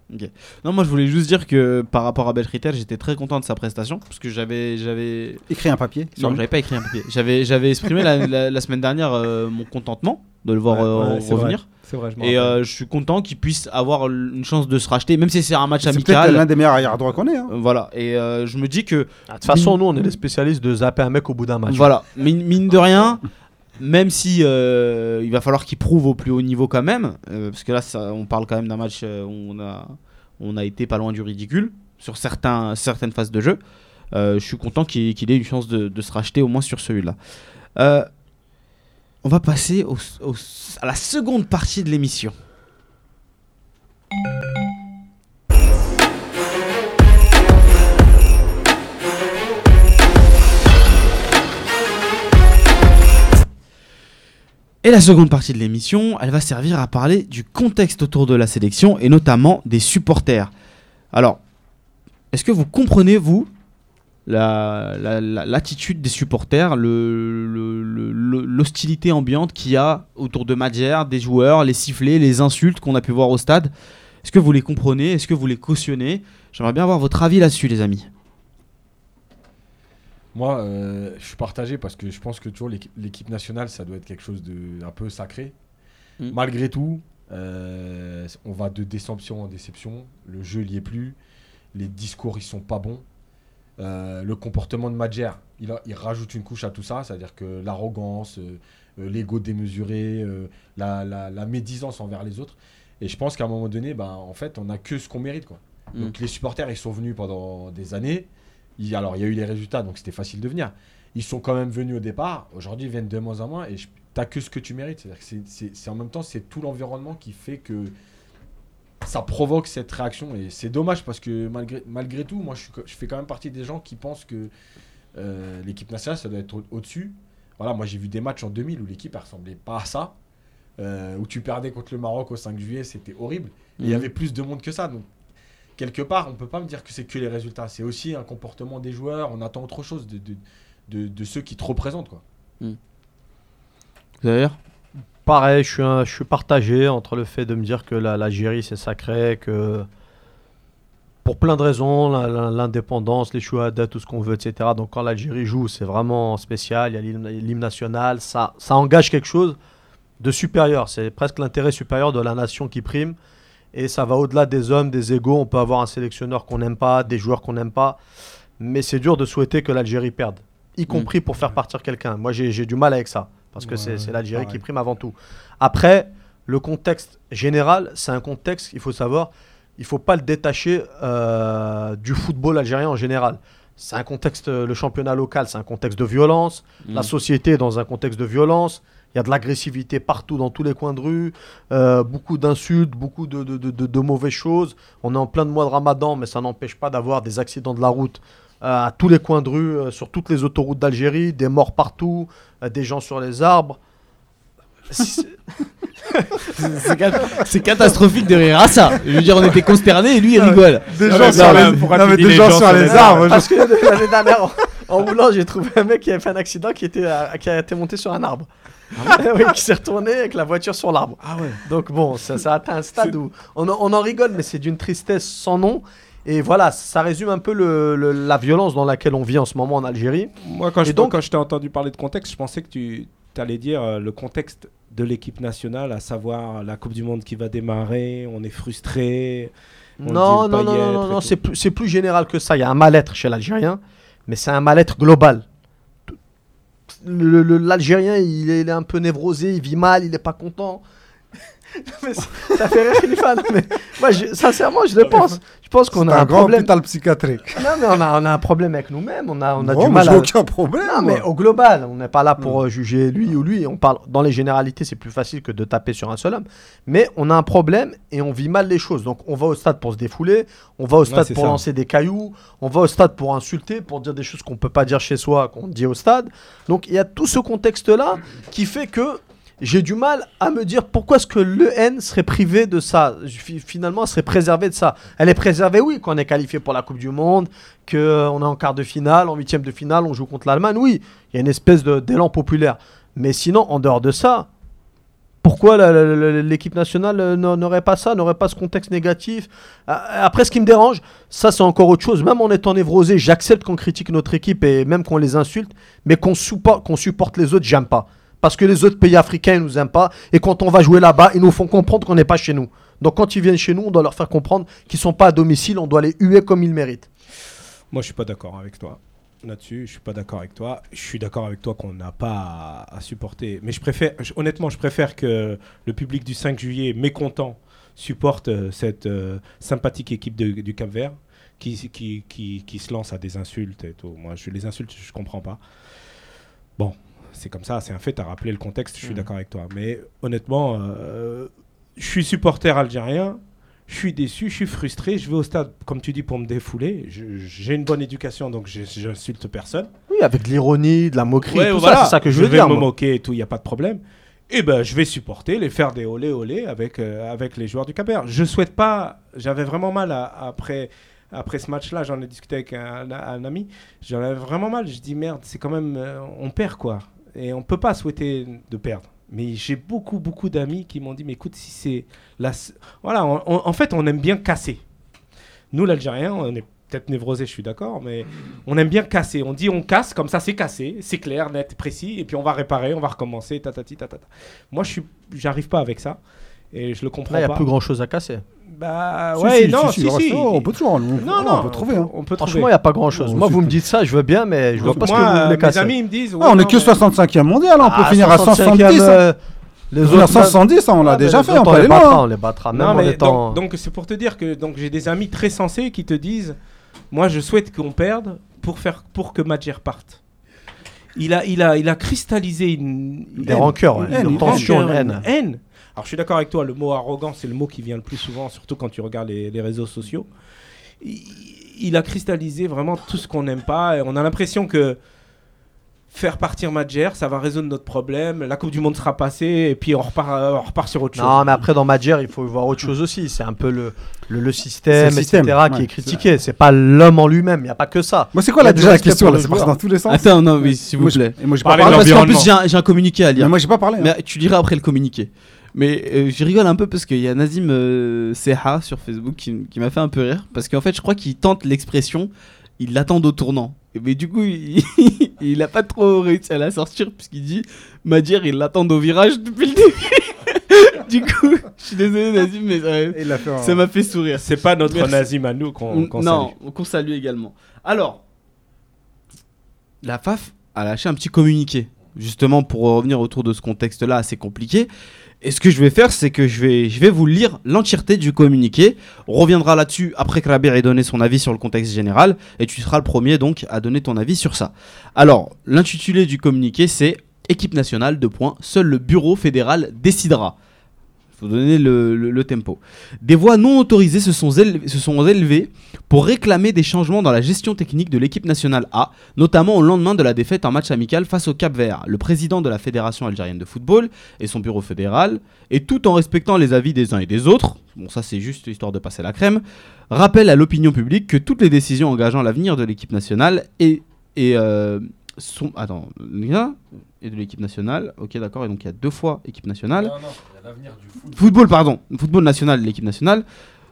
Non, moi, je voulais juste dire que par rapport à Belchritel, j'étais très content de sa prestation parce que j'avais, j'avais,
Écris un papier.
non, j'avais pas écrit un papier. J'avais, j'avais exprimé la, la- la semaine dernière euh, mon contentement de le voir
Ouais,
euh,
ouais, c'est
revenir.
vrai. C'est vrai. je m'en
Et
rappelle.
euh, je suis content qu'il puisse avoir l- une chance de se racheter, même si c'est un match
C'est peut-être l'un
amical.
des meilleurs arrière droits qu'on ait. hein.
Euh, Voilà. Et euh, je me dis que
Ah, De toute façon, nous, on est les spécialistes de zapper un mec au bout d'un match.
Voilà, mine, mine de rien, même si euh, il va falloir qu'il prouve au plus haut niveau quand même, euh, parce que là, ça- on parle quand même d'un match euh, où on a, on a été pas loin du ridicule sur certains, certaines phases de jeu. Euh, je suis content qu'il qu'il ait une chance de, de se racheter au moins sur celui-là. Euh, on va passer au- au- à la seconde partie de l'émission. Et la seconde partie de l'émission, elle va servir à parler du contexte autour de la sélection et notamment des supporters. Alors, est-ce que vous comprenez, vous, la- la- la- l'attitude des supporters, le- le- le- le- l'hostilité ambiante qu'il y a autour de Madjer, des joueurs, les sifflets, les insultes qu'on a pu voir au stade Est-ce que vous les comprenez Est-ce que vous les cautionnez J'aimerais bien avoir votre avis là-dessus, les amis.
Moi, euh, je suis partagé parce que je pense que toujours l'équi- l'équipe nationale, ça doit être quelque chose de un peu sacré.
Mm.
Malgré tout, euh, on va de déception en déception. Le jeu, il n'y est plus. Les discours, ils sont pas bons. Euh, le comportement de Madjer, il, a- il rajoute une couche à tout ça, c'est-à-dire que l'arrogance, euh, euh, l'ego démesuré, euh, la, la- la médisance envers les autres. Et je pense qu'à un moment donné, bah, en fait, on n'a que ce qu'on mérite. Quoi.
Mm.
Donc les supporters, ils sont venus pendant des années. Il- alors, il y a eu les résultats, donc c'était facile de venir. Ils sont quand même venus au départ. Aujourd'hui, ils viennent de moins en moins. Et je- t'as que ce que tu mérites. C'est-à-dire que c'est- c'est- c'est en même temps, c'est tout l'environnement qui fait que ça provoque cette réaction. Et c'est dommage parce que malgré, malgré tout, moi, je, suis co- je fais quand même partie des gens qui pensent que euh, l'équipe nationale, ça doit être au- au-dessus. voilà, moi, j'ai vu des matchs en 2000 où l'équipe ne ressemblait pas à ça. euh, où tu perdais contre le Maroc au 5 juillet, c'était horrible. Et Il y
Mhm.
avait plus de monde que ça. Donc, quelque part, on peut pas me dire que c'est que les résultats. C'est aussi un comportement des joueurs. On attend autre chose de, de, de- de ceux qui te représentent. Quoi.
D'ailleurs
Pareil, je suis, un- je suis partagé entre le fait de me dire que la- l'Algérie c'est sacré, que pour plein de raisons, la- la- l'indépendance, les chouadas, tout ce qu'on veut, etc. Donc quand l'Algérie joue, c'est vraiment spécial, il y a l'hymne- l'hymne national, ça, ça engage quelque chose de supérieur, c'est presque l'intérêt supérieur de la nation qui prime, et ça va au-delà des hommes, des égaux, on peut avoir un sélectionneur qu'on n'aime pas, des joueurs qu'on n'aime pas, mais c'est dur de souhaiter que l'Algérie perde, y compris pour faire partir quelqu'un. Moi j'ai j'ai du mal avec ça, parce que
Ouais,
c'est c'est
ouais,
l'Algérie
pareil.
qui prime avant tout. Après, le contexte général, c'est un contexte, il faut savoir, il faut pas le détacher euh, du football algérien en général. C'est un contexte, euh, le championnat local, c'est un contexte de violence, la société est dans un contexte de violence, il y a de l'agressivité partout, dans tous les coins de rue, euh, beaucoup d'insultes, beaucoup de, de- de- de- de mauvaises choses. On est en plein de mois de ramadan, mais ça n'empêche pas d'avoir des accidents de la route euh, à tous les coins de rue, euh, sur toutes les autoroutes d'Algérie, des morts partout, euh, des gens sur les arbres. Si-
<laughs> C'est cat- c'est catastrophique de rire à ça. Je veux dire, on était consternés et
Ah
lui, il rigole.
Des
mais
gens sur
non,
les-
mais pourquoi
non,
tu
mais
dis
des gens sur les arbres.
Parce que l'année dernière, en, en roulant, j'ai trouvé un mec qui avait fait un accident qui, était, à- qui a été monté sur un arbre. <laughs> oui, qui s'est retourné avec la voiture sur l'arbre.
Ah ouais.
Donc bon, ça, ça a atteint un stade où on, en- on en rigole, mais c'est d'une tristesse sans nom. Et voilà, ça résume un peu le- le- la violence dans laquelle on vit en ce moment en Algérie.
Moi, quand
Et
je,
donc-
quand je t'ai entendu parler de contexte, je pensais que tu allais dire euh, le contexte de l'équipe nationale, à savoir la Coupe du Monde qui va démarrer, on est frustré. On
Non,
dit le
non, non, non,
paillette
non,
et
non,
tout.
c'est plus, c'est plus général que ça. Il y a un mal-être chez l'Algérien, mais c'est un mal-être global. Tout- le- le- L'Algérien, il, est- il est un peu névrosé, il vit mal, il n'est pas content. <laughs> mais c'est- ça fait rire Khalifa, non, mais moi, je- sincèrement, je le pense. Je pense qu'on
C'est
a un,
un grand
problème.
hôpital psychiatrique.
Non, mais on a, on a un problème avec nous-mêmes. On a,
Oh,
on a
Non,
du
mais
mal
j'ai
à.
aucun problème.
Non, mais oh,
moi.
au global, on n'est pas là pour
Mm.
euh, juger lui ou lui. On parle dans les généralités, c'est plus facile que de taper sur un seul homme. Mais on a un problème et on vit mal les choses. Donc on va au stade pour se défouler, on va au stade
c'est
pour
ça.
lancer des cailloux, on va au stade pour insulter, pour dire des choses qu'on peut pas dire chez soi, qu'on dit au stade. Donc il y a tout ce contexte-là qui fait que j'ai du mal à me dire pourquoi est-ce que le N serait privé de ça, fi- finalement serait préservé de ça. Elle est préservée, oui, quand on est qualifié pour la Coupe du Monde, qu'on est en quart de finale, en huitième de finale, on joue contre l'Allemagne, oui, il y a une espèce de- d'élan populaire. Mais sinon, en dehors de ça, pourquoi la- la- la- l'équipe nationale euh, n'a- n'aurait pas ça, n'aurait pas ce contexte négatif Euh, Après, ce qui me dérange, ça c'est encore autre chose. Même en étant névrosé, j'accepte qu'on critique notre équipe et même qu'on les insulte, mais qu'on supporte, qu'on supporte les autres, j'aime pas. Parce que les autres pays africains, ils nous aiment pas. Et quand on va jouer là-bas, ils nous font comprendre qu'on n'est pas chez nous. Donc quand ils viennent chez nous, on doit leur faire comprendre qu'ils sont pas à domicile, on doit les huer comme ils méritent.
Moi, je suis pas d'accord avec toi. Là-dessus, je suis pas d'accord avec toi. Je suis d'accord avec toi qu'on n'a pas à, à supporter. Mais je préfère, je- honnêtement, je préfère que le public du 5 juillet, mécontent, supporte euh, cette euh, sympathique équipe de- du Cap Vert qui, qui, qui, qui se lance à des insultes et tout. Moi, je, les insultes, je comprends pas. Bon, c'est comme ça, c'est un fait. Tu as rappelé le contexte, je suis d'accord avec toi. Mais honnêtement, euh, je suis supporter algérien je suis déçu, je suis frustré, je vais au stade, comme tu dis, pour me défouler. Je- J'ai une bonne éducation, donc je- j'insulte personne.
Oui, avec de l'ironie, de la moquerie,
Ouais,
tout
voilà,
ça, c'est ça que je, veux
vais
dire.
me
moi.
moquer et tout, il n'y a pas de problème. Et ben, je vais supporter, les faire des olé olé avec, euh, avec les joueurs du Cap Vert. Je souhaite pas, j'avais vraiment mal à- après, après ce match-là, j'en ai discuté avec un, un ami, j'en avais vraiment mal. Je dis merde, c'est quand même, euh, on perd quoi. Et on peut pas souhaiter de perdre. Mais j'ai beaucoup, beaucoup d'amis qui m'ont dit, mais écoute, si c'est la... s- Voilà, on- on- en fait, on aime bien casser. Nous, l'Algérien, on est peut-être névrosé, je suis d'accord, mais on aime bien casser. On dit on casse, comme ça c'est cassé, c'est clair, net, précis, et puis on va réparer, on va recommencer, tatati, tatata. Moi, je suis, j'arrive pas avec ça, et je le comprends
Là, il n'y
pas.
a plus grand chose à casser.
Bah
Si,
ouais,
si,
non,
si, si, reste- oh, on peut toujours, on,
Non,
oh,
non,
on peut trouver. hein.
On peut
Franchement, il
trouver.
n'y a pas grand chose.
Oh,
Moi,
c'est
vous me
tout.
dites ça, je veux bien, mais je vois pas ce que
Moi,
vous
euh,
voulez
mes
casser.
amis ils me disent.
Ah, on
ouais,
est
non,
que
mais-
65e mondial, hein, on peut
Ah,
finir à
65e,
170. hein.
euh, les
Finir à
autres,
170, hein, on l'a
Ah, mais
déjà
les
fait,
autres,
on peut
les
aller
battra,
loin.
on les battra, même
Non,
en
mais
étant.
donc, donc c'est pour te dire que donc j'ai des amis très sensés qui te disent, moi je souhaite qu'on perde pour faire pour que Madjer parte. Il a, il a, il a cristallisé une,
Des rancœurs, ouais.
Une haine,
une
une
tension, une
rancœur,
haine.
une haine. Alors je suis d'accord avec toi, le mot arrogant, c'est le mot qui vient le plus souvent, surtout quand tu regardes les, les réseaux sociaux. Il, il a cristallisé vraiment tout ce qu'on n'aime pas. Et on a l'impression que faire partir Madjer, ça va résoudre notre problème. La Coupe du Monde sera passée et puis on repart, euh, on repart sur autre chose.
Non, mais après, dans Madjer, il faut voir autre chose aussi. C'est un peu le, le, le système,
C'est le système,
etc., qui
ouais,
est critiqué. C'est pas l'homme en lui-même, il n'y a pas que ça.
Moi, c'est quoi
Il y a
là
du
déjà la
respect
question
pour
là,
le
Ça passe
joueur.
dans tous les sens.
Attends, non, mais Ah, s'il vous
Moi, je-
plaît.
Et moi, j'ai pas
Parlez
parlé.
Ah,
de
parce qu'en
l'environnement.
plus, j'ai un, j'ai un communiqué à
Mais
lire.
moi, j'ai pas parlé. hein.
Mais tu liras après le communiqué. Mais euh, je rigole un peu parce qu'il y a Nazim euh, Seha sur Facebook qui, m- qui m'a fait un peu rire. Parce qu'en fait, je crois qu'il tente l'expression, il l'attend au tournant. Et- Mais du coup, <laughs> il, il a pas trop réussi à la sortir puisqu'il dit Madjer, il l'attend au virage depuis le début. <laughs> du coup, je suis désolé, Nazim, mais euh,
Et il a fait un-
ça m'a fait sourire.
C'est pas notre
Merci.
Nazim à nous qu'on qu'on
non,
salue.
qu'on salue également. Alors, la FAF a lâché un petit communiqué, justement pour revenir autour de ce contexte-là assez compliqué. Et ce que je vais faire, c'est que je vais, je vais vous lire l'entièreté du communiqué. On reviendra là-dessus après que Rabir ait donné son avis sur le contexte général. Et tu seras le premier donc à donner ton avis sur ça. Alors, l'intitulé du communiqué, c'est Équipe nationale, de points, seul le bureau fédéral décidera. Il faut donner le- le- le tempo. Des voix non autorisées se sont, éle- se sont élevées pour réclamer des changements dans la gestion technique de l'équipe nationale A, notamment au lendemain de la défaite en match amical face au Cap Vert. Le président de la Fédération algérienne de football et son bureau fédéral, et tout en respectant les avis des uns et des autres, bon ça c'est juste histoire de passer la crème, rappelle à l'opinion publique que toutes les décisions engageant l'avenir de l'équipe nationale et... et euh, sont, attends, rien et de l'équipe nationale, ok d'accord, et donc il y a deux fois équipe nationale football, pardon, football national, l'équipe nationale,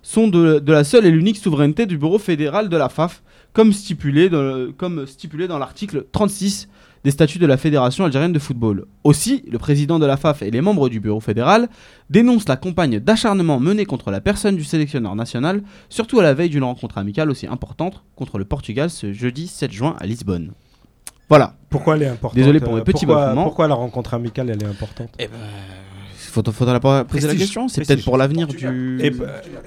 sont de, de la seule et l'unique souveraineté du bureau fédéral de la FAF, comme stipulé dans, comme stipulé dans l'article 36 des statuts de la Fédération algérienne de football. Aussi, le président de la FAF et les membres du bureau fédéral dénoncent la campagne d'acharnement menée contre la personne du sélectionneur national, surtout à la veille d'une rencontre amicale aussi importante contre le Portugal ce jeudi 7 juin à Lisbonne. Voilà.
Pourquoi elle est importante
Désolé pour
euh,
mes petits
pourquoi,
bafouements.
pourquoi la rencontre amicale elle est importante
Il
faut, faudra pas poser la
Prestige.
question. C'est peut-être pour l'avenir du.
Et,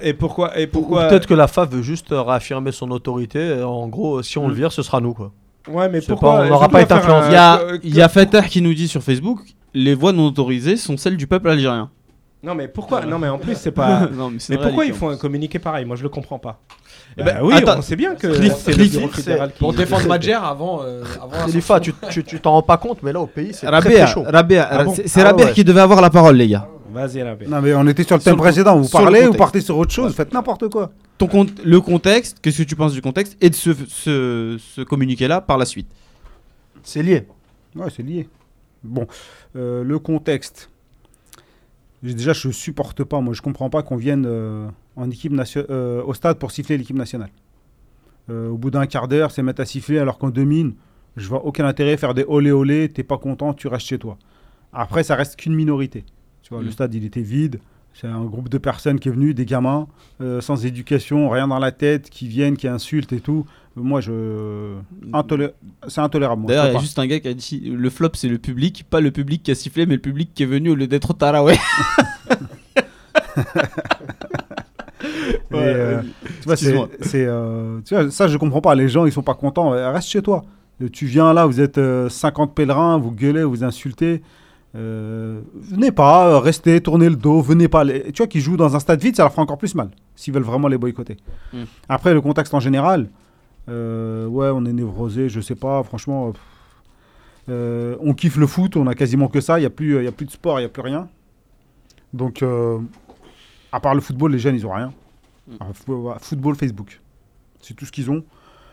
et pourquoi, et
Ou
pourquoi
peut-être que la FAF veut juste euh, réaffirmer son autorité. euh, En gros, si on le vire, ce sera nous. Quoi.
Ouais, mais
sais
pourquoi
pas, on n'aura
pourquoi
pas été
faire un-
Il y a,
Euh, que-
il y a Fatah qui nous dit sur Facebook les voix non autorisées sont celles du peuple algérien.
Non, mais pourquoi Non, mais en plus, c'est pas.
Non, mais c'est
Mais
une
pourquoi ils
réalité,
font
en
un communiqué pareil Moi, je le comprends pas.
Eh
Bah
ben,
oui,
attends,
on sait bien que
Cliff-
c'est le
Cliff-
bureau fédéral qui.
Pour défendre
<laughs>
Madjer avant. euh, avant la
Khalifa, tu tu- tu t'en rends pas compte, mais là, au pays, c'est très,
Rabea,
très chaud.
Rabea,
Ah bon
c'est c'est
Ah
Rabea
ouais.
qui devait avoir la parole, les gars.
Vas-y, la paix.
Non, mais on était sur le
Sur
thème
le
précédent.
con-
Vous
sur le
parlez, vous
contexte.
partez sur autre chose, vous faites n'importe quoi.
Ton con- le contexte, qu'est-ce que tu penses du contexte et de ce, ce, ce communiqué-là par la suite.
C'est lié.
Ouais, c'est lié. Bon, euh, le contexte. J'ai- Déjà, je supporte pas, moi, je comprends pas qu'on vienne euh, en équipe nation- euh, au stade pour siffler l'équipe nationale. Euh, au bout d'un quart d'heure, c'est mettre à siffler alors qu'on domine. Je vois aucun intérêt à faire des olé olé, t'es pas content, tu restes chez toi. Après, ça reste qu'une minorité. Tu vois, le
Mm.
stade, il était vide. C'est un groupe de personnes qui est venu, des gamins, euh, sans éducation, rien dans la tête, qui viennent, qui insultent et tout. Moi, je. intolé- C'est intolérable. moi, je
Mm. D'ailleurs,
peux
il y
pas.
a juste un gars qui a dit le flop, c'est le public, pas le public qui a sifflé, mais le public qui est venu au lieu d'être au Taraweh.
Et, euh, tu vois, c'est,
Excuse-moi.
c'est, euh, tu vois, ça, je comprends pas. Les gens, ils sont pas contents. Euh, Reste chez toi. Euh, Tu viens là, vous êtes euh, 50 pèlerins, vous gueulez, vous insultez. Euh, venez pas, euh, restez, tournez le dos, venez pas. Les- Tu vois, qu'ils jouent dans un stade vide, ça leur fera encore plus mal s'ils veulent vraiment les boycotter.
Mm.
Après, le contexte en général, euh, ouais, on est névrosé, je sais pas, franchement. euh, pff. Euh, on kiffe le foot, on a quasiment que ça. Il n'y a, plus- euh, y a plus de sport, il n'y a plus rien. Donc, euh, à part le football, les jeunes, ils ont rien. Alors, fo- voilà, football, Facebook. C'est tout ce qu'ils ont.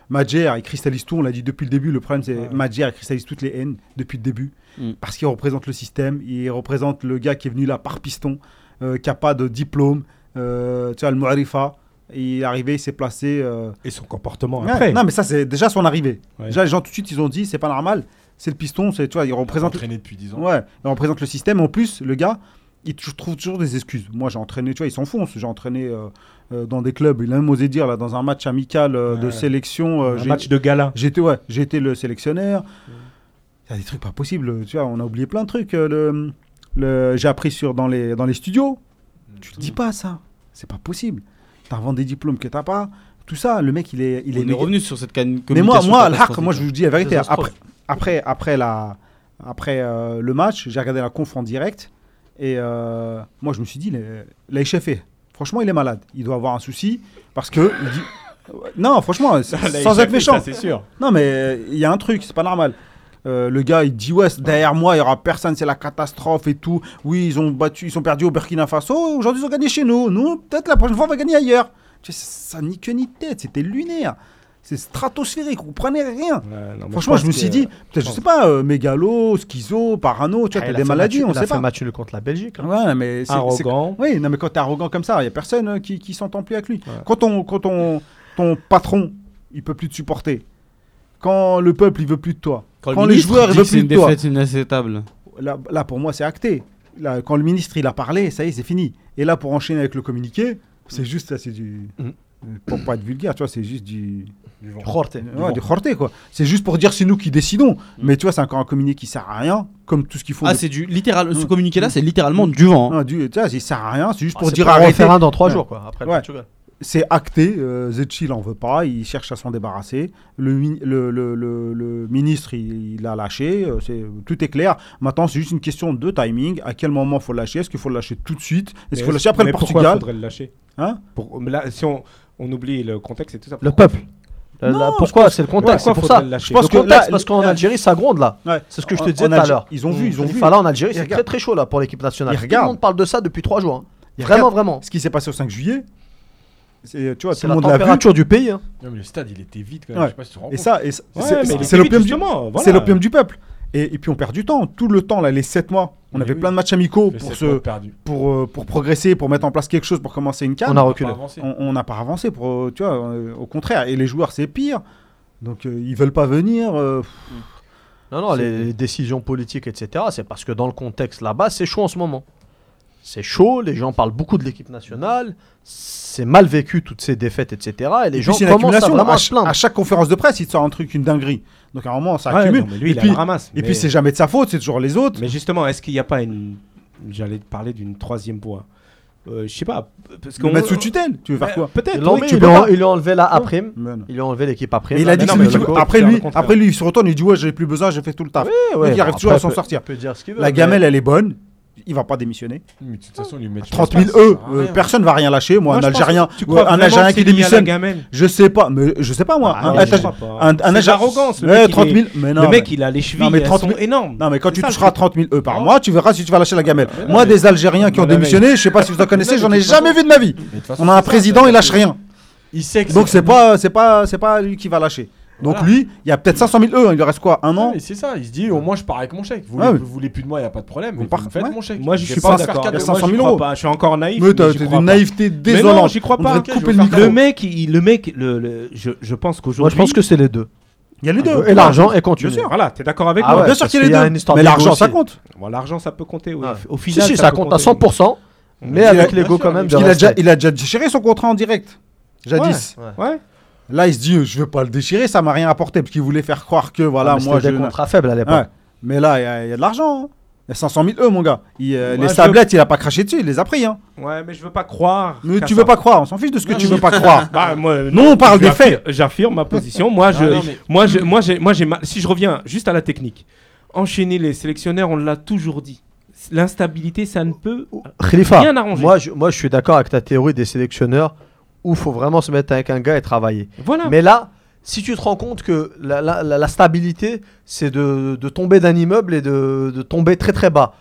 Madjer, il cristallise tout. On l'a dit depuis le début. Le problème, c'est Madjer, il cristallise toutes les haines depuis le début.
Mm.
Parce qu'il représente le système. Il représente le gars qui est venu là par piston, euh, qui n'a pas de diplôme. euh, tu vois, le Muarifa. Il est arrivé, il s'est placé. euh,
Et son comportement
Ouais,
après.
Non, mais ça, c'est déjà son arrivée.
Ouais.
Déjà, les gens, tout de suite, ils ont dit c'est pas normal. C'est le piston. c'est- Tu vois, il représente
entraîné depuis 10 ans.
Ouais, on représente le système. En plus, le gars, il tou- trouve toujours des excuses. Moi, j'ai entraîné, tu vois, ils s'enfoncent. J'ai entraîné euh, euh, dans des clubs. Il a même osé dire, là, dans un match amical euh, de
Ouais.
sélection. euh,
Un
j'ai-
match de gala.
J'étais ouais, j'ai été le sélectionnaire. Il y a des trucs pas possibles. Tu vois, on a oublié plein de trucs. euh, le, le- j'ai appris sur dans les dans les studios.
Mm.
Tu te dis pas ça. C'est pas possible. T'inventes des diplômes que t'as pas. Tout ça, le mec, il est il
On
est
est
méga-
revenu sur cette can- communication.
mais moi, moi,
catastrophique.
l'Arc, moi, je vous dis la vérité.
Désastreuse.
Après, après, après, la, après euh, le match, j'ai regardé la conf en direct. Et euh, moi, je me suis dit, les- l'HFA, franchement, il est malade. Il doit avoir un souci parce que. il dit- <laughs> Non, franchement, sans être méchant.
C'est sûr.
Non, mais euh, il y a un truc, c'est pas normal. Euh, le gars, il dit ouais, c'est derrière moi, il y aura personne, c'est la catastrophe et tout. Oui, ils ont battu, ils ont perdu au Burkina Faso. Aujourd'hui, ils ont gagné chez nous. Nous, peut-être la prochaine fois, on va gagner ailleurs. Tu sais, ça n'y que ni tête, c'était lunaire, c'est stratosphérique, vous prenez rien. Franchement, je, me suis dit, peut-être, je
pense-
sais pas, euh, mégalo, schizo, parano, tu vois, t'as
Ah, Il a
des
fait
maladies,
match-
on
il a
sait
fait
pas.
match nul contre la Belgique. hein.
Ouais, mais c'est- c'est-
arrogant.
oui, non, mais quand t'es arrogant comme ça, il n'y a personne euh, qui, qui s'entend plus avec lui.
Ouais.
Quand, on, quand on, ton patron, il peut plus te supporter. Quand le peuple, il veut plus de toi.
Quand,
Quand
le
les
ministre
joueurs, ils
dit
veulent
que c'est
plus
une
de toi.
défaite inacceptable.
Là, là, pour moi, c'est acté. Là, quand le ministre, il a parlé, ça y est, c'est fini. Et là, pour enchaîner avec le communiqué, c'est juste, ça, c'est du.
Mm.
euh,
Mhm.
Pour pas être vulgaire, tu vois, c'est juste du.
Jorte.
Ouais, du horté, quoi. C'est juste pour dire c'est nous qui décidons. Mais tu vois, c'est encore un communiqué qui sert à rien, comme tout ce qu'ils font.
Mm. Ah,
de-
c'est du littéral. Ce
Mm.
communiqué-là, c'est littéralement du vent. hein.
Ah, du- Tu vois, il sert à rien, c'est juste
Ah,
pour
c'est
dire
pas un
arrêtez.
référendum dans 3
Ouais.
jours, quoi, après le
Ouais.
Portugal.
c'est acté. Euh, Zetchi, il en veut pas. Il cherche à s'en débarrasser. Le, mi- le, le- le- le ministre, il, il a lâché. euh, c'est- tout est clair. Maintenant, c'est juste une question de timing. À quel moment faut le lâcher Est-ce qu'il faut le lâcher tout de suite Est-ce qu'il faut le lâcher après
mais
le
pourquoi
Portugal
faudrait le lâcher
Hein
Pour- mais là, Si on on oublie le contexte et tout ça.
Le peuple. Euh, là, pourquoi C'est le contexte, c'est
pourquoi
pour
faudrait
ça.
le lâcher
Je pense
Le
que
contexte,
là, parce qu'en
là-
Algérie, ça gronde là.
Ouais.
C'est ce que je
En-
te
en
disais tout à
Algérie-
l'heure.
Ils ont vu, ils ont vu.
Enfin, là, en Algérie,
Ils
c'est
regardent.
très très chaud là pour l'équipe nationale.
Ils
Tout le
regardent.
monde parle de ça depuis 3 jours. hein.
Ils
Vraiment,
regardent
vraiment.
Ce qui s'est passé au 5 juillet, c'est tu vois, tout
C'est
le
la
monde l'a vu.
température du pays. hein.
Non, mais le stade, il était vide quand même.
Ouais.
Je sais pas si tu te rends
Et
compte.
ça, et ça-
Ouais,
c'est-
mais
c'est
il
c'est
est
l'opium du
justement, voilà.
C'est l'opium du peuple. Et, et puis on perd du temps. Tout le temps, là, les 7 mois, on
Oui,
avait
oui.
plein de matchs amicaux
Le
pour,
sept
se-
mois perdu.
pour, euh, pour progresser, pour mettre en place quelque chose, pour commencer une canne.
On a reculé.
Pas avancé.
on on n'a pas avancé pour euh, tu vois euh, au contraire et les joueurs c'est pire donc euh, ils veulent pas venir euh, pff,
Non, non,
C'est-
les, les décisions politiques, etc., c'est parce que dans le contexte là-bas, c'est chaud en ce moment. C'est chaud, les gens parlent beaucoup de l'équipe nationale, c'est mal vécu toutes ces défaites, etc. Et les
et puis,
gens
c'est une
commencent à
accumulation.
vraiment
à,
se
ch-
plaindre.
à chaque conférence de presse il te sort un truc une dinguerie donc à un moment ça
Ouais,
accumule
non, mais lui,
et
il a
puis
la ramasse.
et
mais-
puis c'est jamais de sa faute c'est toujours les autres
Mais justement, est-ce qu'il n'y a pas une J'allais te parler d'une troisième voie. Euh, je sais pas. Parce
Le
qu'on
mettre sous tutelle Tu veux faire
Mais
quoi
Peut-être.
Ils
oui,
l'ont mis,
tu
ils
peux
l'ont-
pas.
ils lui ont enlevé la A prime.
Mais non.
Ils lui ont enlevé l'équipe A prime.
Mais il a
Ah,
dit
non,
que
mais
celui qui-
Nico,
après
faire le
lui,
contraire.
après lui, il se retourne, il dit ouais, j'ai plus besoin, j'ai fait tout le taf.
ouais,
il arrive
bon,
toujours
après,
à s'en
peut-
sortir.
peut dire ce qu'il veut.
La
mais-
gamelle, elle est bonne. Il va pas démissionner.
Mais de toute façon, lui mettre
30 000
euros
E, euh, personne va rien lâcher. Moi,
Moi,
un
je pense
Algérien,
que tu
ouais,
crois
un
vraiment
Algérien
que
qui
c'est lié à la
démissionne.
gamelle
Je sais pas, mais je sais pas moi. un,
Ah, non, je
attaché-
crois pas.
un- un
C'est de
Algérien-
l'arrogance, le
Ouais,
mec, il
30 000.
est-
Mais non,
Le mec,
mais-
il a les chevilles,
Non, mais
elles
30
sont
000
énormes.
Non, mais quand
C'est
tu
ça, le
toucheras
truc.
30 000 E par mois, tu verras si tu vas lâcher la gamelle. Moi,
mais-
des Algériens qui ont
Mais non, mais-
démissionné, je sais pas si vous en connaissez,
mais
j'en
de
ai
toute
jamais vu de ma vie. On a un président, il lâche rien.
Il sait que
Donc c'est pas, c'est pas, c'est pas lui qui va lâcher. Donc
Voilà.
lui, il y a peut-être 500 000 E. Il lui reste quoi Un
Non,
an
mais c'est ça, il se dit au moins je pars avec mon chèque. Vous
Ah
voulez
oui.
vous voulez plus de moi, il n'y a pas de problème.
Vous
Mais
par-
vous me faites
ouais.
mon chèque.
Moi, je suis
vais
pas
faire
d'accord.
quatre-
Il y a
Moi,
500
j'y
000
crois
euros.
pas. Je suis encore naïf.
Mais t'as
j'y
t'as
crois
une
pas.
naïveté
Mais
désolante.
non, j'y crois
On
pas.
devrait couper le micro.
Le mec, il, le mec, le, le- je, je pense
Moi,
qu'aujourd'hui.
je pense que c'est les deux.
Il y a les deux.
Et l'argent est
Bien
continué.
sûr, voilà, t'es d'accord avec
Ah
moi.
ouais.
Bien sûr qu'il y a
parce qu'il y a
les
une
deux.
histoire
Mais
de
l'argent,
négo
ça
aussi.
compte.
Bon, l'argent, ça peut compter. oui.
Ah.
Au
Si,
final,
si, ça compte à
compter.
100%, mais euh,
Il
avec
a-
les go quand même. de
Il a déjà-
respect.
il a déjà déchiré son contrat en direct. Jadis.
Ouais.
Ouais.
Là, il se dit, euh, je veux pas le déchirer, ça m'a rien apporté, parce qu'il voulait faire croire que, voilà,
Ah, mais
moi, je...
c'était des contrats faibles à
Ouais.
l'époque.
Mais là, il y a- il y, a de l'argent. hein. Il y a 500 000 E, mon gars. Il, euh,
Moi,
les
je-
tablettes, il a pas craché dessus, il les a pris. Hein.
Ouais, mais je veux pas croire.
Mais
qu'à
tu
ça.
veux pas croire, on s'en fiche de ce que tu veux pas croire.
Bah, moi, euh,
Non, on parle
je
des
l'affirme-
faits.
J'affirme ma position. Moi, je,
Ah, non, mais-
moi, je, moi, j'ai, moi, j'ai ma- Si je reviens juste à la technique, enchaîner les sélectionneurs, on l'a toujours dit. L'instabilité, ça ne peut.
Khalifa,
Bien arrangé.
moi je, moi je suis d'accord avec ta théorie des sélectionneurs où il faut vraiment se mettre avec un gars et travailler.
Voilà.
Mais là, si tu te rends compte que la, la- la- la stabilité, c'est de, de tomber d'un immeuble et de, de tomber très très bas.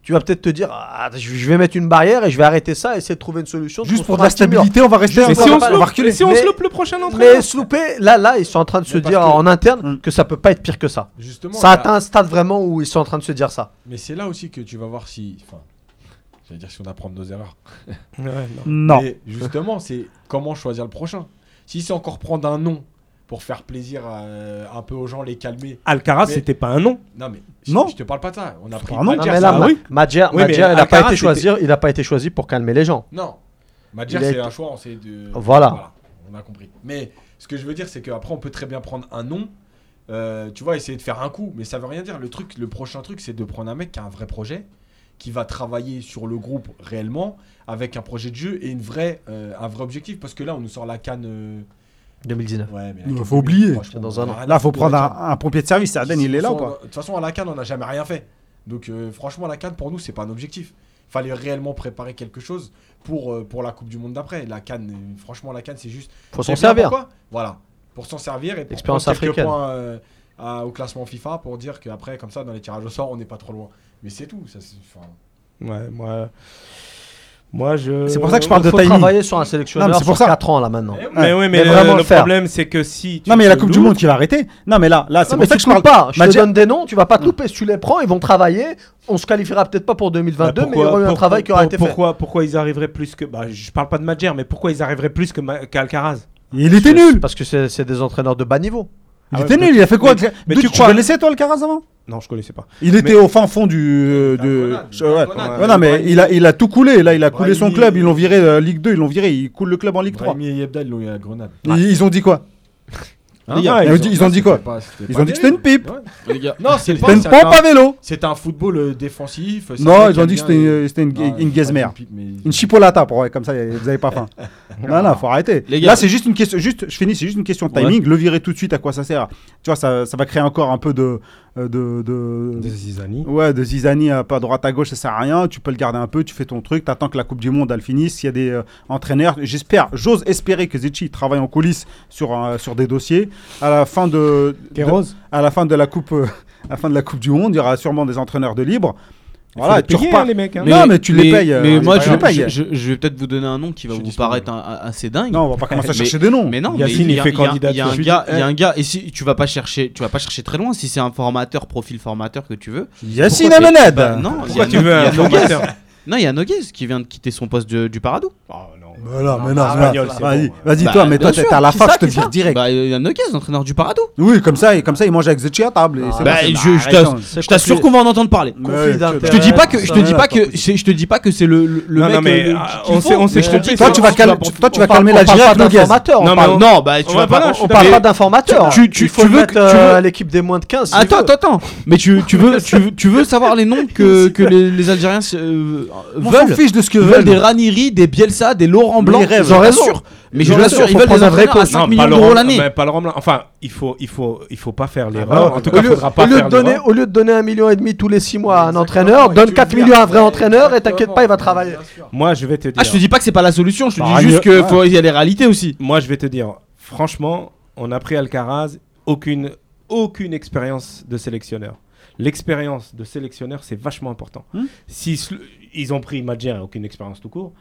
Tu vas peut-être te dire, Ah, je je vais mettre une barrière et je vais arrêter ça, essayer de trouver une solution. de
Juste pour de
construire
la
un petit mur.
stabilité, on va rester
mais
un
on
si
va
on,
pas-
peu-
se
on va
loupe,
reculer.
si on
Mais-
se loupe le prochain entraîneur.
Mais Sloupé, là, là, ils sont en train de se
parce
dire
que-
en interne
Mm.
que ça peut pas être pire que ça.
Justement,
ça
là-
atteint un stade vraiment où ils sont en train de se dire ça.
Mais c'est là aussi que tu vas voir si. Enfin, j'allais dire si on apprend de nos erreurs.
Non.
Mais justement, c'est comment choisir le prochain. Si c'est encore prendre un nom pour faire plaisir à, euh, un peu aux gens, les calmer.
Alcaraz,
Mais-
c'était pas un nom.
Non, mais je,
Non.
je te parle pas de ça. On a pris
pas un nom.
Non,
Madjer,
mais
ça
là,
va.
Ma-
oui.
Madjer,
Oui, mais
Madjer, il a pas
Alcaraz,
été
c'était-
choisi, il a pas été choisi pour calmer les gens.
Non.
Il
Madjer,
a
c'est
été-
un choix, on sait de.
Voilà.
On a compris. Mais ce que je veux dire, c'est qu'après, on peut très bien prendre un nom. euh, tu vois, essayer de faire un coup, mais ça veut rien dire. Le truc, le prochain truc, c'est de prendre un mec qui a un vrai projet, qui va travailler sur le groupe réellement, avec un projet de jeu et une vraie, euh, un vrai objectif. Parce que là, on nous sort la canne. euh,
2019.
Ouais, mais
Il
la
faut
Cannes,
oublier.
franchement,
Dans un
on a
an.
rien
Bah, Là,
à
faut
foutre de
prendre
la
un, un pompier de service. Arden, il est là ou
De
pas
toute façon, on- De toute façon, à la Cannes, on n'a jamais rien fait. Donc, euh, franchement, à la Cannes, pour nous, c'est pas un objectif. Fallait réellement préparer quelque chose pour, euh, pour la Coupe du Monde d'après. La Cannes, euh, franchement, la Cannes, c'est juste.
Faut
C'est
s'en
bien
servir.
pourquoi Voilà. Pour s'en servir et pour
Expérience
prendre quelques
africaine.
points euh, à- au classement FIFA pour dire qu'après, comme ça, dans les tirages au sort, on n'est pas trop loin. Mais c'est tout. Ça, c'est- enfin,
Ouais, moi. Moi, je.
C'est pour ça que je parle de
faut
timing.
travailler sur un
Non,
sélectionneur
mais c'est pour
sur
ça.
4 ans là maintenant.
Eh oui.
Mais oui, mais,
Mais
le,
vraiment
le
le faire.
problème, c'est que si. tu
Non, mais il y a la
te
Coupe du
loupes-
Monde qui va arrêter. Non, mais là, là, c'est
Non,
pour
mais
ça
tu
que je
te loupes
parle
pas. Je te
Madjer-
donne des noms, tu vas pas te louper. Si tu les prends, ils vont travailler. On se qualifiera peut-être pas pour 2022,
Bah,
mais il y aura eu un
pour-
travail
pour-
qui aura
pour-
été fait.
pourquoi, Pourquoi ils arriveraient plus que. Bah, je parle pas de Madjer, mais pourquoi ils arriveraient plus que Ma- qu'Alcaraz
Il était nul.
Parce que c'est c'est des entraîneurs de bas niveau.
Il
Ah
était
ouais,
nul. Il a fait quoi
mais-
avec-
mais
D'où-
tu
Tu
crois-
connaissais, toi, le Caraz avant
Non, je connaissais pas.
Il était au fin fond du. euh,
La
de...
grenade,
je-
la
ouais.
grenade.
Ouais, non, mais
Brahimi.
il a, il a tout coulé. Là, il a coulé son
Brahimi.
club. Ils l'ont viré euh, Ligue 2, ils l'ont viré. Il coule le club en Ligue 3.
Brahimi et Yebda, ils l'ont eu à la Grenade. Ah,
Ils, ils ont dit quoi
Les gars,
Ah, ils, ont dit, ils ont dit quoi
C'était pas- c'était
Ils
pas
ont dit que c'était une
terrible.
pipe.
Ouais.
Les gars,
Non, c'est pas
C'était une
c'est
pompe
un-
à vélo.
C'est un football euh, défensif. c'est un
Non,
mec
ils ont
qui
dit que
aime
c'était
bien,
une, euh, c'était une,
Non,
une
c'est
gazmère.
pas pipe, mais-
Une chipolata pour ouais, comme ça, y- vous avez <laughs> pas faim. non, non, faut arrêter.
Les gars-
Là, c'est juste une question. Juste, je finis, c'est juste une question de
Ouais.
timing. Le virer tout de suite, à quoi ça sert Tu vois, ça, ça va créer encore un peu de, euh, de, de,
Des Zizani.
Ouais, de Zizani à pas droite à gauche, ça sert à rien. Tu peux le garder un peu, tu fais ton truc, t'attends que la Coupe du Monde elle finisse. S'il y a des euh, entraîneurs, j'espère, j'ose espérer que Zicchi travaille en coulisses sur, un- sur des dossiers. À la fin de, de-
Queiroz.
à la fin de la Coupe, euh, à la fin de la Coupe du Monde, il y aura sûrement des entraîneurs de libre.
Il faut
Voilà,
les
tu
payer,
repars.
hein, les mecs. hein.
Non, mais tu les payes, euh,
Mais
c'est
moi,
pas
je,
grave.
je- je- je vais peut-être vous donner un nom qui va
Je suis
vous
disponible.
paraître un- un- assez dingue.
Non, on va pas commencer à
Mais-
chercher des noms.
Mais non,
Yacine,
mais
il fait
y a- y a-
candidat
Il y a
de
un
suite.
gars, il y
Eh.
a un gars, et si tu vas pas chercher, tu vas pas chercher très loin. Si c'est un formateur, profil formateur que tu veux.
Yacine
Pourquoi t'es-
Amenad
Bah, Non, il y
Pourquoi
a
tu
No-
veux
il y a
un
Noguez.
formateur
Non, il y a Noguez qui vient de quitter son poste de- du Paradou.
Oh non.
Mais non, mais non,
Ah,
mais non.
Espagnol, c'est
vas-y,
bon, ouais.
vas-y
Bah,
toi, mais
bien
toi t'es
sûr,
à la
c'est
fac,
ça
je te
qui
vire
sort.
direct.
Bah, il y en a qui, c'est entraîneur du Parado.
oui, comme ça, et comme ça, il mange avec Zetchi à table.
Ah,
et c'est
Bah,
bon, c'est-
je-
Arrête,
je t'assure-
hein.
C'est
Je t'assure
conflit-
qu'on va en entendre parler.
conflit
Ouais,
d'intérêts.
Je te dis pas que
tout
je
ça.
te dis
pas
pas que c'est- je te dis pas que c'est le le- le
Non,
mec
non, mais
euh,
le- le-
ah,
qu'il
on
faut,
s'est- on s'est
mais-
trompé.
Toi, tu vas calmer, tu- toi, tu vas calmer la
parle
girafe
pas
Noguez.
d'informateur.
Non,
on
mais
parle-
on- non, bah tu
on
vas
va pas là,
pas
je
on
suis
parle
d'accord.
pas
Pas
d'un-
d'informateur.
tu tu
Il faut
tu
le
veux
mettre,
tu
euh,
veux-
à l'équipe des moins de 15. s'il
Attends,
veut.
attends, attends. Mais tu, tu, veux, tu, veux- tu veux savoir les noms que, que les, les Algériens euh,
On s'en
veulent
fiche de ce que
Ils veulent
veulent.
des Ranieri, des Bielsa, des Laurent Blanc.
Mais ils rêvent,
J'en
ils
rassure. Mais je
Ils
l'assure,
rêvent,
ils
faut
veulent des
prendre un vrai
entraîneurs à
coach.
5
pas
millions
le
d'euros
Rembla-
l'année.
mais Pas le Rembla- Enfin, il faut, il faut, il faut pas faire l'erreur.
Voilà.
en tout cas,
Ah, au lieu,
faudra pas
au lieu
faire
de donner,
l'erreur.
au lieu de donner un million et demi tous les 6 mois à un
Exactement,
entraîneur,
et
donne
tu
4
le
millions à un vrai
vires.
entraîneur et t'inquiète
Exactement.
pas, il va travailler.
Bien sûr.
Moi, je vais te dire.
Ah, je te dis pas que c'est pas la solution, je te
Bah,
dis juste
mieux,
qu'il
ouais.
faut il y a les réalités aussi.
Moi, je vais te dire, franchement, on a pris Alcaraz, aucune, aucune expérience de sélectionneur. L'expérience de sélectionneur, c'est vachement important.
Hmm.
S'ils se- ils ont pris Madjer, aucune expérience tout court.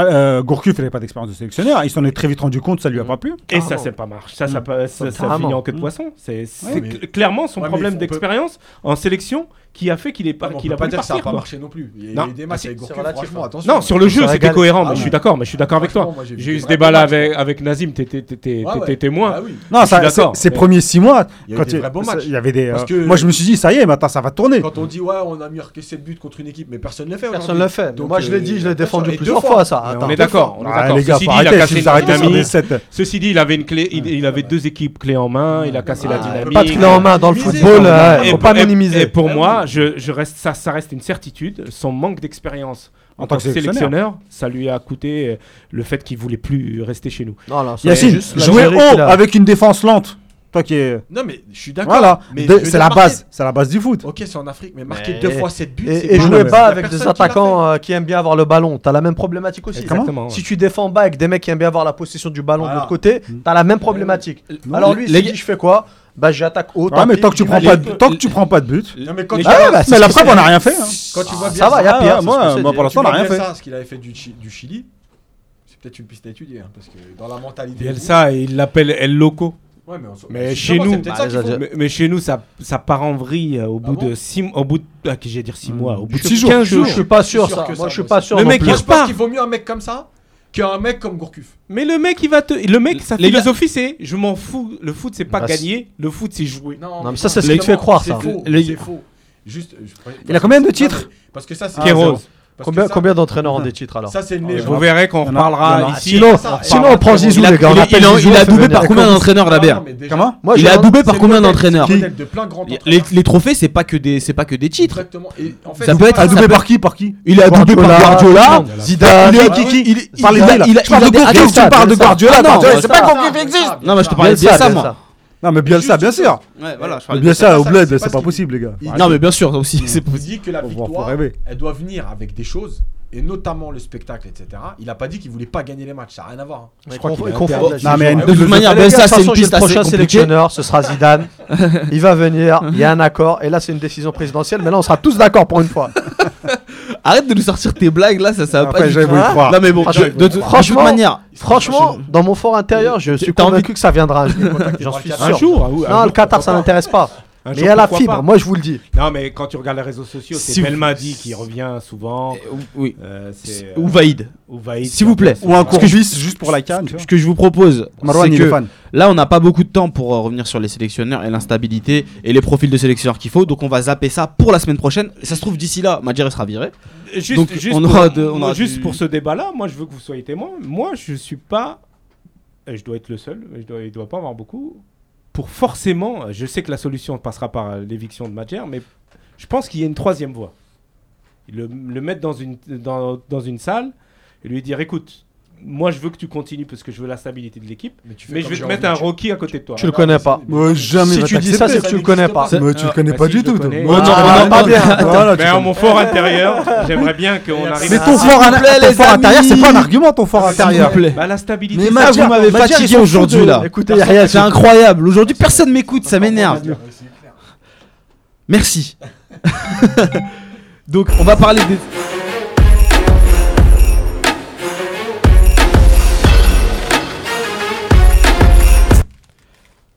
Euh, Gourcuff, il n'avait pas d'expérience de sélectionneur. Il s'en est très vite rendu compte, ça lui a pas plu.
Et ça,
Carrément.
c'est pas marche. Ça, ça,
Hmm.
pa- ça, ça
Carrément.
finit en queue de
Hmm.
poisson. C'est c'est
mais-
cl- clairement son
Ouais, mais
problème
on peut-
d'expérience en sélection qui a fait qu'il est pas,
Non, mais on
qu'il
peut
a
pas
pas
dire que ça n'a
partir,
pas
quoi.
marché non plus. Il y
Non.
a eu des matchs
c'est-
avec
c'est
Gourcuff,
relatif,
franchement,
hein.
attention.
Non, sur le jeu,
Ça
c'était
régale.
Ah
cohérent. mais je
oui.
suis d'accord, mais je suis d'accord avec toi.
Franchement, moi,
J'ai
vu
eu
des
ce débat-là
vrais matchs. hein.
avec, avec Nazim, t'étais t'étais-
Ouais, ouais.
t'étais témoin.
Ah oui.
Je
Non,
suis
ça, c'est-
d'accord.
ces
Mais-
premiers six mois,
Il y a eu
quand
des vrais beaux
ça-
matchs.
il y avait des.
Parce
euh,
que-
Moi, je me suis dit, ça y est, maintenant, ça va tourner.
Quand on dit ouais, on a marqué 7 buts contre une équipe, mais personne ne le fait.
Personne
aujourd'hui.
ne le fait.
Donc,
Moi, je l'ai
euh,
dit, je l'ai
bien sûr.
défendu
Et
plusieurs
deux
fois, ça.
Mais
Attends.
on est d'accord, on est
Ah,
d'accord.
les gars,
Ceci
faut
dit, il a
arrêter.
cassé
Si
une
vous arrêtez sur des
dynamique.
sept.
Ceci dit, il avait une clé, il, il avait deux équipes clés en main, il a cassé la
Ah,
dynamique.
Pas de clé en main dans le
Minimiser,
football,
non,
euh,
non,
faut
non.
pas
et-
minimiser.
Et pour
Ah
moi, je, je reste, ça, ça reste une certitude. Son manque d'expérience en, tant que sélectionneur. ça lui a coûté euh, le fait qu'il voulait plus rester chez nous.
Non, non, c'est
Yacine,
juste la
jouer
Algérie qui
haut
l'a-
avec une défense lente. Toi qui es.
Non, mais je suis d'accord.
Voilà,
mais
Deux-
je veux
c'est
dire,
la
marquer-
base. C'est la base du foot.
Ok, c'est en Afrique, mais marquer
Mais-
deux fois 7 buts, c'est
Et, et
pas-
jouer
il y a
bas avec
personne
des
qui l'a fait.
attaquants euh, qui aiment bien avoir le ballon, t'as la même problématique aussi.
Exactement.
Si tu défends bas avec des mecs qui aiment bien avoir la possession du ballon de
Voilà.
l'autre côté, t'as la même problématique. Alors lui, il
Les
s'est dit, je fais quoi Bah j'attaque haut.
Ah, mais tant que tu
pis,
prends
j'y
pas
vais.
de- tant que tu prends pas de but.
Non, mais quand
Mais
tu
Ah,
vois-
bah,
Mais
c'est
la
ce
preuve,
que
on n'a rien fait. hein.
quand tu vois
ça
bien
va, y a
Ah,
pire.
ouais,
c'est
moi,
ce que c'est,
moi, pour
j'ai-
l'instant, on n'a rien fait.
ça, ce qu'il avait fait du, Chi- du Chili, c'est peut-être une piste à étudier, hein, parce que dans la mentalité.
Bielsa, il l'appelle El Loco.
Ouais, mais, on s'en-
Mais
justement,
chez nous-
c'est peut-être ça
Bah,
qu'il faut- Ah
les
Mais, mais chez nous, ça, ça part en vrille euh, au bout
bon
de 6 au bout de, ah, que j'allais dire 6 mois, au bout de
Six jours.
15
Je
jours.
je suis pas sûr
sûr
ça. Moi
que ça,
je suis
moi,
pas
c'est-
sûr.
Le
non
mec,
plus.
il
Moi, je pense
repart.
qu'il vaut mieux un mec comme ça qu'un mec comme Gourcuff.
Mais le mec, il va te le mec, sa
Les gars-
philosophie c'est je m'en fous, le foot c'est pas
Bah, c'est-
gagner, le foot c'est jouer.
Non, mais ça, c'est ce qui te fait
justement,
croire,
c'est
ça.
faux,
Le-
C'est faux. Juste, je-
Il a combien de titres
Parce que ça, c'est.
Kéros.
Parce que
Combien,
ça-
combien d'entraîneurs ont des titres alors
Ça, c'est une
Vous
légende.
verrez qu'on
Il y en a- il y en
reparlera
a-
ici.
Sinon,
ça, ça,
sinon on prend Zizou
Il a,
les gars.
il
on
a-
appelle
il a-
Zizou,
il a
on fait
doublé
venir.
par combien d'entraîneurs la bière
Comment
Moi,
Il
j'ai
a
un-
doublé par
C'est
combien
le modèle-
d'entraîneurs
c'est le modèle de plein grand
les, les trophées, c'est pas que des, c'est pas que des titres.
Exactement. Et en fait,
Ça
c'est
peut
pas
être
ça.
ça peut-
qui Par qui
Il est doublé par Guardiola,
Zidane,
il est-
Zidane,
Kiki.
il-
Parlez
il a-
de
il a-
là. Je parle
il a
de
des-
Gourcuff,
attends,
tu parles de
Bielsa,
Guardiola.
Bielsa. Non,
Guardiola, c'est
Bielsa.
pas Gourcuff.
existe.
Non, mais je te parlais de ça, moi.
Non, mais Bielsa, bien sûr.
Ouais, voilà, je
Mais
parlais de
Bielsa
ça,
au
ça,
bled,
c'est
c'est
pas
pas
ce
possible, les gars.
Il-
ça. Non, mais bien sûr, ça aussi, c'est
Il
possible.
dit que la
Faut voir, faut
victoire,
rêver.
elle doit venir avec des choses, et notamment le spectacle, etc. Il a pas dit qu'il voulait pas gagner les matchs, ça n'a rien à voir. hein.
Je
crois qu'il
il
a
confond.
interdit.
Non, mais il y a une
De toute manière,
Les gars,
Bielsa,
de toute
c'est
façon,
une
j'ai
piste
le
assez
prochain
compliquée.
sélectionneur, ce sera Zidane. il va venir, il y a un accord, et là c'est une décision présidentielle, mais là on sera tous d'accord pour une fois.
Arrête de nous sortir tes blagues là, ça, ça va pas
Après,
du
j'avais
tout.
voulu croire.
Non mais bon,
Ah,
je-
je-
de, de- de toute
franchement-
manière,
Franchement, dans mon fort intérieur, je suis
t'as envie
convaincu que ça viendra. un jour. J'en suis
Un
sûr.
jour, ah oui, un
Non,
jour,
le Qatar, ça
pourquoi
n'intéresse pas.
pas. Un
Mais il
jour,
y a la
pourquoi pas.
fibre, moi je vous le dis.
Non, mais quand tu regardes les réseaux sociaux, c'est
Si vous-
Belmadi qui revient souvent.
euh, oui,
euh, c'est, euh,
ou Vaïd,
ou Vaïd.
s'il vous plaît.
Ou un
Ce que je-
courvis juste pour la canne. tu vois.
Ce que je vous propose,
Marouane,
c'est
il est
que
fan.
là, on n'a pas beaucoup de temps pour euh, revenir sur les sélectionneurs et l'instabilité et les profils de sélectionneurs qu'il faut. Donc, on va zapper ça pour la semaine prochaine. Ça se trouve d'ici là, Madjer sera viré.
Juste,
Donc,
juste
on
pour,
aura de- on aura
juste
du-
pour ce débat-là, moi, je veux que vous soyez témoin. Moi, je suis pas. et Je dois être le seul. et Je dois, il doit pas avoir beaucoup. Pour forcément, je sais que la solution passera par euh, l'éviction de Madjer, mais je pense qu'il y a une troisième voie. Le, le mettre dans une, dans, dans une salle et lui dire écoute, moi, je veux que tu continues parce que je veux la stabilité de l'équipe,
Mais, tu fais
mais
comme
je vais te
Jérôme
mettre un
Duchamp.
Rocky à côté de toi.
Tu le connais pas.
Moi, jamais.
Si
va
tu dis ça,
t'accepter.
c'est que tu le connais pas.
Mais tu le connais
bah
pas
si,
du
je
tout.
le
toi. Oh,
connais.
Moi,
Ah,
tu le connais
non,
pas
<laughs>
non,
bien.
non.
Ah,
Voilà, tu
Mais
le
en mon fort intérieur, j'aimerais bien qu'on
après,
arrive
Mais
à-
ton
S'il
fort,
vous
ana-
plaît,
ton
les
fort
amis.
intérieur, c'est pas un argument ton fort
S'il vous
intérieur.
plaît.
Bah, la stabilité.
Mais
ça-
Ça,
Madjer-
vous m'avez
Madjer, ils
fatigué
s'en foutent
aujourd'hui
de-
là.
Écoutez, Yahya,
C'est incroyable. Aujourd'hui, personne m'écoute, ça m'énerve.
Ouais, c'est clair.
Merci. <laughs> Donc, on va parler des.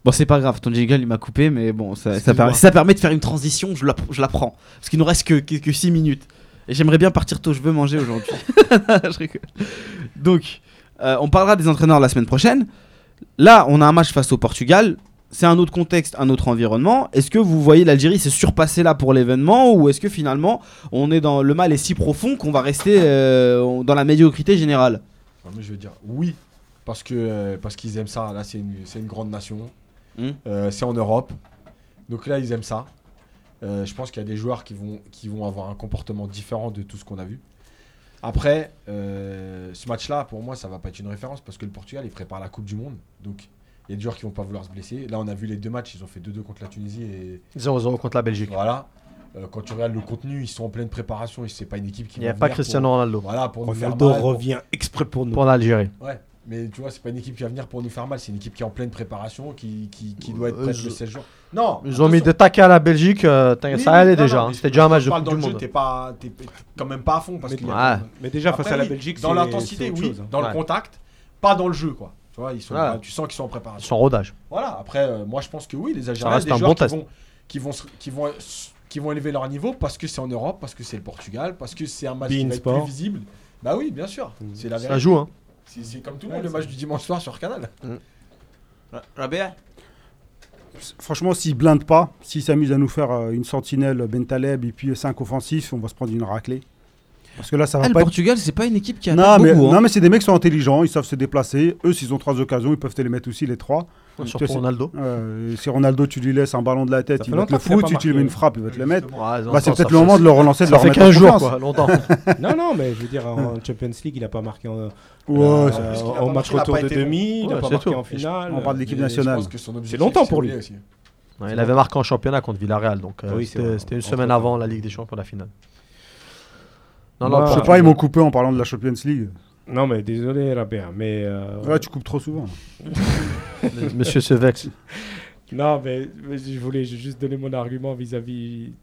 Bon, c'est pas grave, ton jingle il m'a coupé, mais bon, ça, ça, permet, si ça permet de faire une transition, je la, je la prends. Parce qu'il nous reste que, que, <laughs> 6 minutes. Et j'aimerais bien partir tôt, je veux manger aujourd'hui. Je rigole. Donc, Euh, on parlera des entraîneurs la semaine prochaine. Là, on a un match face au Portugal. C'est un autre contexte, un autre environnement. Est-ce que vous voyez l'Algérie se surpasser là pour l'événement ou est-ce que finalement on est dans le mal est si profond qu'on va rester euh, dans la médiocrité générale
Enfin, moi, je veux dire oui, parce que euh, parce qu'ils aiment ça. Là, c'est une, c'est une grande nation.
Mm.
Euh, c'est en Europe. Donc là, ils aiment ça. Euh, je pense qu'il y a des joueurs qui vont, qui vont avoir un comportement différent de tout ce qu'on a vu. Après, euh, ce match-là, pour moi, ça va pas être une référence parce que le Portugal, il prépare la Coupe du Monde. Donc, il y a des joueurs qui vont pas vouloir se blesser. Là, on a vu les deux matchs. Ils ont fait 2-2 contre la Tunisie et,
0-0 contre la Belgique.
voilà. Euh, quand tu regardes le contenu, ils sont en pleine préparation. et C'est pas une équipe qui.
Il n'y
va
a pas
venir
Cristiano Ronaldo
Pour, voilà, pour nous faire
Ronaldo
mal, pour-
revient exprès pour nous.
pour l'Algérie.
Ouais, mais tu vois, c'est pas une équipe qui va venir pour nous faire mal, c'est une équipe qui est en pleine préparation, qui, qui, qui doit être
Euh,
prête
ils-
le 16 jours. Non
Ils ont mis des taquets à la Belgique, euh, t'inquiète, ça allait déjà. hein. C'était déjà un match de
parle
Coupe du
dans le jeu,
Monde.
t'es pas- t'es quand même pas à fond. Parce
Mais-
qu'il y a-
Ouais.
Mais déjà,
Après,
face à la
oui,
Belgique,
dans
c'est-
l'intensité,
c'est autre
oui,
chose, hein.
dans
Ouais.
le contact, pas dans le jeu, quoi. Tu vois, ils sont,
Ouais.
tu sens qu'ils sont en préparation.
Sans rodage.
Voilà, après, euh, moi je pense que oui, les Algériens,
reste
des
un
joueurs
bon
qui,
test.
vont, qui, vont, se- qui, vont, qui vont élever leur niveau parce que c'est en Europe, parce que c'est le Portugal, parce que c'est un match qui
Bein
va être
Sport.
plus visible. Bah oui, bien sûr, c'est la
Ça
vérité.
joue, hein.
C'est c'est comme tout le monde, le match du dimanche soir sur Canal.
Franchement, s'ils blindent pas, s'ils s'amusent à nous faire euh, une sentinelle Bentaleb et puis 5 offensifs, on va se prendre une raclée. Parce que là, ça va
Ah, Le
pas être.
Portugal, c'est pas une équipe qui a
Non mais,
beaucoup. hein.
non, mais c'est des mecs qui sont intelligents, ils savent se déplacer. Eux, s'ils ont trois occasions, ils peuvent te les mettre aussi, les trois.
Surtout
c'est-
Ronaldo.
Euh, si Ronaldo, tu lui laisses un ballon de la tête,
Ça fait
il va te le
longtemps qu'il a
foutre.
pas
Si tu lui
marqué.
mets une frappe, il va te le mettre.
Ouais, non, ça-
Bah, c'est peut-être
ça
le moment
fait-
de le relancer, de
Ça
leur
fait
mettre en
15 jours,
confiance.
quoi, longtemps.
Non, non, mais je veux dire, en Champions League, il n'a pas marqué en,
Ouais, ça-
euh,
parce qu'il a
en
pas
match
marqué, il a
retour
pas
de
été bon.
demi, il n'a
Ouais,
pas
c'est
marqué
tout.
en finale. Euh,
on parle de l'équipe
Mais
nationale.
je pense que son objectif,
longtemps
c'est
pour
oublié
lui.
aussi.
Ouais, il avait marqué en championnat contre Villarreal, donc euh,
Oui, c'est
c'était
vrai.
c'était une
Entre
semaine
temps.
avant la Ligue des Champions, la finale. Non,
Moi,
non,
Je
pour-
sais pas, ils m'ont coupé en parlant de la Champions League.
Non, mais désolé, Rabia, mais. euh,
Là, tu coupes trop souvent.
<laughs> Monsieur Sevex.
Non, mais mais je voulais juste donner mon argument vis-à-vis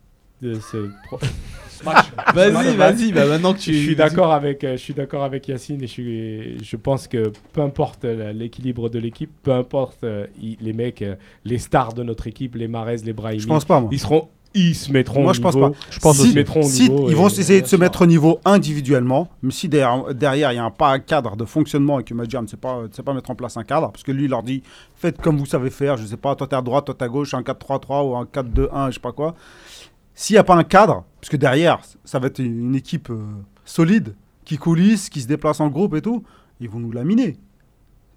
de ce. pro-
<laughs>
Match.
<laughs> Vas-y, vas-y, bah maintenant que
Je
tu.
suis d'accord avec, euh, je suis d'accord avec Yacine et je, suis, je pense que peu importe euh, l'équilibre de l'équipe, peu importe euh, i- les mecs, euh, les stars de notre équipe, les Marez, les Brahimi,
Je pense pas, moi.
ils seront, ils se mettront.
Moi,
au
je pense
niveau.
pas.
Je pense
Si-
qu'ils se mettront au
si-
niveau.
ils vont
et-
essayer de se
bien sûr.
mettre au niveau individuellement, mais si derrière, derrière il y a un, pas un cadre de fonctionnement et que Madjam ne sait pas, ne sait pas mettre en place un cadre, parce que lui il leur dit faites comme vous savez faire, je sais pas, toi t'es à droite, toi t'es à gauche, un 4-3-3 ou un 4-2-1, je sais pas quoi. S'il n'y a pas un cadre, parce que derrière ça va être une une équipe euh, solide, qui coulisse, qui se déplace en groupe et tout, ils vont nous laminer.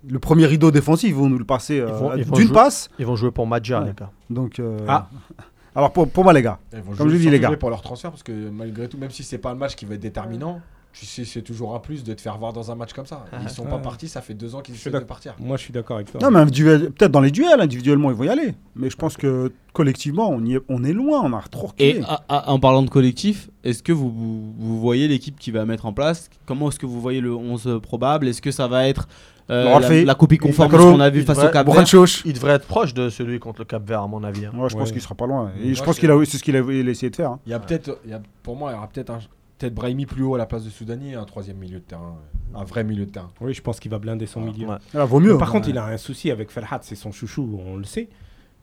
Le premier rideau défensif, ils vont nous le passer euh,
Ils vont- ils vont
d'une
jouer-
passe.
Ils vont jouer pour Madja,
Ouais.
les gars.
Donc, euh,
Ah.
<laughs> alors pour, pour moi les gars,
Ils vont
Comme
jouer-
je dis,
surtout
les gars.
jouer pour leur transfert parce que malgré tout, même si c'est pas le match qui va être déterminant, tu sais, c'est toujours un plus de te faire voir dans un match comme ça. Ils sont pas
Ouais.
partis, ça fait deux ans qu'ils
Ah, Je
essaient
suis
de
d'accord.
partir.
Moi, je suis d'accord avec toi.
Non, mais individuel- peut-être dans les duels, individuellement, ils vont y aller. Mais je pense que collectivement, on, y est, on est loin, on a trop reculé.
Et
euh,
à- à- en parlant de collectif, est-ce que vous, vous, vous voyez l'équipe qui va mettre en place Comment est-ce que vous voyez le 11 probable Est-ce que ça va être euh,
Laurent
la,
Fey,
la copie conforme de
Isaac
ce qu'on a vu
Rowe,
face
Isaac
au Cap
Brandt
Vert
Chauch.
Il devrait être proche de celui contre le Cap Vert, à mon avis. hein.
Ouais, je pense
Ouais.
qu'il sera pas loin. Et je
Moi,
pense
je-
qu'il a, c'est ce qu'il a il a essayé de faire. hein.
Il y a peut-être, il y a- pour moi, il y aura peut-être un- peut-être Brahimi plus haut à la place de Soudani, un troisième milieu de terrain, euh, un vrai milieu de terrain.
Oui, je pense qu'il va blinder son milieu.
Ouais.
Ah, vaut mieux.
Par contre, il a un souci avec Ferhat, c'est son chouchou, on le sait.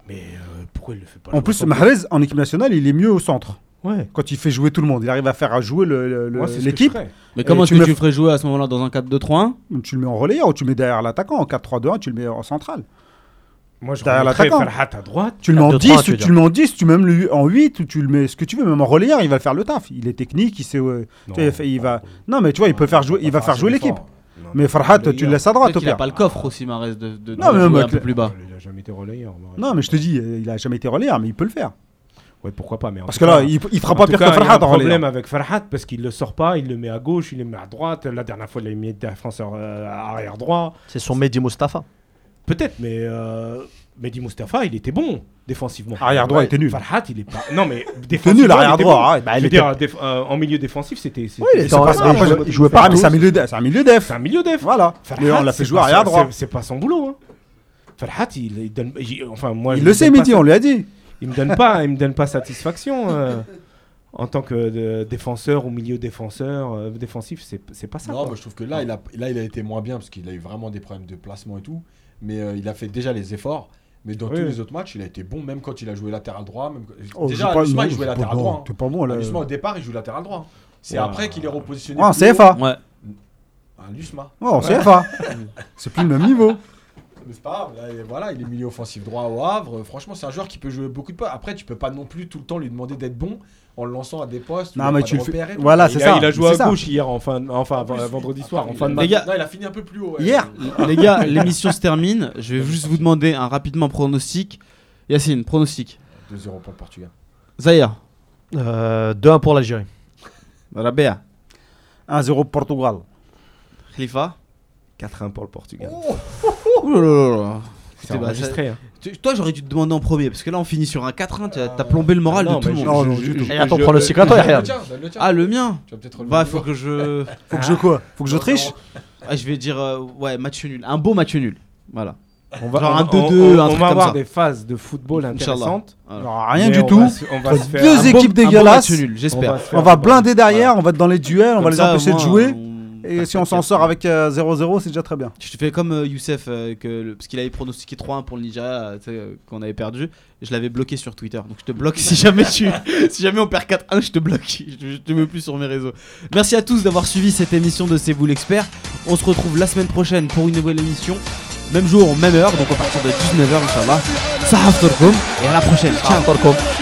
Mais euh, pourquoi il le fait pas
En
jouer
plus,
central
Mahrez, en équipe nationale, il est mieux au centre.
Ouais.
Quand il fait jouer tout le monde, il arrive à faire à jouer le- le- le-
Moi, c'est ce que je
l'équipe.
ferais.
Mais comment
Et
est-ce
tu
que
me
tu le
f-
ferais jouer à ce moment-là dans un 4-2-3-1
tu le mets en relayeur ou tu le mets derrière l'attaquant. En 4-3-2-1, tu le mets en central.
Moi, je
Derrière
remettrais
l'attaquant.
Ferhat à droite.
Tu le mets
4-2-3-1,
en 10,
tu
ou
veux
tu
dire.
le mets en 10, tu le mets même le- en 8, ou tu le mets ce que tu veux, même en relayeur, il va le faire le taf. Il est technique, il sait. euh, tu sais, il va... Non, mais tu vois, il peut faire jouer, il va faire jouer l'équipe. Mais Farhat, tu le laisses à droite,
Peut-être
au
qu'il a
pire.
pas le coffre aussi, Marès, de, de, de
Non,
jouer
mais non, mais
un peu
clair.
plus bas.
Il a jamais été relayeur. Mahrez.
Non, mais je te dis, euh, il a jamais été relayeur, mais il peut le faire.
Ouais, pourquoi pas. Mais en
Parce
tout
que là,
cas-
il, il fera
en
pas
tout
pire
cas,
que
Il y a un
Farhat en
problème
relayeur.
avec Farhat parce qu'il le sort pas, il le met à gauche, il le met à droite. La dernière fois, il l'a mis défenseur euh, arrière droit.
C'est son Mehdi Mustafa.
Peut-être, mais euh, Mehdi Mustafa, il était bon défensivement.
Arrière droit, il était nul.
Farhat, il est pas. Non,
<laughs>
mais
C'est
défensivement.
nul, hein. Bah,
il
arrière
était
droit.
bon.
arrête.
Je veux dire, déf- euh, en milieu défensif, c'était. c'était-
Oui,
était en-
pas ça,
il
moi,
jouait-
je-
il jouait
Ah,
pas
mais c'est un
tous.
milieu def. C'est un milieu def.
C'est un milieu def.
Voilà. Mais on l'a
c'est
fait jouer
pas
arrière
son-
droit.
c'est- C'est pas son boulot. Hein. Farhat, il, il donne. il- enfin, moi,
Il
je
le
lui
sait,
donne pas
Mehdi,
ça.
on lui a dit.
Il me donne pas, il me
<laughs>
donne pas satisfaction euh, en tant que euh, défenseur ou milieu défenseur euh, défensif. C'est c'est pas ça.
Non,
quoi.
moi, je trouve que là, il a, là, il a été moins bien parce qu'il a eu vraiment des problèmes de placement et tout. Mais euh, il a fait déjà les efforts. Mais dans
Oui.
tous les autres matchs, il a été bon, même quand il a joué latéral droit. Même...
Oh, je
déjà,
sais pas,
Ousmane,
non,
il jouait
je sais pas,
latéral
non,
droit. hein.
T'es pas bon, là.
Ousmane, au départ, il joue latéral droit. hein. C'est
Ouais.
Ah,
après qu'il est repositionné.
Ouais, en
plus haut.
CFA.
Ouais.
Un Lusma.
Oh, en
<laughs>
CFA. c'est plus le même niveau.
Mais c'est pas grave, là, et voilà, il est milieu offensif droit au Havre. Euh, Franchement, c'est un joueur qui peut jouer beaucoup de postes. Après, tu peux pas non plus tout le temps lui demander d'être bon en le lançant à des postes. où
Non,
il a
mais
pas
tu
de
le fais-
repères et tout.
Ah,
voilà,
Et
c'est
il
il, a,
ça,
il a joué
c'est
à
ça.
gauche hier, en fin, de- enfin,
En plus,
v- vendredi
il-
soir,
enfin,
en fin de
il a-
match.
Les gars-
non, il a fini un peu plus haut. ouais.
Hier.
Les gars, l'émission se termine. Je vais juste vous demander un rapidement pronostic. Yacine, pronostic.
2-0 pour le Portugal.
Zahir,
Euh, 2-1 pour l'Algérie.
la BA.
1-0 Portugal.
Khalifa.
4-1 pour le Portugal.
Ouh là là là.
C'est
Eh ben,
enregistré. hein.
ça- tu- toi, j'aurais dû te demander en premier parce que là, on finit sur un 4-1. Tu as, t'as plombé le moral
Ah non,
de tout le
mais
monde.
Non, non, du tout.
Et attends, pronostic à toi,
Donne le
Yahya.
tien, donne le tien.
Ah, le mien
Tu vas peut-être relever
Bah,
le
faut
niveau.
que je.
Faut que je quoi Faut que je triche
Ah, je vais dire, euh, ouais, match nul. Un beau match nul. Voilà.
On va,
Genre un
on-
2-2,
on-
un
on
truc
va
comme
avoir
ça.
des phases de football
Inch'Allah.
intéressantes.
Non, Rien
mais
du
on
tout.
va se- on va se faire
Deux
un
équipes
bon- un bon
dégueulasses.
match nul, j'espère.
se faire
On va
un bon-
blinder derrière, on va être dans les duels, on va les empêcher de
hein.
jouer. Et si on s'en sort avec euh, 0-0, c'est déjà très bien.
Je te fais comme euh, Youssef, euh, que le- parce qu'il avait pronostiqué 3-1 pour le Nigeria, euh, tu sais, euh, qu'on avait perdu. Je l'avais bloqué sur Twitter. Donc je te bloque si jamais, tu, si jamais on perd 4-1, je te bloque. Je, je te veux plus sur mes réseaux. Merci à tous d'avoir suivi cette émission de C'est vous l'expert. On se retrouve la semaine prochaine pour une nouvelle émission. Même jour, même heure, donc à partir de 19h, Inch'Allah. Sahaf Torkom, et à la prochaine. Ciao.